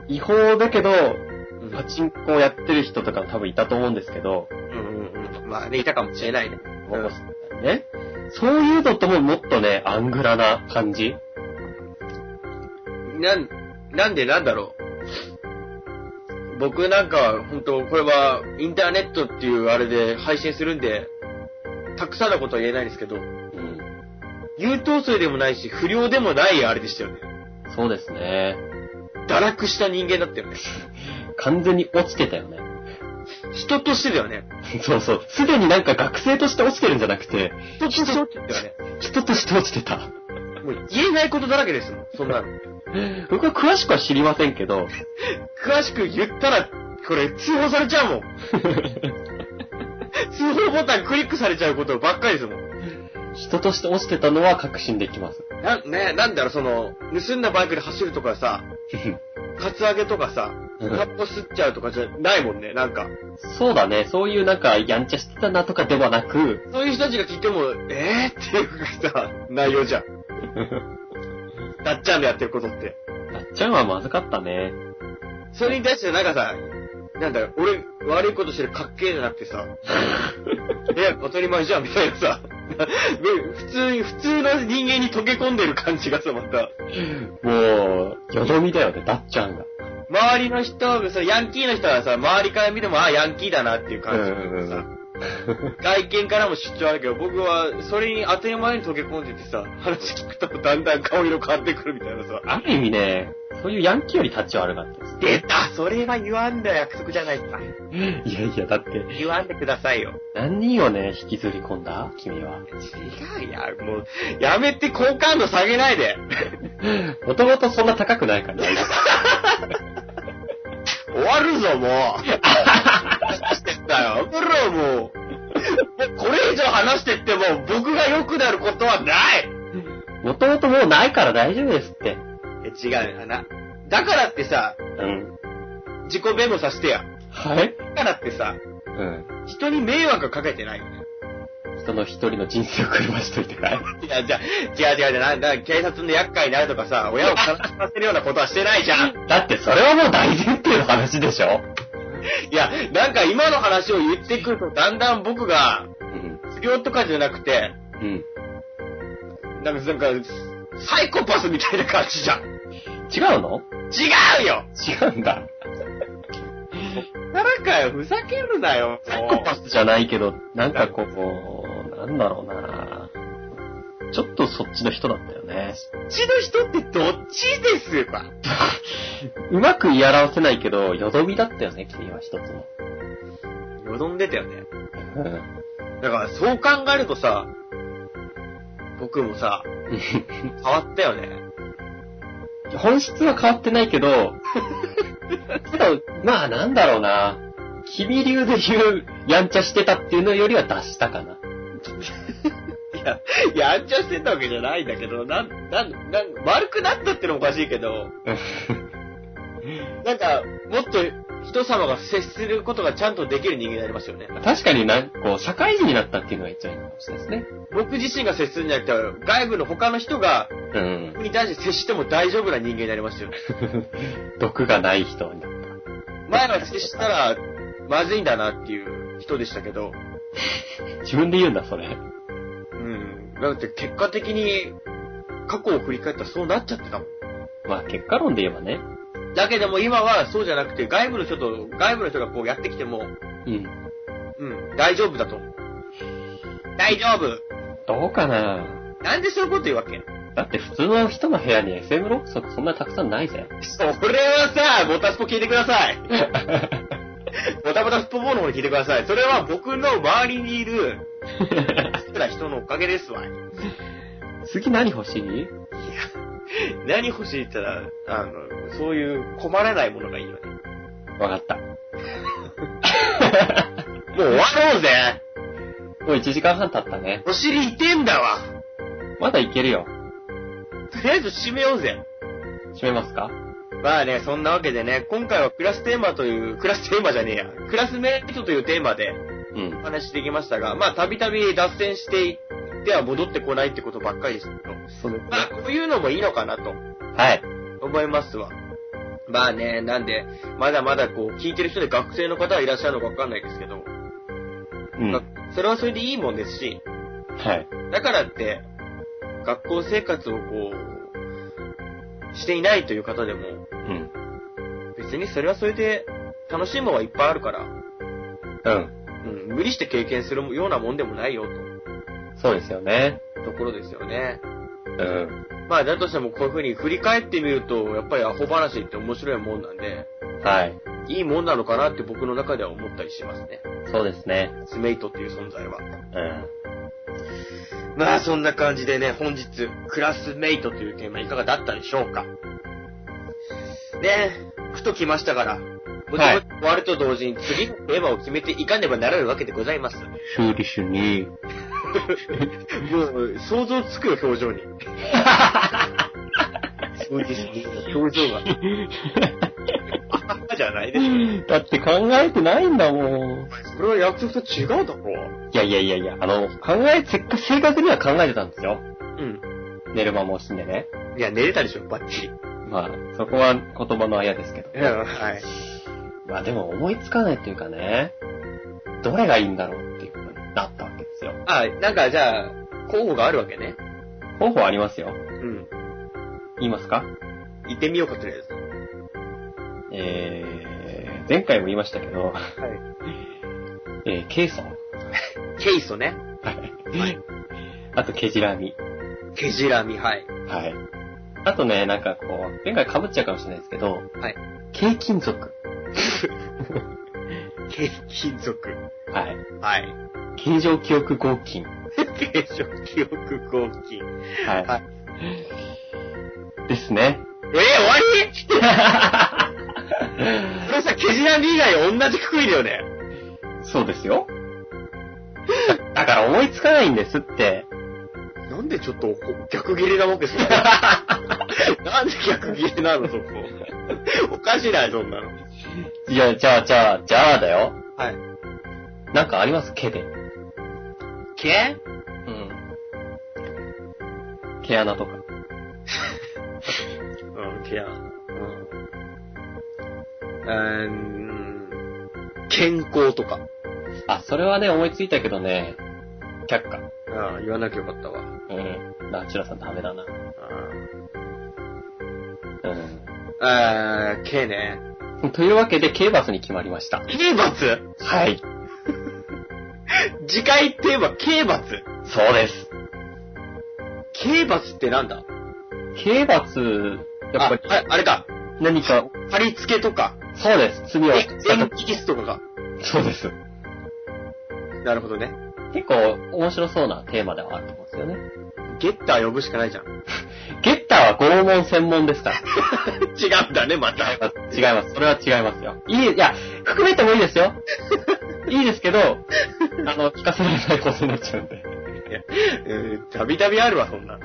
A: 違法だけど、
B: うん
A: パチンコをやってる人とか多分いたと思うんですけど、
B: うんうん。まあね、いたかもしれないね。
A: ね。そういうのとももっとね、アングラな感じ。
B: なん、なんでなんだろう。僕なんかは、本当これは、インターネットっていうあれで配信するんで、たくさんのことは言えないですけど、
A: うん。
B: 優等生でもないし、不良でもないあれでしたよね。
A: そうですね。
B: 堕落した人間だったよね。
A: 完全に落ちてたよね。
B: 人としてだよね。
A: そうそう。すでになんか学生として落ちてるんじゃなくて、
B: 人としてだよね。
A: 人として落ちてた。
B: もう言えないことだらけですもん、そんなの。
A: 僕は詳しくは知りませんけど、
B: 詳しく言ったら、これ通報されちゃうもん。通報ボタンクリックされちゃうことばっかりですもん。
A: 人として落ちてたのは確信で きます。
B: な、ね、なんだろう、その、盗んだバイクで走るとかさ、カツアゲとかさ、
A: うん
B: タッポ吸っちゃうとかじゃないもんね、なんか。
A: そうだね。そういうなんか、やんちゃしてたなとかではなく、
B: そういう人たちが聞いても、えー、っていう さ、内容じゃん。だっちゃんのやってることって。
A: なっちゃんはまずかったね。
B: それに対してなんかさ、なんだろう、俺、悪いことしてるかっけえじゃなくて さ、え、当たり前じゃん、みたいなさ、 普通に、普通の人間に溶け込んでる感じがさ、また。
A: もう、よどみだよね、だっちゃんが。
B: 周りの人、そのヤンキーの人はさ、周りから見ても、あ、ヤンキーだなっていう感じ
A: うんうんう
B: さ
A: ん、
B: 外見からも出張あるけど、僕はそれに当て前に溶け込んでてさ、話聞くとだんだん顔色変わってくるみたいなさ。
A: ある意味ね、そういうヤンキーより立ち悪かったで
B: 出たそれは言わんだよ、約束じゃないか。
A: す。いやいや、だって、
B: 言わんでくださいよ。
A: 何人をね、引きずり込んだ君は。
B: 違うや、もう、やめて好感度下げないで。
A: もともとそんな高くないから、
B: 終わるぞ、もう。話してったよ。ほら、もう。もうこれ以上話してっても、僕が良くなることはない
A: もともともうないから大丈夫ですって。
B: え違うな。だからってさ、
A: うん。
B: 自己弁護させてや。
A: はい
B: だからってさ、
A: うん。
B: 人に迷惑かけてないよね。
A: 人の一人の人生を狂わしといてかい
B: いや、じゃあ違う違う違う、なんだ、警察の厄介になるとかさ、親を悲しませるようなことはしてないじゃん。
A: だってそれはもう大前提の話でしょ
B: いや、なんか今の話を言ってくると、だんだん僕が、
A: うん。
B: 不良とかじゃなくて、
A: うん。
B: なんか、なんか、サイコパスみたいな感じじゃん。
A: 違うの
B: 違うよ
A: 違うんだ。
B: ならかよ、ふざけるなよ。
A: サイコパスじゃないけど、なんかこう、なんだろうなちょっとそっちの人だったよね。
B: どっちの人ってどっちですか
A: うまく言い表せないけど、よどみだったよね、君は一つの。
B: よどんでたよね。
A: うん。
B: だから、そう考えるとさ、僕もさ、変わったよね。
A: 本質は変わってないけど、 けど、まあなんだろうな。君流で言う、やんちゃしてたっていうのよりは出したかな。
B: いや、やんちゃしてたわけじゃないんだけど、なん、なん、なん、悪くなったってのもおかしいけど、なんか、もっと人様が接することがちゃんとできる人間になりますよね。
A: 確かになんかこう、社会人になったっていうのが一番いいかもしれないですね。
B: 僕自身が接するんじゃなくて、外部の他の人が
A: うん。
B: 僕に対して接しても大丈夫な人間になりますよね。
A: 毒がない人になった。
B: 前は接したら、まずいんだなっていう人でしたけど、
A: 自分で言うんだ、それ。
B: うん。だって結果的に、過去を振り返ったらそうなっちゃってたもん。
A: まあ結果論で言えばね。
B: だけども今はそうじゃなくて、外部の人と、外部の人がこうやってきても、
A: うん。
B: うん、大丈夫だと思う。大丈夫
A: どうかな
B: なんでそういうこと言うわけ
A: だって普通の人の部屋に FM ロックソクそんなたくさんないぜ。
B: それはさ、ボタスポ聞いてくだ さい。ボタボタスポボの方に聞いてください。それは僕の周りにいる、好きな人のおかげですわ。
A: 次何欲しい
B: 何欲しいって言ったら、あの、そういう困らないものがいいよね。
A: わかった。
B: もう終わろうぜ
A: もう1時間半経ったね。
B: お尻痛えんだわ
A: まだいけるよ。
B: とりあえず締めようぜ
A: 閉めますか
B: まあね、そんなわけでね、今回はクラステーマという、クラステーマじゃねえや、クラスメイトというテーマで
A: うん
B: お。話ししてきましたが、まあたびたび脱線していっては戻ってこないってことばっかりですけど、
A: そうです
B: まあこういうのもいいのかなと
A: はい。
B: 思いますわ。まあね、なんで、まだまだこう、聞いてる人で学生の方はいらっしゃるのかわかんないですけど、
A: うん。
B: ま
A: は
B: あそれはそれでいいもんですし、
A: い。
B: だからって、学校生活をこう、していないという方でも、
A: うん。
B: 別にそれはそれで楽しいものはいっぱいあるから、
A: うん。
B: うん、無理して経験するようなもんでもないよ、
A: そうですよね。
B: と、ところですよね。
A: うん。
B: まあ、だとしてもこういう風に振り返ってみると、やっぱりアホ話って面白いもんなんで、
A: はい。
B: いいもんなのかなって僕の中では思ったりしますね。
A: そうですね。
B: スメイトっていう存在は。
A: うん。
B: まあ、そんな感じでね、本日、クラスメイトというテーマいかがだったでしょうかねえ、ふと来ましたから、
A: はい
B: もちろん終わると同時に次のテーマを決めていかねばならぬわけでございます。も
A: 修理主に。
B: う、想像つくよ、表 情に。そうですね、表情 が。じゃないですよ。
A: だって考えてないんだもん。
B: それは約束と違うだろ
A: いやいやいやいや、あの、考え、せっかく正確には考えてたんですよ。
B: う。
A: 寝る間も惜しんでね。
B: ん。いや、寝れたでしょ、バッチリ。
A: まあ、そこは言葉のあやですけど。
B: はい。
A: まあでも思いつかないっていうかね、どれがいいんだろうっていうことになったわけですよ。
B: あ、なんかじゃあ、候補があるわけね。
A: 方法ありますよ。
B: うん。
A: 言いますか
B: 行ってみようか、とりあえず。
A: えー、前回も言いましたけど、
B: は い。
A: えー、ケイソン。
B: ケイソね。
A: はい。あと、ケジラミ。
B: ケジラミ、はい。
A: はい。あとね、なんかこう、前回被っちゃうかもしれないですけど、
B: はい。
A: 軽金属。
B: ケ金属。
A: はい。
B: はい。
A: 形状記憶合金。
B: 形状記憶合金。
A: はい。
B: はい
A: ですね。
B: えー、終わりこれさ、ケジラミ以外同じくくりだよね。
A: そうですよ。だから思いつかないんですって。
B: なんでちょっと逆ギレなわけする なんで逆ギレなの、そこ。 おかしない、そんなの。
A: いや、じゃあ、じゃあ、じゃあだよ。
B: はい。
A: なんかあります毛で。う
B: 毛
A: ん。毛穴とか。
B: うん、毛穴。うん。うーん、健康とか。
A: あ、それはね、思いついたけどね、却下。
B: うん、言わなきゃよかったわ。
A: うん。ナチュラさんダメだな。う
B: あー、毛ね。
A: ん。というわけで、刑罰に決まりました。
B: 刑罰
A: はい。
B: 次回テーマ、刑罰。
A: そうです。
B: 刑罰ってなんだ
A: 刑罰、やっぱり、
B: あ、ああれか。
A: 何か、
B: 貼り付けとか、
A: そうです。罪を
B: 電
A: したと
B: 気キスとかが。
A: そうです。
B: なるほどね。
A: 結構面白そうなテーマではあると思うんですよね。
B: ゲッター呼ぶしかないじ ゃん。違
A: ゲッターは拷問専門ですから。
B: うんだね、また。
A: 違います。それは違いますよ。いい、いや、含めてもいいで すよ。いいですけど、あの、聞かせられないことになっちゃうんで。
B: えーたびたびあるわ、そんな。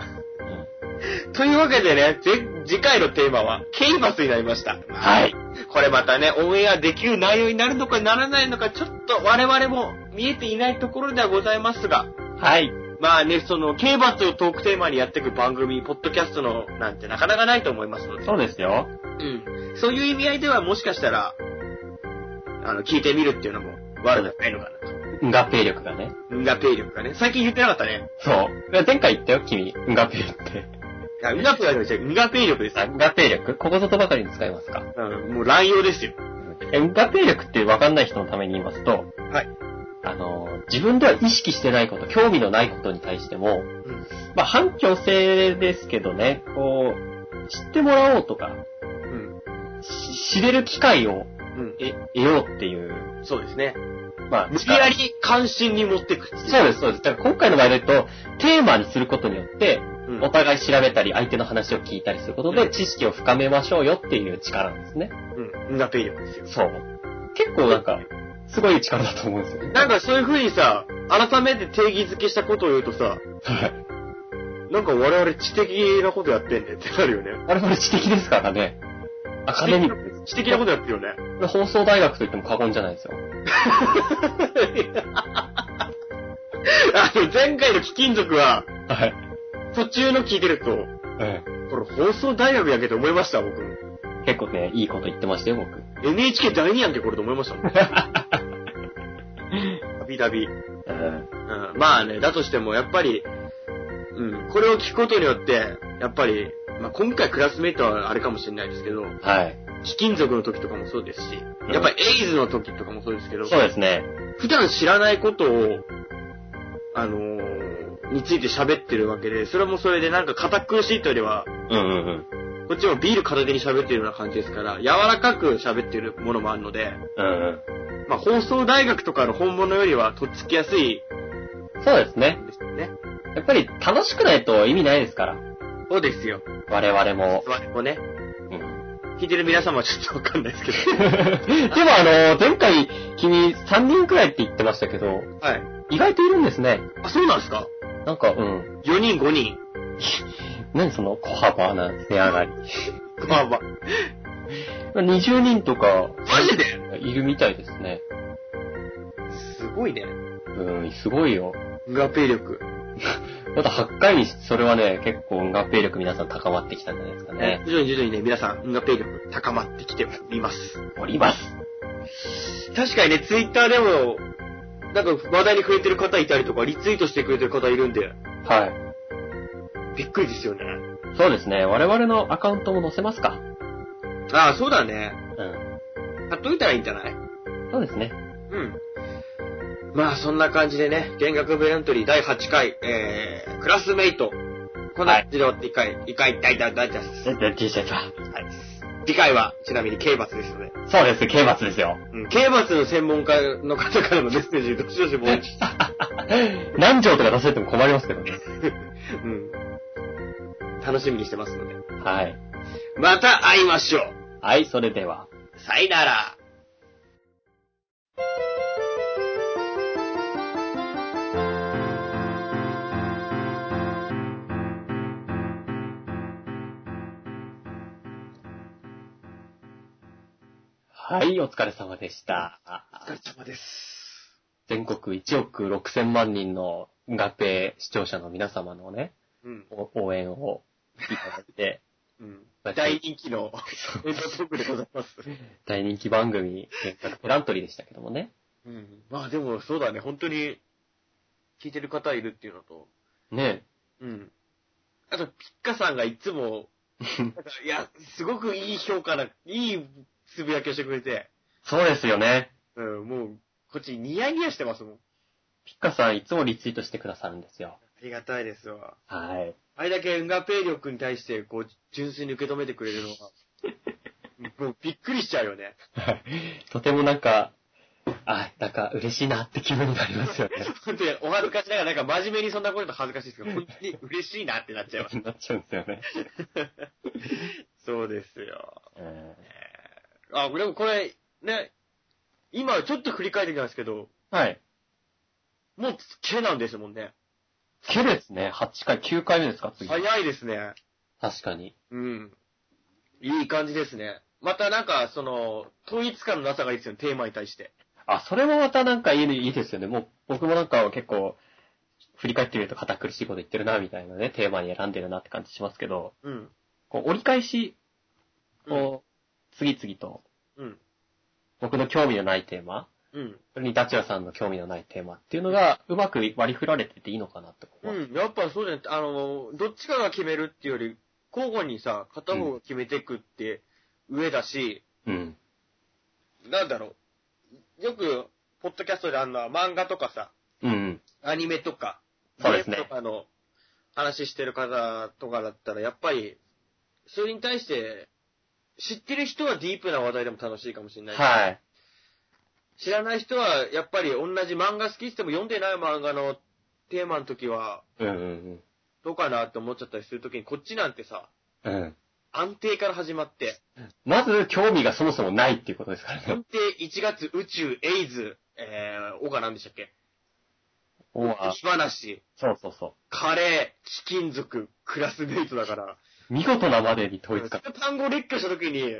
B: というわけでね、ぜ次回のテーマは、刑罰になりました。
A: はい。
B: これまたね、オンエアできる内容になるのかならないのか、ちょっと我々も見えていないところではございますが、
A: はい。
B: まあね、その、刑罰をトークテーマにやっていく番組、ポッドキャストのなんてなかなかないと思いますので、
A: そうですよ。
B: うん。そういう意味合いではもしかしたら、あの、聞いてみるっていうのも悪くないのかなと。
A: 合併力がね。
B: 運河ペイ力がね。最近言ってなかったね。
A: そう。いや前回言ったよ、君。合併力って。
B: あ運河ペイ力じゃない運河ペイ力です
A: あ
B: よ。
A: 合併力ここぞとばかりに使いますか。
B: うん、もう乱用ですよ。
A: え合併力って分かんない人のために言いますと、
B: はい。
A: あの、自分では意識してないこと、興味のないことに対して
B: う
A: も、
B: ん。
A: まあ、反響性ですけどね、こう、知ってもらおうとか、
B: うん。
A: し知れる機会を
B: うん。
A: え得ようっていう、
B: そうですね。
A: まあ、
B: 無理やり関心に持っていくってい
A: そうです、そうです。だから今回の場合だと、テーマにすることによって、
B: うん
A: お互い調べたり、相手の話を聞いたりすること
B: う
A: で、
B: ん
A: 知識を深めましょうよっていう力なんですね。
B: うん。運河ペイ力ですよ。
A: そう。結構なんか、すごい力だと思うんですよね。
B: なんかそういう風にさ、改めて定義づけしたことを言うとさ、
A: はい、
B: なんか我々知的なことやってんねってなるよね。
A: 我々知的ですからね。アカデミックで
B: 知
A: す。
B: 的なことやってるよね。
A: 放送大学と言っても過言じゃないですよ。
B: あの、前回の貴金属は、
A: はい。
B: 途中の聞いてると、
A: え
B: これ放送大学やけど思いました、僕も。
A: え結構ね、いいこと言ってましたよ、僕。
B: NHK 第二やんけ、これと思いま したもん。たびたび。うん。
A: うん。
B: まあね、だとしても、やっぱり、うん、これを聞くことによって、やっぱり、まあ今回クラスメイトはあれかもしれないですけど、
A: はい。
B: 貴金属の時とかもそうですし、やっぱりエイズの時とかもそうですけど、
A: そうですね。
B: 普段知らないことを、あのーについて喋ってるわけで、それもそれでなんか堅苦しいというよりは、
A: うんうんうん。
B: こっちもビール片手に喋ってるような感じですから、柔らかく喋ってるものもあるので、
A: うん
B: まあ放送大学とかの本物よりはとっつきやすい
A: うん。そうですね。
B: んですよね。
A: やっぱり楽しくないと意味ないですから。
B: そうですよ。
A: 我々も。
B: 我もね、
A: うん、
B: 聞いてる皆様はちょっとわかんないですけ
A: でもあの、前回君3人くらいって言ってましたけど、
B: ど。はい。
A: 意外といるんですね。
B: あ、そうなんですか
A: なんか、うん。
B: ?4 人、5人。
A: 何その小幅な値上がり。
B: まあまあ。
A: 20人とか
B: マジで
A: いるみたいですね。
B: すごいね。
A: うん、すごいよ。
B: ガペ力。
A: また8回に、それはね、結構合併力皆さん高まってきたんじゃないですかね。
B: 徐々に徐々にね、皆さん、ガペ力高まってきています。
A: おります。
B: 確かにね、ツイッターでも、なんか話題に触れてる方いたりとか、リツイートしてくれてる方いるんで、
A: はい。
B: びっくりですよね。
A: そうですね。我々のアカウントも載せますか。
B: ああ、そうだね。
A: うん。
B: 貼っといたらいいんじゃない
A: そうですね。
B: うん。まあそんな感じでね、弦楽部エントリー第8回、えー、クラスメイト。こんな感じで終わって1回、1回、大体大体です。
A: 絶対 T シャツは。
B: はい。次回は、ちなみに刑罰ですので。
A: そうです、刑罰ですよ。
B: うん、刑罰の専門家の方からのメッセージ、どしどしも、
A: 何条とか出されても困りますけどね。
B: うん。楽しみにしてますので。
A: はい。
B: また会いましょう
A: はい、それでは。
B: さよなら
A: はい、お疲れ様でした。
B: お疲れ様です。
A: 全国1億6千万人の合併視聴者の皆様のね、
B: うん。
A: お応援をいただいて、
B: うん。大人気のエンドトークでございます。
A: 大人気番組、ペラントリーでしたけどもね。
B: うん。まあでも、そうだね、本当に、聞いてる方いるっていうのと、
A: ね
B: うん。あと、ピッカさんがいつも、なんかいや、すごくいい評価な、いいつぶやきをしてくれて、
A: そうですよね。
B: うん、もう、こっちニヤニヤしてますもん。あ
A: ピッカさんいつもリツイートしてくださるんですよ。
B: りがたいですわ。
A: はい。
B: あれだけ運河ペイ力に対して、こう、純粋に受け止めてくれるの は、もうびっくりしちゃうよね。
A: とてもなんか、あ、なんか嬉しいなって気分になりますよね。
B: 本当に、お恥ずかしながら、なんか真面目にそんなこと言うと恥ずかしいですけど、本当に嬉しいなってなっちゃいます。
A: なっちゃうんですよね。
B: そうですよ。
A: うん
B: あ、でもこれ、ね、今ちょっと振り返ってきたんですけど、
A: はい。
B: もうけなんですもんね。
A: けですね。8回、9回目ですか、次。
B: 早いですね。
A: 確かに。
B: うん。いい感じですね。またなんか、その、統一感のなさがいいですよね、テーマに対して。
A: あ、それもまたなんかいいいいですよね。もう、僕もなんか結構、振り返ってみると堅苦しいこと言ってるな、みたいなね、テーマに選んでるなって感じしますけど、
B: うん。
A: こう折り返し、こう、次々と、
B: うん。
A: 僕の興味のないテーマ、
B: うん。
A: それにダチュアさんの興味のないテーマっていうのが、うまく割り振られてていいのかなって思います。
B: うん。やっぱそうじゃなくて、あの、どっちかが決めるっていうより、交互にさ、片方が決めてくって上だし、
A: うん。
B: なんだろう。よく、ポッドキャストであるのは漫画とかさ、
A: うん。
B: アニメとか、
A: そうですね
B: ゲームとかの話してる方とかだったら、やっぱり、それに対して、知ってる人はディープな話題でも楽しいかもしれない。
A: はい。
B: 知らない人は、やっぱり同じ漫画好きって言っても読んでない漫画のテーマの時は、
A: うんうん
B: どうかなって思っちゃったりする時に、こっちなんてさ、
A: うん。うん。
B: 安定から始まって、
A: まず、興味がそもそもないっていうことですからね。
B: 安定1月宇宙、エイズ、えー、オガなんでしたっけ
A: おわ
B: 火話、
A: そうそうそ
B: カレー、貴金属、クラスメイトだから、
A: う。見事なまでに
B: そ
A: 統
B: れ
A: 一感。
B: 単語列挙したときに、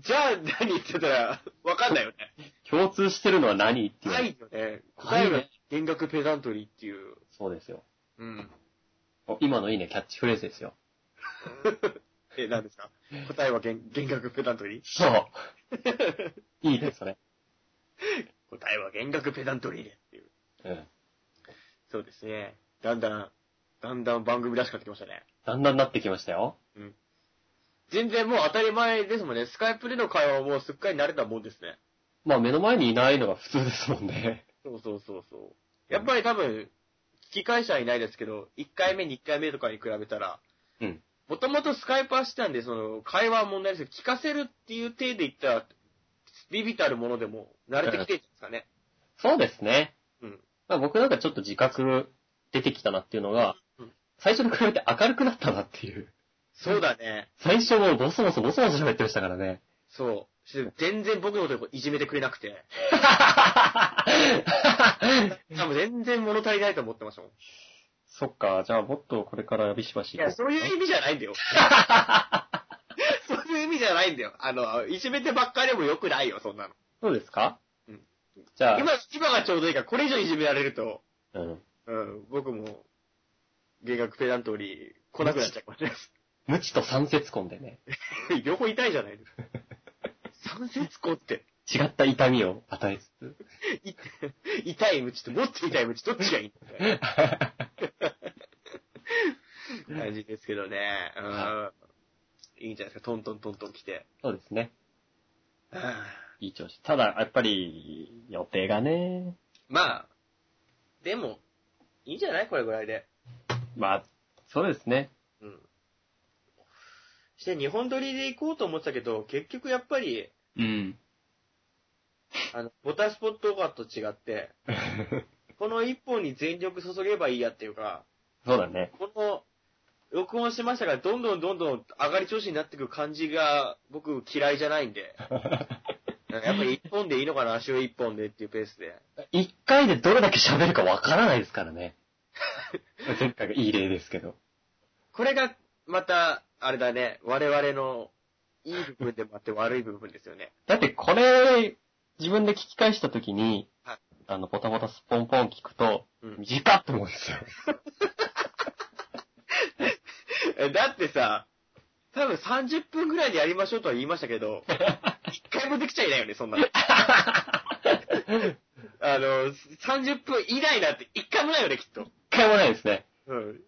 B: じゃあ何言ってたら、わかんないよね。
A: 共通してるのは何っていう。
B: ないよね。
A: な
B: 答
A: い
B: え
A: ね
B: は弦楽ペダントリーっていう。
A: そうですよ。
B: うん。
A: お今のいいね、キャッチフレーズですよ。
B: え、何ですか答えは弦弦楽ペダントリー
A: そう。いいね、それ。
B: 答えは弦楽ペダントリーでっていう。
A: うん。
B: そうですね。だんだん、だんだん番組らしくなってきましたね。
A: だんだんなってきましたよ。
B: 全然もう当たり前ですもんね。スカイプでの会話はもうすっかり慣れたもんですね。
A: まあ目の前にいないのが普通ですもんね。
B: そうそうそうそう。やっぱり多分、聞き返しはいないですけど、1回目、2回目とかに比べたら、
A: うん。
B: もともとスカイプはしてたんで、その、会話は問題ですけど、聞かせるっていう体で言ったら、ビビたるものでも慣れてきてるんですかね。
A: そうですね。
B: うん。
A: まあ僕なんかちょっと自覚出てきたなっていうのが
B: うん、
A: 最初に比べて明るくなったなっていう。
B: そうだね。
A: 最初もうボソボソボソボソ喋ってましたからね。
B: そう。して全然僕のこといじめてくれなく て、多分全然物足りないと思ってましたもん。
A: そっか、じゃあもっとこれからビシバシ。
B: いや、そういう意味じゃない んだよ。そういう意味じゃないんだよ。あの、いじめてばっかりでも良くないよ、そんなの。
A: そうですか
B: うん
A: じゃあ、
B: 今、今がちょうどいいから、これ以上いじめられると、
A: うん。
B: うん、僕も、芸学ペダントリー来なくなっちゃうかもしれないです。
A: 無知と三節根でね、
B: 両方痛いじゃないです か。三節子って、
A: 違った痛みを与えつ つ。
B: い痛いムチともっと痛いムチどっちがいいみたいな感じですけどね。うん
A: は。
B: いいんじゃないですか、トントントントン来て。
A: そうですね。
B: はあ
A: いい調子。ただ、やっぱり、予定がね、
B: まあ、でも、いいんじゃないこれぐらいで。
A: まあ、そうですね。
B: うん。して、日本撮りで行こうと思ってたけど、結局やっぱり、
A: うん。
B: あの、ボタスポットとかと違って、この一本に全力注げばいいやっていうか、
A: そうだね。
B: この、録音してましたから、どんどんどんどん上がり調子になってく感じが、僕嫌いじゃないんで、やっぱり一本でいいのかな、足を一本でっていうペースで。
A: 一回でどれだけ喋るかわからないですか らね。前回がいい例ですけど。
B: これが、また、あれだね、我々の、いい部分でもあって悪い部分ですよね。
A: だってこれ、自分で聞き返したときに
B: はい、
A: あの、ポタポタスポンポン聞くと、
B: うん。
A: 短っと思う んですよ。
B: えだってさ、多分30分ぐらいでやりましょうとは言いましたけど、一回もできちゃいないよね、そんなの。あの、30分以内なんて一回もないよね、きっと。
A: 一回もないですね。
B: うん。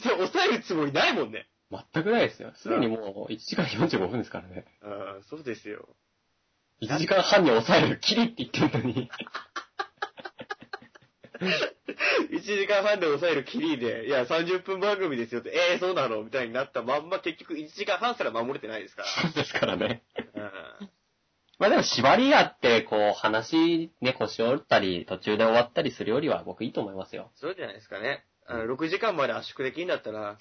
B: それ抑えるつもりないもんね。
A: 全くないですよ。すでにもう1時間45分ですからね。
B: うん、そうですよ。
A: 1時間半に抑える、キリって言ってるのに。
B: 1時間半で抑えるキリで、いや、30分番組ですよって、ええー、そうなのみたいになったまんま結局1時間半すら守れてないですか
A: そうですからね。
B: ら。うん。
A: まあでも縛りがあって、こう話、ね、腰折ったり、途中で終わったりするよりは僕いいと思いますよ。
B: そうじゃないですかね。あの、6時間まで圧縮できんだったら、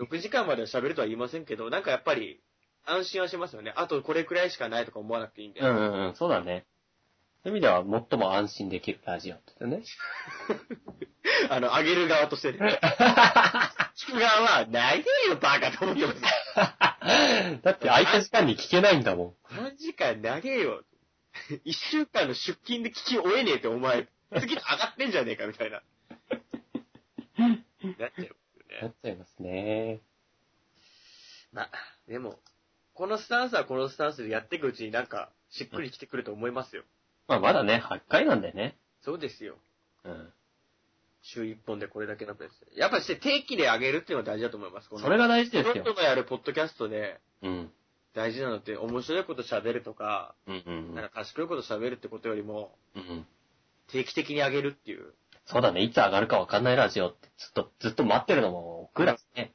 B: 6時間までは喋るとは言いませんけど、なんかやっぱり、安心はしますよね。あとこれくらいしかないとか思わなくていいんで。
A: うんうんうん、そうだね。そういう意味では最も安心できるラジオってね。
B: あの、あげる側としてね。聞く側は、ないでよ、バカと思ってます。
A: だって空いた時間に聞けないんだもん。
B: 3時間長えよ。1週間の出勤で聞き終えねえって、お前。次の上がってんじゃねえか、みたいな。なっちゃう。
A: なっちゃいますね。
B: まあ、でも、このスタンスはこのスタンスでやっていくうちになんか、しっくりきてくると思いますよ。
A: まあまだね、8回なんだよね。
B: そうですよ。
A: うん。
B: 週1本でこれだけのペースで。やっぱして定期で上げるっていうのが大事だと思います。この
A: それが大事です
B: プロ
A: よ
B: 人。がやるポッドキャストで、
A: うん。
B: 大事なのって、面白いこと喋るとか、
A: うんうん
B: なんか賢いこと喋るってことよりも、
A: うん。うん
B: 定期的に上げるっていう。
A: そうだね、いつ上がるかわかんないラジオって、ずっと、ずっと待ってるのも、ぐらいね。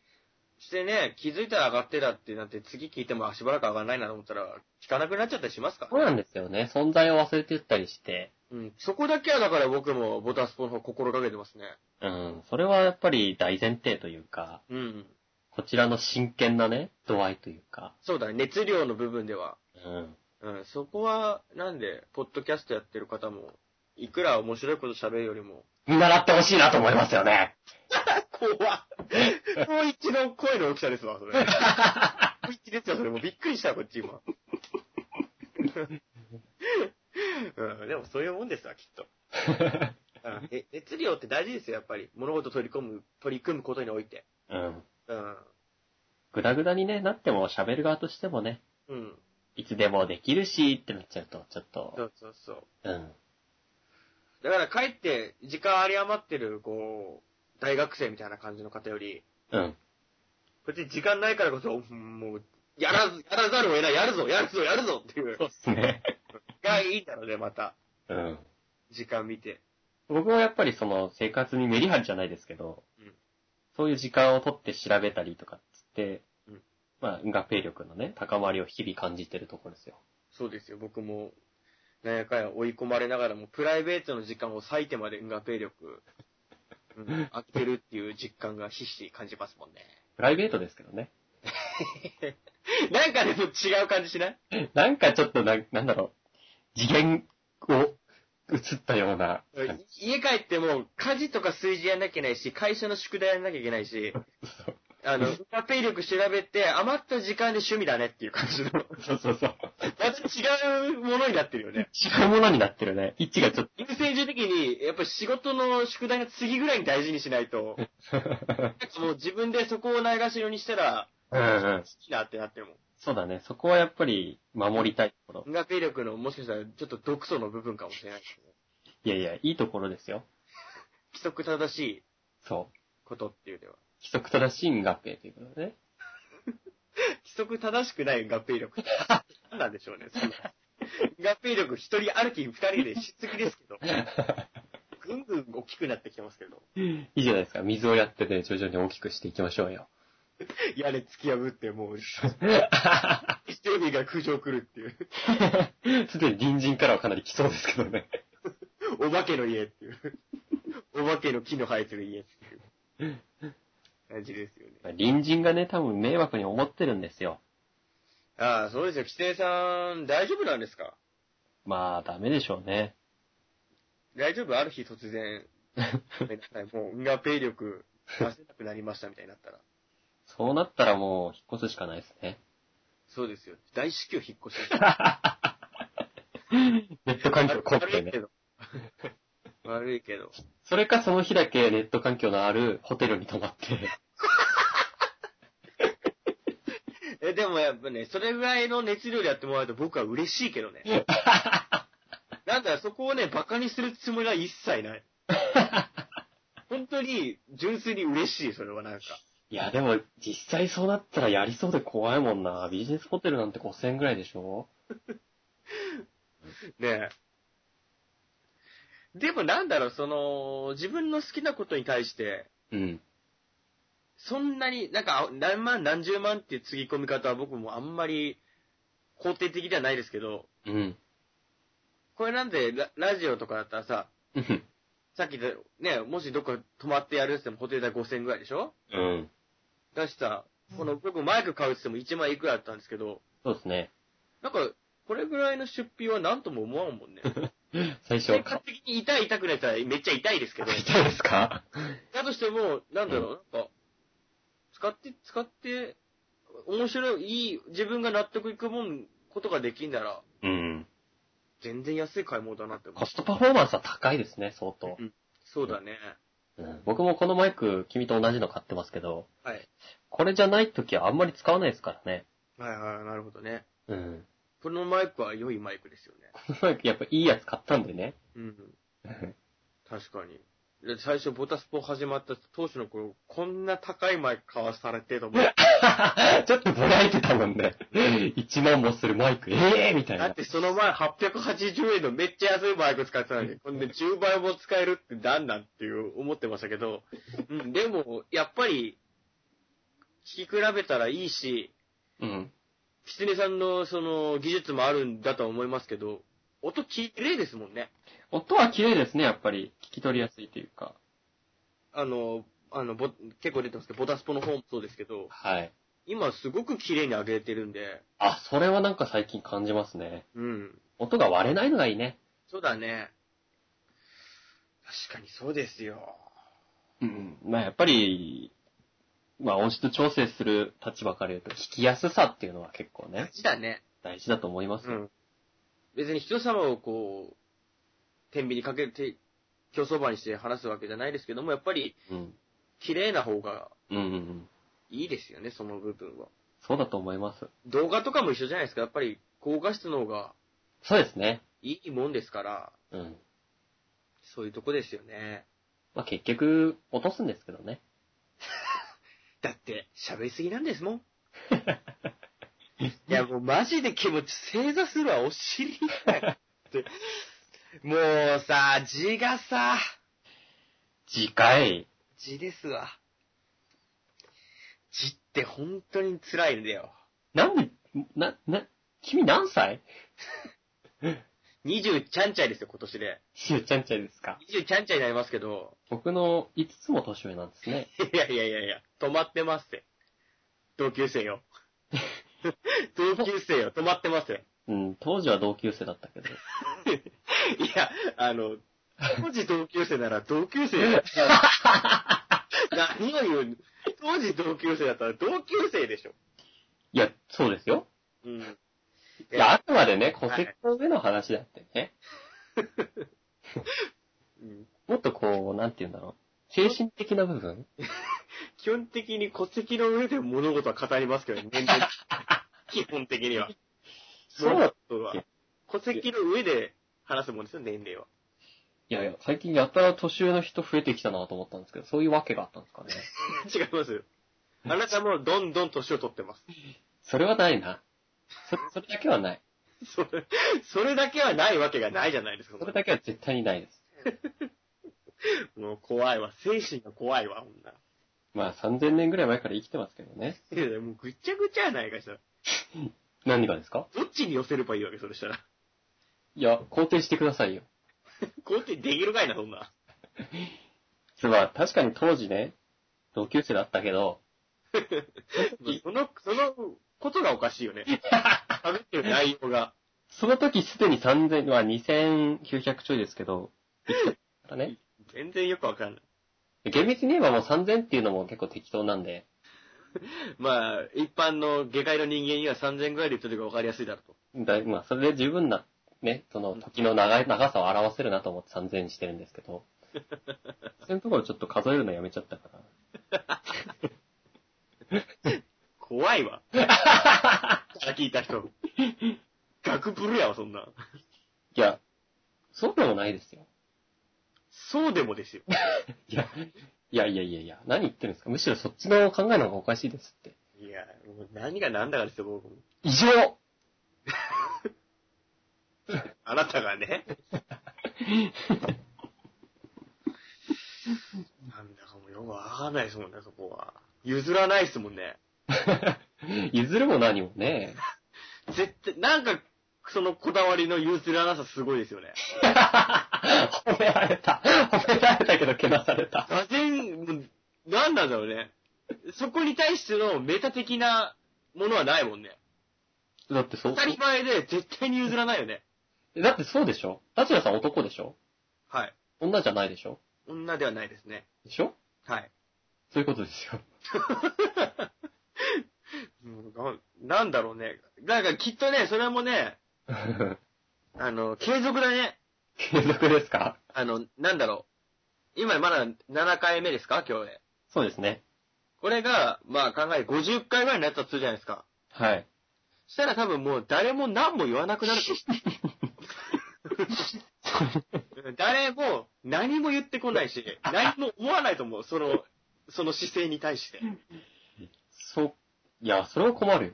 B: してね、気づいたら上がってたってなって、次聞いてもあしばらく上がらないなと思ったら、聞かなくなっちゃったりしますか
A: そうなんですよね。存在を忘れてったりして。
B: うん。そこだけはだから僕もボタスポの方心がけてますね。
A: うん。それはやっぱり大前提というか、
B: うん。
A: こちらの真剣なね、度合いというか。
B: そうだね、熱量の部分では。
A: うん。
B: うん、そこは、なんで、ポッドキャストやってる方も、いくら面白いこと喋るよりも、
A: 見習ってほしいなと思いますよね。
B: 怖っ。もう一度声の大きさですわ、それ。もう一ですよ、それ。もうびっくりした、こっち今。うん、でもそういうもんですわ、きっと。うんえ熱量って大事ですよ、やっぱり。物事を取り込む、取り組むことにおいて。
A: うん。
B: うん。
A: ぐだぐだにね、なっても喋る側としてもね、
B: うん。
A: いつでもできるしってなっちゃうと、ちょっ
B: そ
A: と、
B: うそうそう。
A: うん。
B: だから帰って、時間あり余ってる、こう、大学生みたいな感じの方より、
A: うん。
B: こっち時間ないからこそ、うんもう、やらず、やらざるを得ない、やるぞ、やるぞ、やるぞっていう
A: う。ですね。
B: がいいんだろうね、また。
A: うん。
B: 時間見て。
A: 僕はやっぱりその生活にメリハリじゃないですけど、
B: うん
A: そういう時間を取って調べたりとかっつって、
B: うん
A: まあ、合併力のね、高まりを日々感じてるところですよ。
B: そうですよ、僕も、なんやかんや追い込まれながらも、プライベートの時間を割いてまで運河兵力、うん、飽きてるっていう実感がひしひし感じますもんね。
A: プライベートですけどね。
B: なんかでも違う感じしない
A: なんかちょっとな、なんだろう、次元を移ったような、
B: 家帰っても、家事とか炊事やんなきゃいけないし、会社の宿題やんなきゃいけないし、あの、運河兵力調べて、余った時間で趣味だねっていう感じの、ま
A: そうそうそう。
B: た違うものになってるよね。
A: 違うものになってるね。位置がちょっ
B: 優先順位的に、やっぱり仕事の宿題の次ぐらいに大事にしないと、
A: と。
B: もう自分でそこをないがしろにしたら、
A: うんうん
B: 好。きだってなっても。
A: そうだね。そこはやっぱり守りたいところ。
B: 音楽威力のもしかしたらちょっと毒素の部分かもしれないですね。
A: いやいや、いいところですよ。
B: 規則正しい
A: そう。
B: ことっていうでは。
A: 規則正しい合併ということでね。
B: 規則正しくない合併力。何なんでしょうね。その合併力一人歩き二人でしすぎですけど。きくなってきてますけど。
A: いいじゃないですか。水をやってね、徐々に大きくしていきましょうよ。
B: 屋根突き破って、もう、一人が苦情来るっていう。
A: すでに隣人からはかなり来そうですけどね。
B: お化けの家っていう。お化けの木の生えてる家っていう感じですよね。
A: 隣人がね、多分迷惑に思ってるんですよ。
B: ああ、そうですよ。規定さん、大丈夫なんですか
A: まあ、ダメでしょうね。
B: 大丈夫ある日突然、ごめんなさい、もう、がペイ力出せなくなりましたみたいになったら。
A: そうなったらもう、引っ越すしかないです ね。
B: そうですよ。大至急引っ越し
A: ネット環境
B: 悪
A: 濃くて
B: い
A: ね
B: け。ど。悪いけど。
A: それかその日だけネット環境のあるホテルに泊まって。
B: え、でもやっぱね、それぐらいの熱量でやってもらうと僕は嬉しいけどね。 なんだ、そこをね、馬鹿にするつもりは一切ない。本当に、純粋に嬉しい、それはなんか。
A: いや、でも、実際そうなったらやりそうで怖いもんな。ビジネスホテルなんて5000円ぐらいでしょ
B: ねえ。でもなんだろう、その、自分の好きなことに対して、
A: うん。
B: そんなに、なんか、何万、何十万っていうつぎ込み方は僕もあんまり、肯定的ではないですけど、
A: うん。
B: これなんでラ、ラジオとかだったらさ、
A: うん。
B: さっきで、ね、もしどっか泊まってやるって言ってもホテル代5000円ぐらいでしょ
A: うん。
B: だしさ、この、僕マイク買うって言っても1万いくらだったんですけど、
A: そうですね。
B: なんか、これぐらいの出費はなんとも思わんもんね。
A: 最初
B: 生
A: は買っ
B: 活的に痛い痛くないって言ったらめっちゃ痛い ですけど、
A: たいですか
B: だとしても、なんだろう、なんか、使って、使って、面白い、いい、自分が納得いくもん、ことができんなら、
A: うん。
B: 全然安い買い物だなって思
A: コストパフォーマンスは高いですね、相当
B: う。。うん。そうだね。
A: うん、僕もこのマイク、君と同じの買ってますけど、
B: はい。
A: これじゃない時はあんまり使わないですからね。
B: はいはい、なるほどね。
A: うん。
B: このマイクは良いマイクですよね。
A: このマイクやっぱいいやつ買ったんでね。
B: うん。確かに。で最初、ボタスポ始まった当初の頃、こんな高いマイク買わされてと思って。
A: ちょっとぼやいてたもんね。1万もするマイク、ええー、みたい
B: だ
A: な
B: っ。てその前880円のめっちゃ安いマイク使ってたのに、ほんで10倍も使えるってなんなんっていう思ってましたけど、うん、でも、やっぱり、聞き比べたらいいし、
A: うん。
B: キツネさんのその技術もあるんだとは思いますけど、音綺麗ですもんね。
A: 音は綺麗ですね、やっぱり。聞き取りやすいというか。
B: あの、あの、ぼ結構出てますけど、ボタスポの方もそうですけど、
A: はい。
B: 今すごく綺麗に上げてるんで、
A: あ、それはなんか最近感じますね。
B: うん。
A: 音が割れないのがいいね。
B: そうだね。確かにそうですよ。
A: うん。まあやっぱり、まあ音質調整する立場から言うと、聞きやすさっていうのは結構
B: 大
A: ね、
B: 事だね。
A: 大事だと思います
B: う
A: よ。
B: ん。別に人様をこう、天秤にかけるて、競争場にして話すわけじゃないですけども、やっぱり、
A: うん。
B: 綺麗な方が
A: うんうんうん。
B: いいですよね、その部分は。
A: そうだと思います。
B: 動画とかも一緒じゃないですか。やっぱり、高画質の方が
A: そうですね。
B: いいもんですから、
A: うん。
B: そういうとこですよね。
A: まあ結局、落とすんですけどね。
B: だって、喋りすぎなんですもん。いや、もうマジで気持ち、正座するわ、お尻痛いって。もうさ、字がさ、
A: 次回。
B: 字ですわ。字って本当に辛いんだよ。
A: なんで、な、な、君何歳
B: 20ちゃんちゃいですよ、今年で。
A: しゅうちゃんちゃいですか。
B: 20ちゃんちゃいになりますけど、
A: 僕の5つも年上なんですね。
B: いやいやいやいや、止まってますって。同級生よ。同級生よ、止まってますよ。
A: うん、当時は同級生だったけど。
B: いや、あの、当時同級生なら同級 生よ。何を言う当時同級生だったら同級生でしょ。
A: いや、そうですよ。
B: うん。
A: いや、あくまでね、戸籍の上の話だって ね。
B: うん
A: もっとこう、なんて言うんだろう。精神的な部分
B: 基本的に戸籍の上で物事は語りますけどね、年 齢基本的には。
A: そう
B: 物事は。戸籍の上で話すもんですよ、年齢は。
A: いやいや、最近やたら年上の人増えてきたなと思ったんですけど、そういうわけがあったんですかね。
B: 違いますよ。あなたもどんどん年を取ってます。
A: それはないな。そそれだけはない。
B: それ、それだけはないわけがないじゃないですか。
A: それだけは絶対にないです。
B: もう怖いわ。精神が怖いわ、ほんな。
A: まあ3000年ぐらい前から生きてますけどね。
B: いやもうぐっちゃぐちゃやないかしたら。
A: 何がですか
B: どっちに寄せればいいわけ、それしたら。
A: いや、肯定してくださいよ。
B: こうやってできるかいな、そんな。
A: 実は確かに当時ね、同級生だったけど、
B: その、そのことがおかしいよね。喋ってる内容が。
A: その時すでに3000、まあ2900ちょいですけど、生きてたからね。
B: 全然よくわかんない。
A: 厳密に言えばもう3000っていうのも結構適当なんで、
B: まあ、一般の下界の人間には3000ぐらいで言った時がわかりやすいだろうと。
A: だいまあそれで十分な、ね、その時の長い、長さを表せるなと思って3000にしてるんですけど、 そういうところちょっと数えるのやめちゃったから。
B: 怖いわ。から聞いた人。学ぶるやわ、そんな。
A: いや、そうでもないですよ。
B: そうでもですよ。
A: いや、いやいやいやいや、何言ってるんですかむしろそっちの考えの方がおかしいですって。
B: いや、もう何が何だかですよ、僕も。
A: 異常
B: あなたがね。なんだかもうよくわかんないですもんね、そこは。譲らないですもんね。
A: 譲るも何もね。
B: 絶対、なんか、そのこだわりの譲らなさすごいですよね。
A: 褒められた。褒められたけどけなされた。
B: がぜん、もうなんなんだろうね。そこに対してのメタ的なものはないもんね。
A: だってそ
B: 当
A: う、
B: たり前で絶対に譲らないよね。
A: だってそうでしょ達也さん男でしょ
B: はい。
A: 女じゃないでしょ
B: 女ではないですね。
A: でしょ
B: はい。
A: そういうことですよ。
B: うんななんだろうね。だからきっとね、それもね、あの、継続だね。
A: 継続ですか
B: あの、なんだろう。今まだ7回目ですか今日で。
A: そうですね。
B: これが、まあ考え50回ぐらいになったとするじゃないですか。
A: はい。
B: そしたら多分もう誰も何も言わなくなると。誰も何も言ってこないし、何も思わないと思う。その、その姿勢に対して。
A: そう、いや、それは困るよ。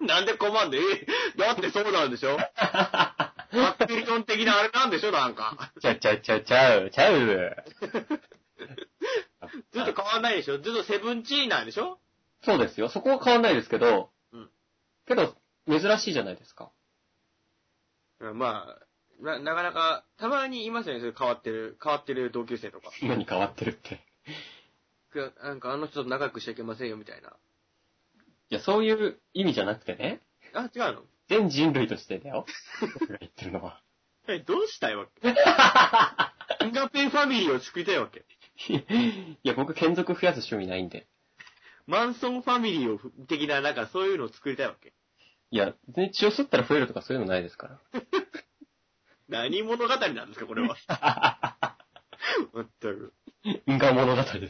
B: なんで困んで、えだってそうなんでしょアクテリオン的なあれなんでしょなんか。
A: ちゃうちゃうちゃうちゃう、ちゃう。
B: ずっと変わんないでしょずっとセブンチーなんでしょ
A: そうですよ。そこは変わんないですけど、
B: うん
A: けど、珍しいじゃないですか。
B: まあ、な、なかなか、たまにいますよね、それ変わってる、変わってる同級生とか。
A: 何変わってるって。
B: くなんかあの人と仲良くしちゃいけませんよ、みたいな。
A: いや、そういう意味じゃなくてね。
B: あ、違うの
A: 全人類としてだよ。僕が言ってるのは。
B: え、どうしたいわ けシンガペンファミリーを作りたいわけ。
A: いや、僕、剣族増やす趣味ないんで。
B: マンソンファミリーをふ、的な、なんかそういうのを作りたいわけ。
A: いや、別に血を吸ったら増えるとかそういうのないですか
B: 何物語なんですか、これは。
A: ら。
B: まったく。
A: 因果物語ですよ。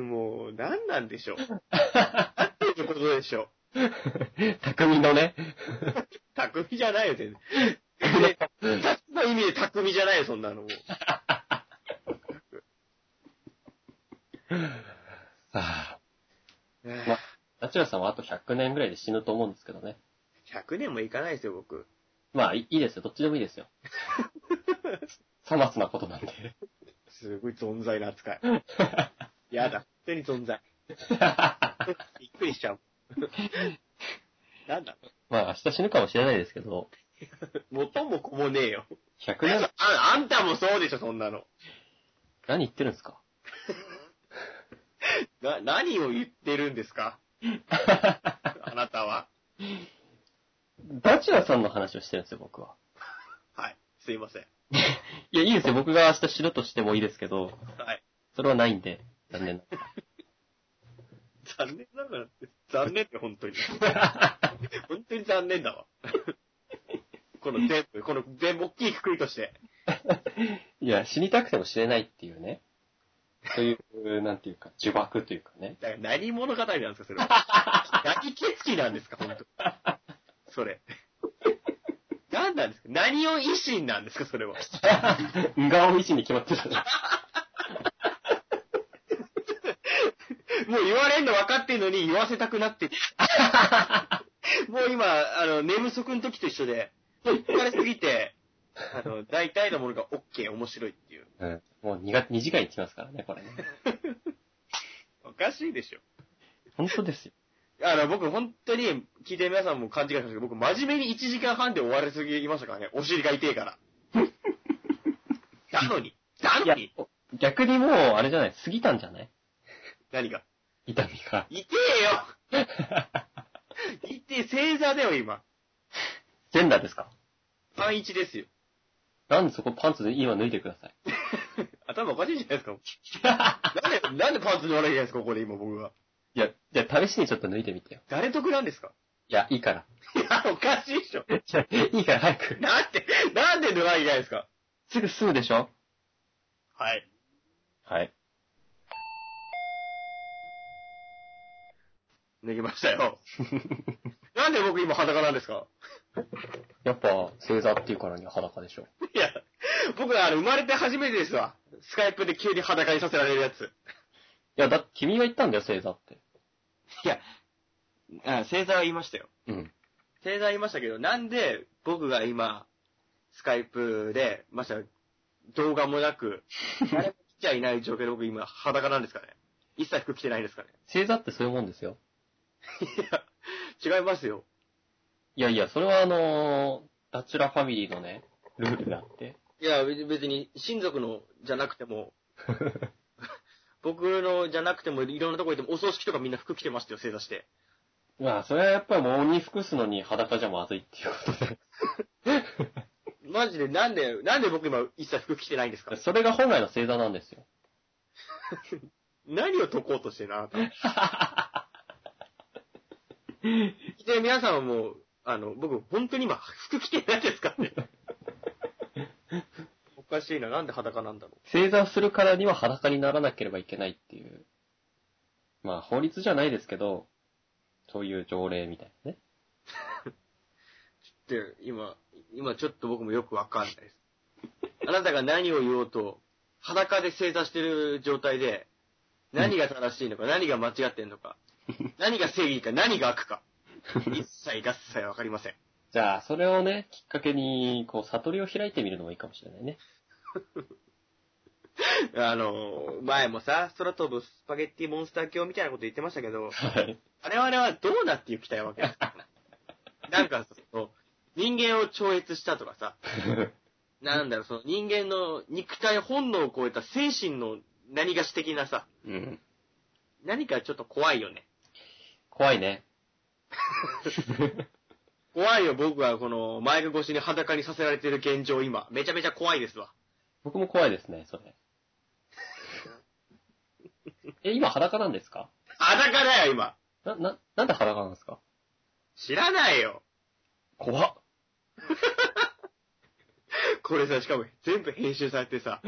B: もう、何なんでしょう。何ていうことでしょう。
A: 匠のね、
B: 匠じゃないよ、全然。で、二つの意味で匠じゃないよ、そんな のもう。
A: あ
B: え
A: まあ、ナチュラさんはあと100年ぐらいで死ぬと思うんですけどね。
B: ー100年もいかないですよ、僕。
A: まあ、いいいですよ。どっちでもいいですよ。さまつなことなんで。
B: すごい存在な扱い。やだ。本当に存在。 びっくりしちゃう。なんだ
A: まあ、明日死ぬかもしれないですけど、
B: 元も子もねえよ。
A: 100年、
B: あ、あんたもそうでしょ、そんなの。
A: 何言ってるんですか
B: な、何を言ってるんですかあなたは。
A: ダチュラさんの話をしてるんですよ、僕は。
B: はい。すいません。
A: いや、いいですよ。僕が明日死ぬとしてもいいですけど、
B: はい。
A: それはないんで、残念な。
B: 残念ながらって、残念って本当に。本当に残念だわ。この全部、この全部大きいくくりとして。
A: いや、死にたくても死ねないっていうね。そういう、なんていうか、呪縛というかね。
B: だから何物語なんですか、それは。何景色なんですか、本当それ。何なんですか何を維新なんですか、それは。
A: んがおいしに決まってる。
B: もう言われんの分かってんのに言わせたくなって。もう今、あの、寝不足の時と一緒で、もう疲れすぎて、あの、大体のものが OK、面白いっていう。
A: うん。もう2月、2時間いきますからね、これね。
B: おかしいでしょ。
A: 本当ですよ。
B: あの、僕本当に、聞いてる皆さんも勘違いしましたけど、僕真面目に1時間半で終わりすぎましたからね、お尻が痛いから。なのに、ないの
A: や
B: に、、
A: 逆にもう、あれじゃない、過ぎたんじゃない
B: 何が。
A: 痛み が。
B: 痛えよ痛え、正座だよ、今。
A: ジェンダーですか
B: パン1ですよ。
A: なんでそこパンツで今脱いでください。
B: 頭おかしいじゃないですか。なんで、なんでパンツ乗らないじゃないですか、ここで今僕が。
A: いや、じゃあ試しにちょっと脱いでみてよ。
B: 誰得なんですか
A: いや、いいから。
B: いや、おかしいでしょ。
A: じゃあいいから早く。
B: なんで、なんで脱がないじゃないですか。
A: すぐ済むでしょ
B: はい。
A: はい。
B: 脱ぎましたよ。なんで僕今裸なんですか
A: やっぱ、正座っていうからには裸でしょ。
B: いや、僕あの、生まれて初めてですわ。スカイプで急に裸にさせられるやつ。
A: いや、だって君が言ったんだよ、正座って。
B: いや、あ正座は言いましたよ。
A: うん。
B: 正座は言いましたけど、なんで僕が今、スカイプで、ましてや動画もなく、誰も来ちゃいない状況で僕今裸なんですかね一切服着てないですかね
A: 正座ってそういうもんですよ。
B: いや、違います よ。
A: いやいや、それはあのー、ダチュラファミリーのね、ルールだって。
B: いや、別別に親族のじゃなくても、僕のじゃなくても、いろんなとこ行っても、お葬式とかみんな服着てましたよ、正座して。
A: まあ、それはやっぱりもう鬼服すのに裸じゃまずいっていうことで。
B: マジで、なんで、なんで僕今一切服着てないんですか
A: それが本来の正座なんですよ。
B: 何を解こうとしてるな、あなた。で、皆さんはもう、あの、僕、本当に今、服着てないですからね。おかしいな、なんで裸なんだろ
A: 正座をするからには裸にならなければいけないっていう。まあ、法律じゃないですけど、そういう条例みたいなね。
B: う。って、今、今ちょっと僕もよくわかんないです。あなたが何を言おうと、裸で正座してる状態で、何が正しいのか、何が間違ってんのか、何が正義か、何が悪か、一切合切わかりません。
A: じゃあ、それをね、きっかけに、こう、悟りを開いてみるのもいいかもしれないね。
B: あの、前もさ、空飛ぶスパゲッティモンスター教みたいなこと言ってましたけど、
A: はい。
B: 我々はどうなっていきたいわけですかなんかその、人間を超越したとかさ、なんだろう、その人間の肉体本能を超えた精神の何がし的なさ、
A: うん。
B: 何かちょっと怖いよね。
A: 怖い ね。
B: 怖いよ、僕はこのマイク越しに裸にさせられてる現状今。めちゃめちゃ怖いですわ。
A: 僕も怖いですね、それ。え、今裸なんですか
B: 裸だよ、今。
A: な、な、なんで裸なんですか
B: 知らないよ。
A: 怖っ。
B: これさ、しかも全部編集されてさ、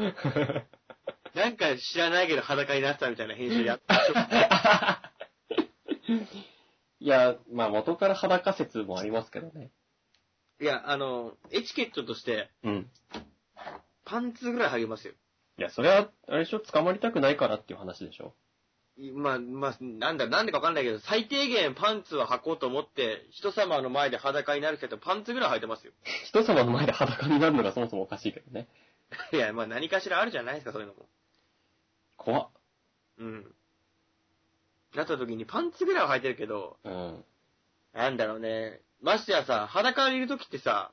B: なんか知らないけど裸になってたみたいな編集やっ
A: いや、まあ元から裸説もありますけどね。
B: いや、あの、エチケットとして、
A: うん。
B: パンツぐらい履きますよ。
A: いや、それは、あれでしょ、捕まりたくないからっていう話でしょ。
B: いまあ、まあ、なんだ、なんでかわかんないけど、最低限パンツは履こうと思って、人様の前で裸になるけど、パンツぐらい履いてますよ。
A: 人様の前で裸になるのがそもそもおかしいけどね。
B: いや、まあ何かしらあるじゃないですか、そういうのも。
A: 怖っ。
B: うん。なった時にパンツぐらいは履いてるけど、
A: うん。
B: なんだろうね。ましてやさ、裸にいる時ってさ、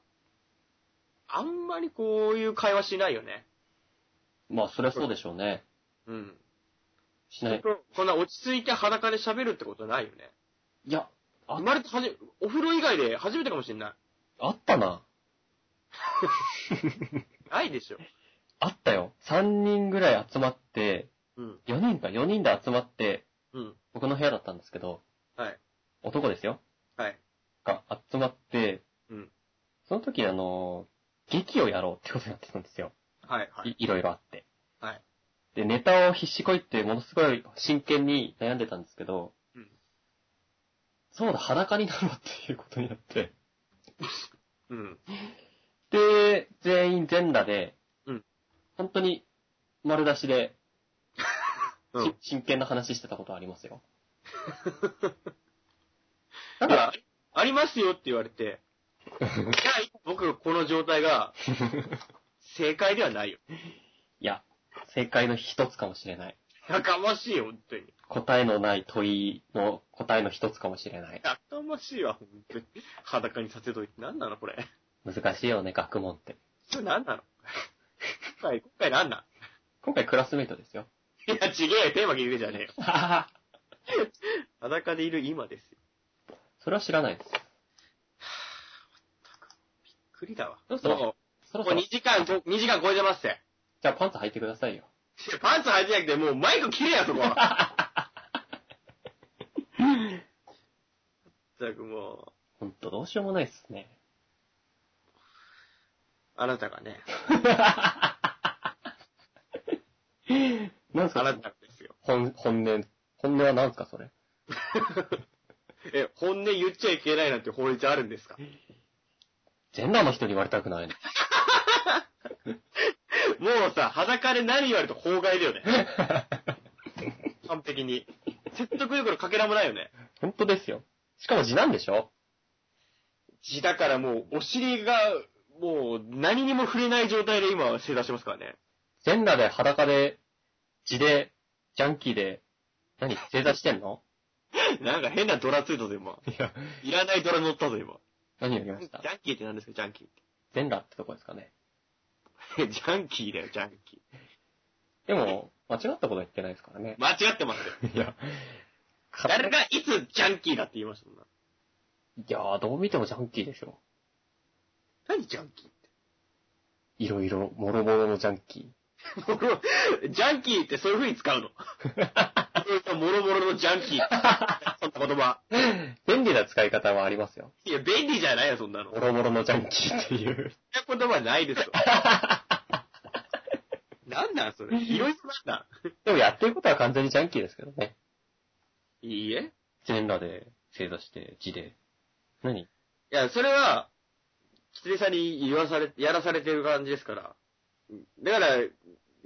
B: あんまりこういう会話しないよね。
A: まあ、そりゃそうでしょうね。
B: うん。
A: しない。
B: こんな落ち着いて裸で喋るってことないよね。
A: いや、あ
B: 生まれてはじ、お風呂以外で初めてかもしれな
A: あったな。
B: い。ないでしょ。
A: あったよ。3人ぐらい集まって、
B: うん。
A: 4人か、4人で集まって、
B: うん。
A: 僕の部屋だったんですけど、
B: はい。
A: 男ですよ。
B: はい。
A: が集まって、
B: うん。
A: その時あの、劇をやろうってことになってたんですよ。
B: はい、はい。
A: いいろいろあって。
B: はい。
A: で、ネタを必死こいって、ものすごい真剣に悩んでたんですけど、
B: うん
A: そうだ、裸になろうっていうことになって。
B: うん。
A: で、全員全裸で、
B: うん
A: 本当に丸出しで、
B: う
A: し
B: ん。
A: 真剣な話してたことはありますよ。
B: だ
A: だ
B: か
A: からら、
B: ありますよって言われ て、じゃあ今僕のこの状態が正解ではないよ。
A: いや、正解の一つかもしれない。
B: やかましいよ、本当に。
A: 答えのない問いの答えの一つかもしれない。
B: やかましいわ、本当に。裸にさせといて。なんなの、これ。
A: 難しいよね、学問って。
B: これなんなの今回、今回なんな
A: 今回クラスメイトです よ。
B: のいや、ちげえよ、テーマ聞くじゃねえよ。裸でいる今ですよ。
A: それは知らないです。
B: 栗だわ。
A: どうぞ
B: も、
A: そうろ
B: も
A: そうろ、
B: 2
A: じ
B: 時間、2時間超えてますって。
A: ゃあパンツ履いてくださいよ。
B: いやパンツ履いてなくて、もうマイク切れや、そこは。ったくも
A: ほんと、どうしようもないっすね。
B: う、あなたがね、
A: なんす
B: あなたが
A: か
B: ですよ。
A: 本、本音。本音はなんすかそれ。
B: え、本音言っちゃいけないなんて法律あるんですか
A: ジェンダーの人に言われたくないの。
B: もうさ、裸で何言われても法外だ よね。完璧に。説得力のかけらもないよね。
A: ほんとですよ。しかも字なんでしょ
B: 血だからもう、お尻が、もう、何にも触れない状態で今は正座してますからね。
A: ジェンダーで裸で、字で、ジャンキーで、何正座してんの
B: なんか変なドラついたぞ、今。
A: いや、
B: いらないドラ乗ったぞ、今。
A: 何を言いま
B: ジ
A: した
B: ャンキーって何ですか、ジャンキーっ
A: ジェンダーってとこですかね。
B: て。 ジャンキーだよ、ジャンキ
A: でも、間違ったことは言ってないですからね
B: ー。。間違ってますよ。
A: いや、
B: 誰がいつジャンキーだって言いましたもんな。
A: いやー、どう見てもジャンキーでしょ。
B: 何ジャンキー
A: いろいろ、もろもろのジャンキ
B: もろジャンキーってそういう風に使う の。もろもろのジャンキー。そんな言葉。
A: ー。便利な使い方はありますよ。
B: いや、便利じゃないよ、そんなの。
A: も
B: そん
A: ろもろのジャンキーっていう。
B: な言葉ないですよ。なんなん、 それ。いろいろなんだ。
A: でもやってることは完全にジャンキーですけどね。
B: いいえ。
A: ジェンダーで正座して、字で。 何
B: いや、それは、きつねさんに言わされ、やらされてる感じですから。だから、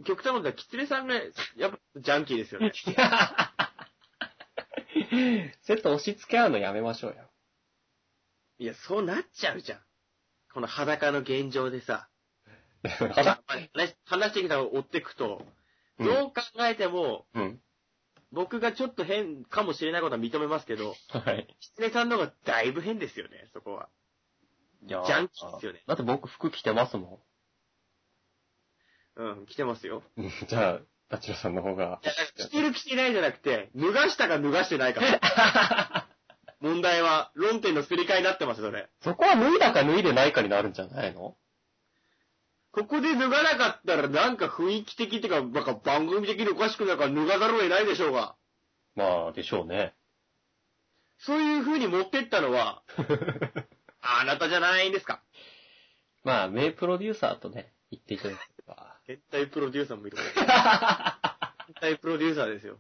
B: 極端なことは、きつねさんが、やっぱ、ジャンキーですよね。
A: ちょっと押し付け合うのやめましょうよ。
B: いや、そうなっちゃうじゃん。この裸の現状でさ。
A: 裸
B: 話話してきたのを追っていくと、
A: うん
B: どう考えても、
A: うん。
B: 僕がちょっと変かもしれないことは認めますけど、
A: はい。
B: キツネさんの方がだいぶ変ですよね、そこは。
A: ジャ
B: ジャンキーですよね
A: だって僕服着てますも
B: うん、来てますよ。
A: ん。うんじゃあ、ダチロさんの方が
B: い。や、だから着てる着てないじゃなくて、脱がしたか脱がしてない か。問題は、論点のすり替えになってます、それ。
A: そこは脱いだか脱いでないかになるんじゃないの
B: ここで脱がなかったら、なんか雰囲気的っていうか、なんか番組的におかしくないから脱がざるを得ないでしょうが。
A: まあ、でしょうね。
B: そういう風に持ってったのは、あなたじゃないんですか。
A: まあ、名プロデューサーとね、言っていただければ。
B: 絶対プロデューサーも いるから。絶対プロデューサーですよ。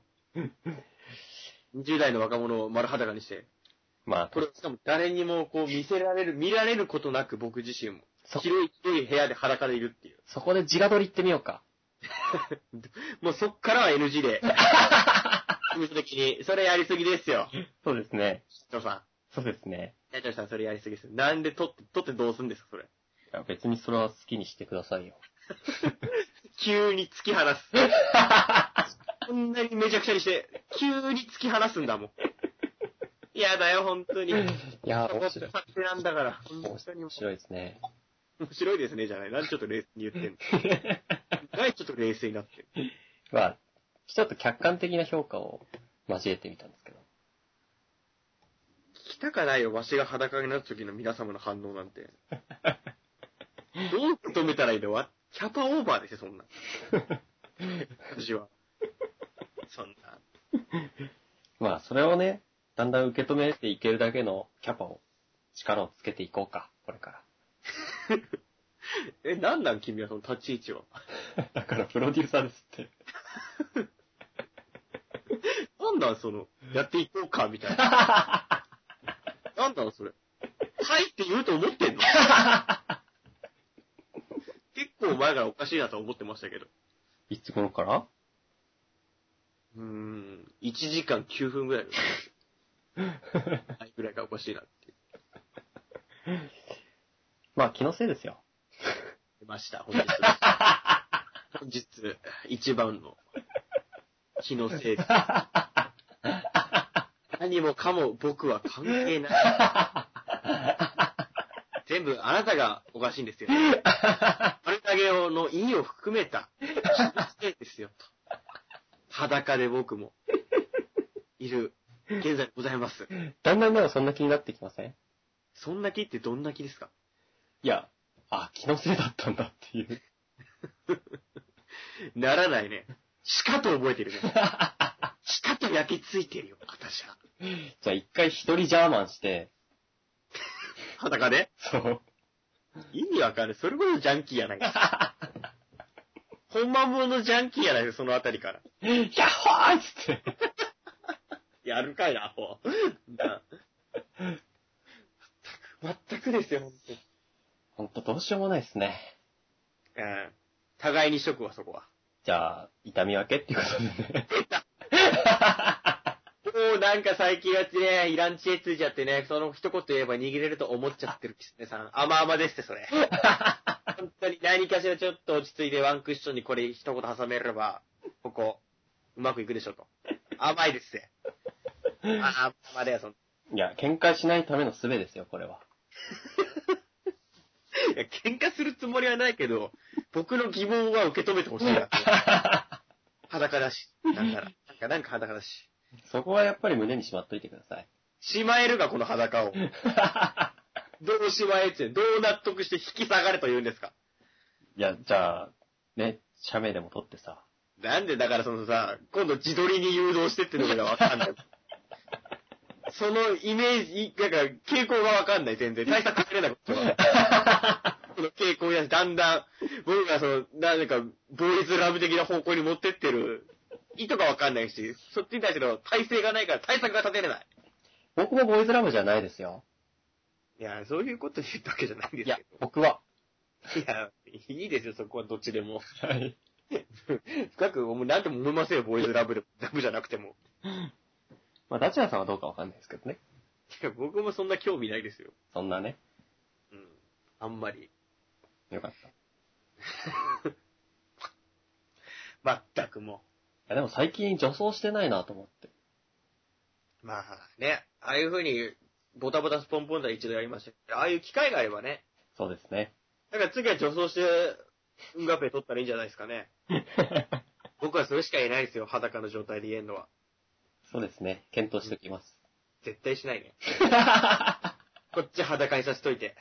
B: 20代の若者を丸裸にして。
A: まあ、
B: これ、しかも誰にもこう見せられる、見られることなく僕自身も。
A: そ
B: 広い広い部屋で裸でいるっていう。
A: そこで自画撮り行ってみようか。
B: もうそっからは NG で。事務所的に。それやりすぎですよ。
A: そうですね。
B: 社長さん。
A: そうですね。
B: 社長さんそれやりすぎですよ。なんで撮って、撮ってどうすんですか、それ。
A: いや、別にそれは好きにしてくださいよ。
B: 急に突き放 す。こんなにめちゃくちゃにして、急に突き放すんだもん。嫌だよ、本当に。
A: いや、面白い。
B: 勝手なんだから。
A: 面
B: 本当に
A: 白いですね。
B: 面白いですね、じゃない。なんでちょっと冷静に言ってんのなんでちょっと冷静になってる
A: まあ、ちょっと客観的な評価を交えてみたんですけど。
B: 聞きたかないよ、わしが裸になった時の皆様の反応なんて。どう受け止めたらいいのわキャパオーバーですよ、そんな。私は。そんな。
A: まあ、それをね、だんだん受け止めていけるだけのキャパを、力をつけていこうか、これか
B: え、なんなん君はその立ち位置は。
A: ら。だから、プロデューサーですって。
B: なんなんその、やっていこうか、みたいな。なんだろ、それ。はいって言うと思ってんの結構前からおかしいなとは思ってましたけど。
A: いつ頃から
B: うーん、1時間9分ぐらいの。はい、ぐらいがおかしいなって。
A: まあ気のせいですよ。
B: 出ました、本日。本日、一番の気のせいです。何もかも僕は関係ない。全部あなたがおかしいんですよ。丸投げをの意を含めた気のせいですよ、と。裸で僕も、いる、現在ございます。
A: だんだんなんかそんな気になってきません
B: そんな気ってどんな気ですか
A: いや、あ、気のせいだったんだっていう。
B: ならないね。しかと覚えて るね。しかと焼き付いてるよ、私は。
A: じゃあ一回一人ジャーマンして、
B: 裸で
A: そう。
B: 意味わかんない。それこそジャンキーやないか。 本間ものジャンキーやないか、そのあたりから。
A: ヤッホーっつって。
B: やるかいな、ほう。な全く、全くですよ、本当に。
A: ほんとどうしようもないですね。
B: うん。互いにしとくわ、そこは。
A: じゃあ、痛み分けっていうことでね。
B: もうなんか最近やつね、イラン知恵ついちゃってね、その一言言えば逃げれると思っちゃってるキツネさん。甘々ですって、それ。本当に何かしらちょっと落ち着いてワンクッションにこれ一言挟めれば、ここ、うまくいくでしょと。甘いですって。あ、甘々だよ、そん
A: いや、喧嘩しないための術ですよ、これは。
B: いや、喧嘩するつもりはないけど、僕の疑問は受け止めてほしいな。裸だし。なんなら。なんか、なんか裸だし。
A: そこはやっぱり胸にしまっといてください。
B: しまえるが、この裸を。どうしまえって、どう納得して引き下がれと言うんですか。
A: いや、じゃあ、ね、写メでも撮ってさ。
B: なんでだからそのさ、今度自撮りに誘導してってのがわかんない。そのイメージ、なんか傾向がわかんない、全然。対策取れなくて。この傾向やし、だんだん、僕がその、なんか、ボーイズラブ的な方向に持ってってる意図がわかんないし、そっちに対しての体制がないから対策が立てれない。
A: 僕もボーイズラブじゃないですよ。
B: いや、そういうこと言ったわけじゃないんで
A: い
B: す
A: や、僕は。
B: けど。いや、いいですよ、そこはどっちでも。
A: はい。
B: 深く、もう何でも思いませんよ、ボーイズラブでも。ラブじゃなくても。
A: まあ、ダチュラさんはどうかわかんないですけどね。
B: いや、僕もそんな興味ないですよ。
A: そんなね。
B: うん。あんまり。
A: よかった。い
B: まったくも
A: や、でも最近女装してないなと思って。
B: う。まあね、ああいう風に、ボタボタスポンポンだ一度やりましたけど、ああいう機会があればね、
A: そうです ね。
B: だから次は女装して、運河ペ取ったらいいんじゃないですかね。僕はそれしか言えないですよ、裸の状態で言えんのは。
A: そうですね。検討しておきます。
B: 絶対しない ね。こっち裸にさせといて。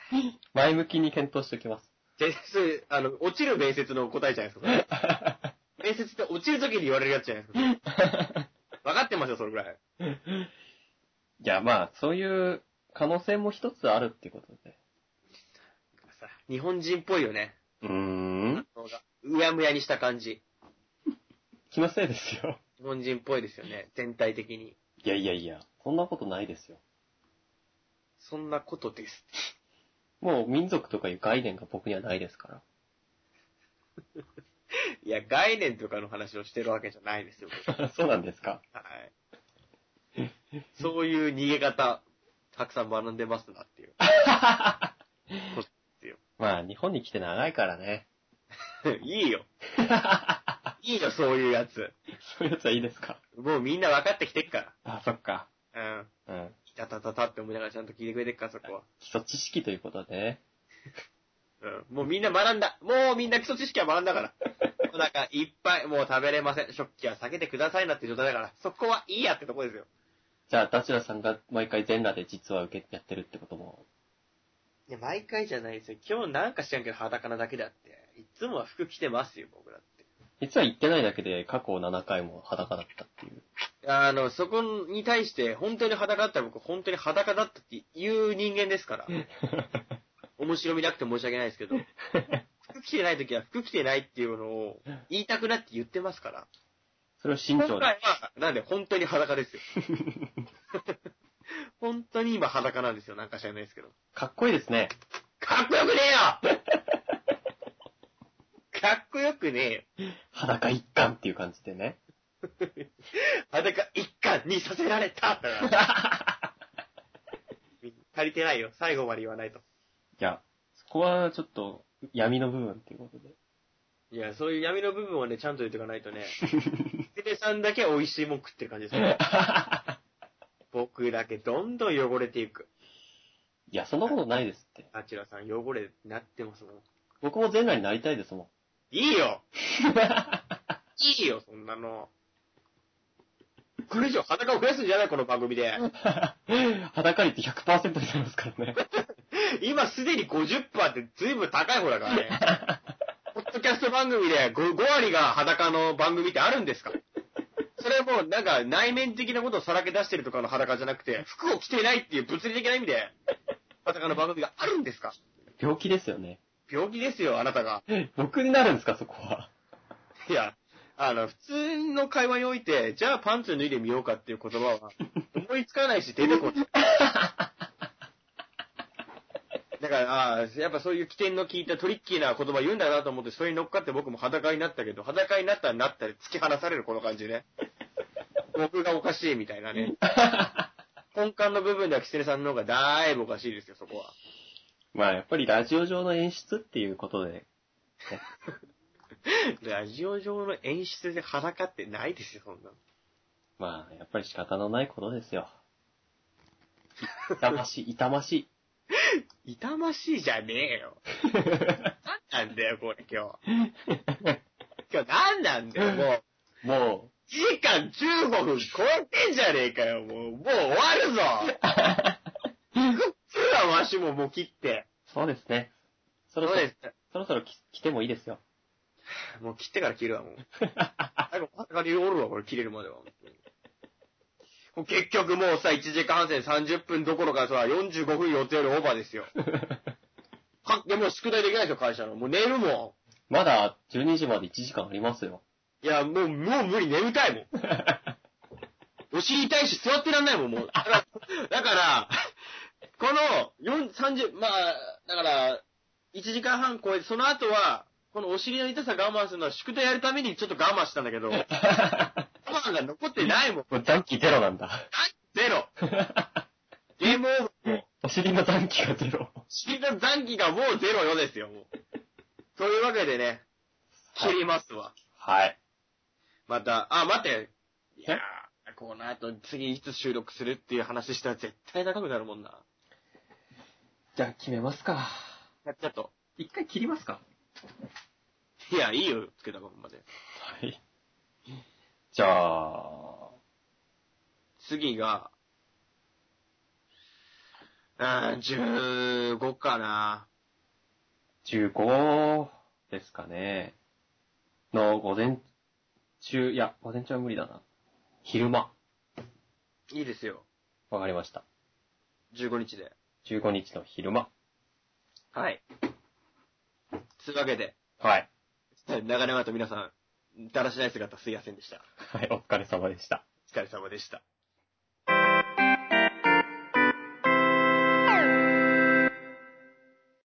A: 前向きに検討しておきます。
B: でそれあの、落ちる面接の答えじゃないですかそれ。面接って落ちる時に言われるやつじゃないですかそれ。分かってますよ、それぐらい。
A: いや、まあ、そういう可能性も一つあるってことで。
B: さ日本人っぽいよね。
A: うーん。
B: うやむやにした感じ。
A: 気のせいですよ。
B: 日本人っぽいですよね、全体的に。
A: いやいやいや、そんなことないですよ。
B: そんなことです。
A: もう民族とかいう概念が僕にはないですから。
B: いや、概念とかの話をしてるわけじゃないですよ。
A: そうなんですか
B: はい。そういう逃げ方、たくさん学んでますなっていう。 こっちですよ
A: まあ、日本に来て長いからね。
B: いいよ。いいよ、そういうやつ。
A: そういうやつはいいですか
B: もうみんな分かってきてっか
A: あ、そっか。
B: ら。うん。
A: うん。
B: いたたたたって思いながらちゃんと聞いてくれてっから、そこは。
A: 基礎知識ということでね。
B: うん。もうみんな学んだ。もうみんな基礎知識は学んだ から。もうなんか、いっぱい、もう食べれません。食器は避けてくださいなって状態だから、そこはいいやってとこですよ。
A: じゃあ、ダチュラさんが毎回全裸で実は受け、やってるってことも。
B: いや、毎回じゃないですよ。今日なんか知らんけど裸なだけだって。いつもは服着てますよ、僕だって。
A: 実は言ってないだけで過去7回も裸だ ったっていう。
B: あの、そこに対して、本当に裸だったら僕、本当に裸だったっていう人間ですから。面白みなくて申し訳ないですけど。服着てない時は服着てないっていうのを言いたくなって言ってますから。
A: それを慎
B: 今
A: 重に。
B: 回は、なんで本当に裸ですよ。本当に今裸なんですよ。なんか知らないですけど。
A: かっこいいですね。
B: かっこよくねえよかっこよくねえよ。
A: 裸一貫っていう感じでね。
B: 裸一貫にさせられただから足りてないよ。最後まで言わないと。
A: や、そこはちょっと闇の部分っていうことで。
B: いや、そういう闇の部分はね、ちゃんと言っておかないと ね、つねさんだけ美味しいもん食ってる感じですね。僕だけどんどん汚れていく。
A: いや、そんなことないですって。
B: あちらさん汚れになってますもん。
A: 僕も全裸になりたいですもん。
B: いい よいいよ、そんなの。これ以上裸を増やすんじゃない、この番組で。
A: 裸率100%になりますからね。
B: 今すでに50%って随分高い方だからね。 ポッドキャスト番組で 5, 割が裸の番組ってあるんですかそれはもうなんか内面的なことをさらけ出してるとかの裸じゃなくて、服を着てないっていう物理的な意味で、裸の番組があるんですか
A: 病気ですよね。
B: 病気ですよ、あなたが。
A: 僕になるんですか、そこは。
B: いや、あの、普通の会話において、じゃあパンツ脱いでみようかっていう言葉は、思いつかないし出てこない。だから、あーやっぱそういう起点の効いたトリッキーな言葉言うんだなと思って、それに乗っかって僕も裸になったけど、裸になったらなったら突き放されるこの感じね。僕がおかしいみたいなね。根幹の部分ではキツネさんの方がだーいぶおかしいですよ、そこは。
A: まあ、やっぱりラジオ上の演出っていうことで。
B: ラジオ上の演出で裸ってないですよ、そんなの。
A: まあ、やっぱり仕方のないことです よ。痛ましい、痛まし い。
B: 痛ましいじゃねえよ。何なんだよ、これ今日。今日何なんだよ、もう。
A: も
B: 1時間15分超えてんじゃねえかよ、もう。もう終わるぞ。くっつうわ、わしももう切って。
A: う、そうですね。そ
B: そ
A: ろ
B: う
A: そろ
B: で、
A: そろそろき来てもいいですよ。
B: す。もう切ってから切るわ、もう。最後、裸におるわ、これ切れるまでは。もう結局もうさ、1時間半で30分どころかさ、45分予定よりオーバーですよ。かいや、もう宿題できないですよ、会社の。もう寝るもん。
A: まだ12時まで1時間あります よ。
B: いや、もう、もう無理、眠たいもん。お尻痛いし、座ってらんないもん、もう。だから、だからこの、四30、まあ、だから、1時間半超えて、その後は、このお尻の痛さ我慢するのは宿題やるためにちょっと我慢したんだけ ど、我慢が残ってないもん。
A: もう残機ゼロなんだ。
B: ゼロ。ゲームオーバーもう。
A: お尻の残機がゼロ。
B: 尻の残機がもうゼロよですよ、もう。というわけでね、切りますわ。
A: はい。
B: また、あ、待って。いやー、この後次いつ収録するっていう話したら絶対長くなるもんな。
A: じゃあ決めますか。
B: やっちゃっと。
A: 一回切りますか。
B: いや、いいよ、つけたまんまで。
A: はい。じゃあ、
B: 次が、あー15かな。
A: 15ですかね。の午前中、いや、午前中は無理だな。昼間。
B: いいですよ。
A: わかりました。
B: 15日で。
A: 15日の昼間。
B: はい。つうわけで、
A: はい。
B: 長々と皆さん、だらしない姿すいませんでした。
A: はい、お疲れ様でした。
B: お疲れ様でした。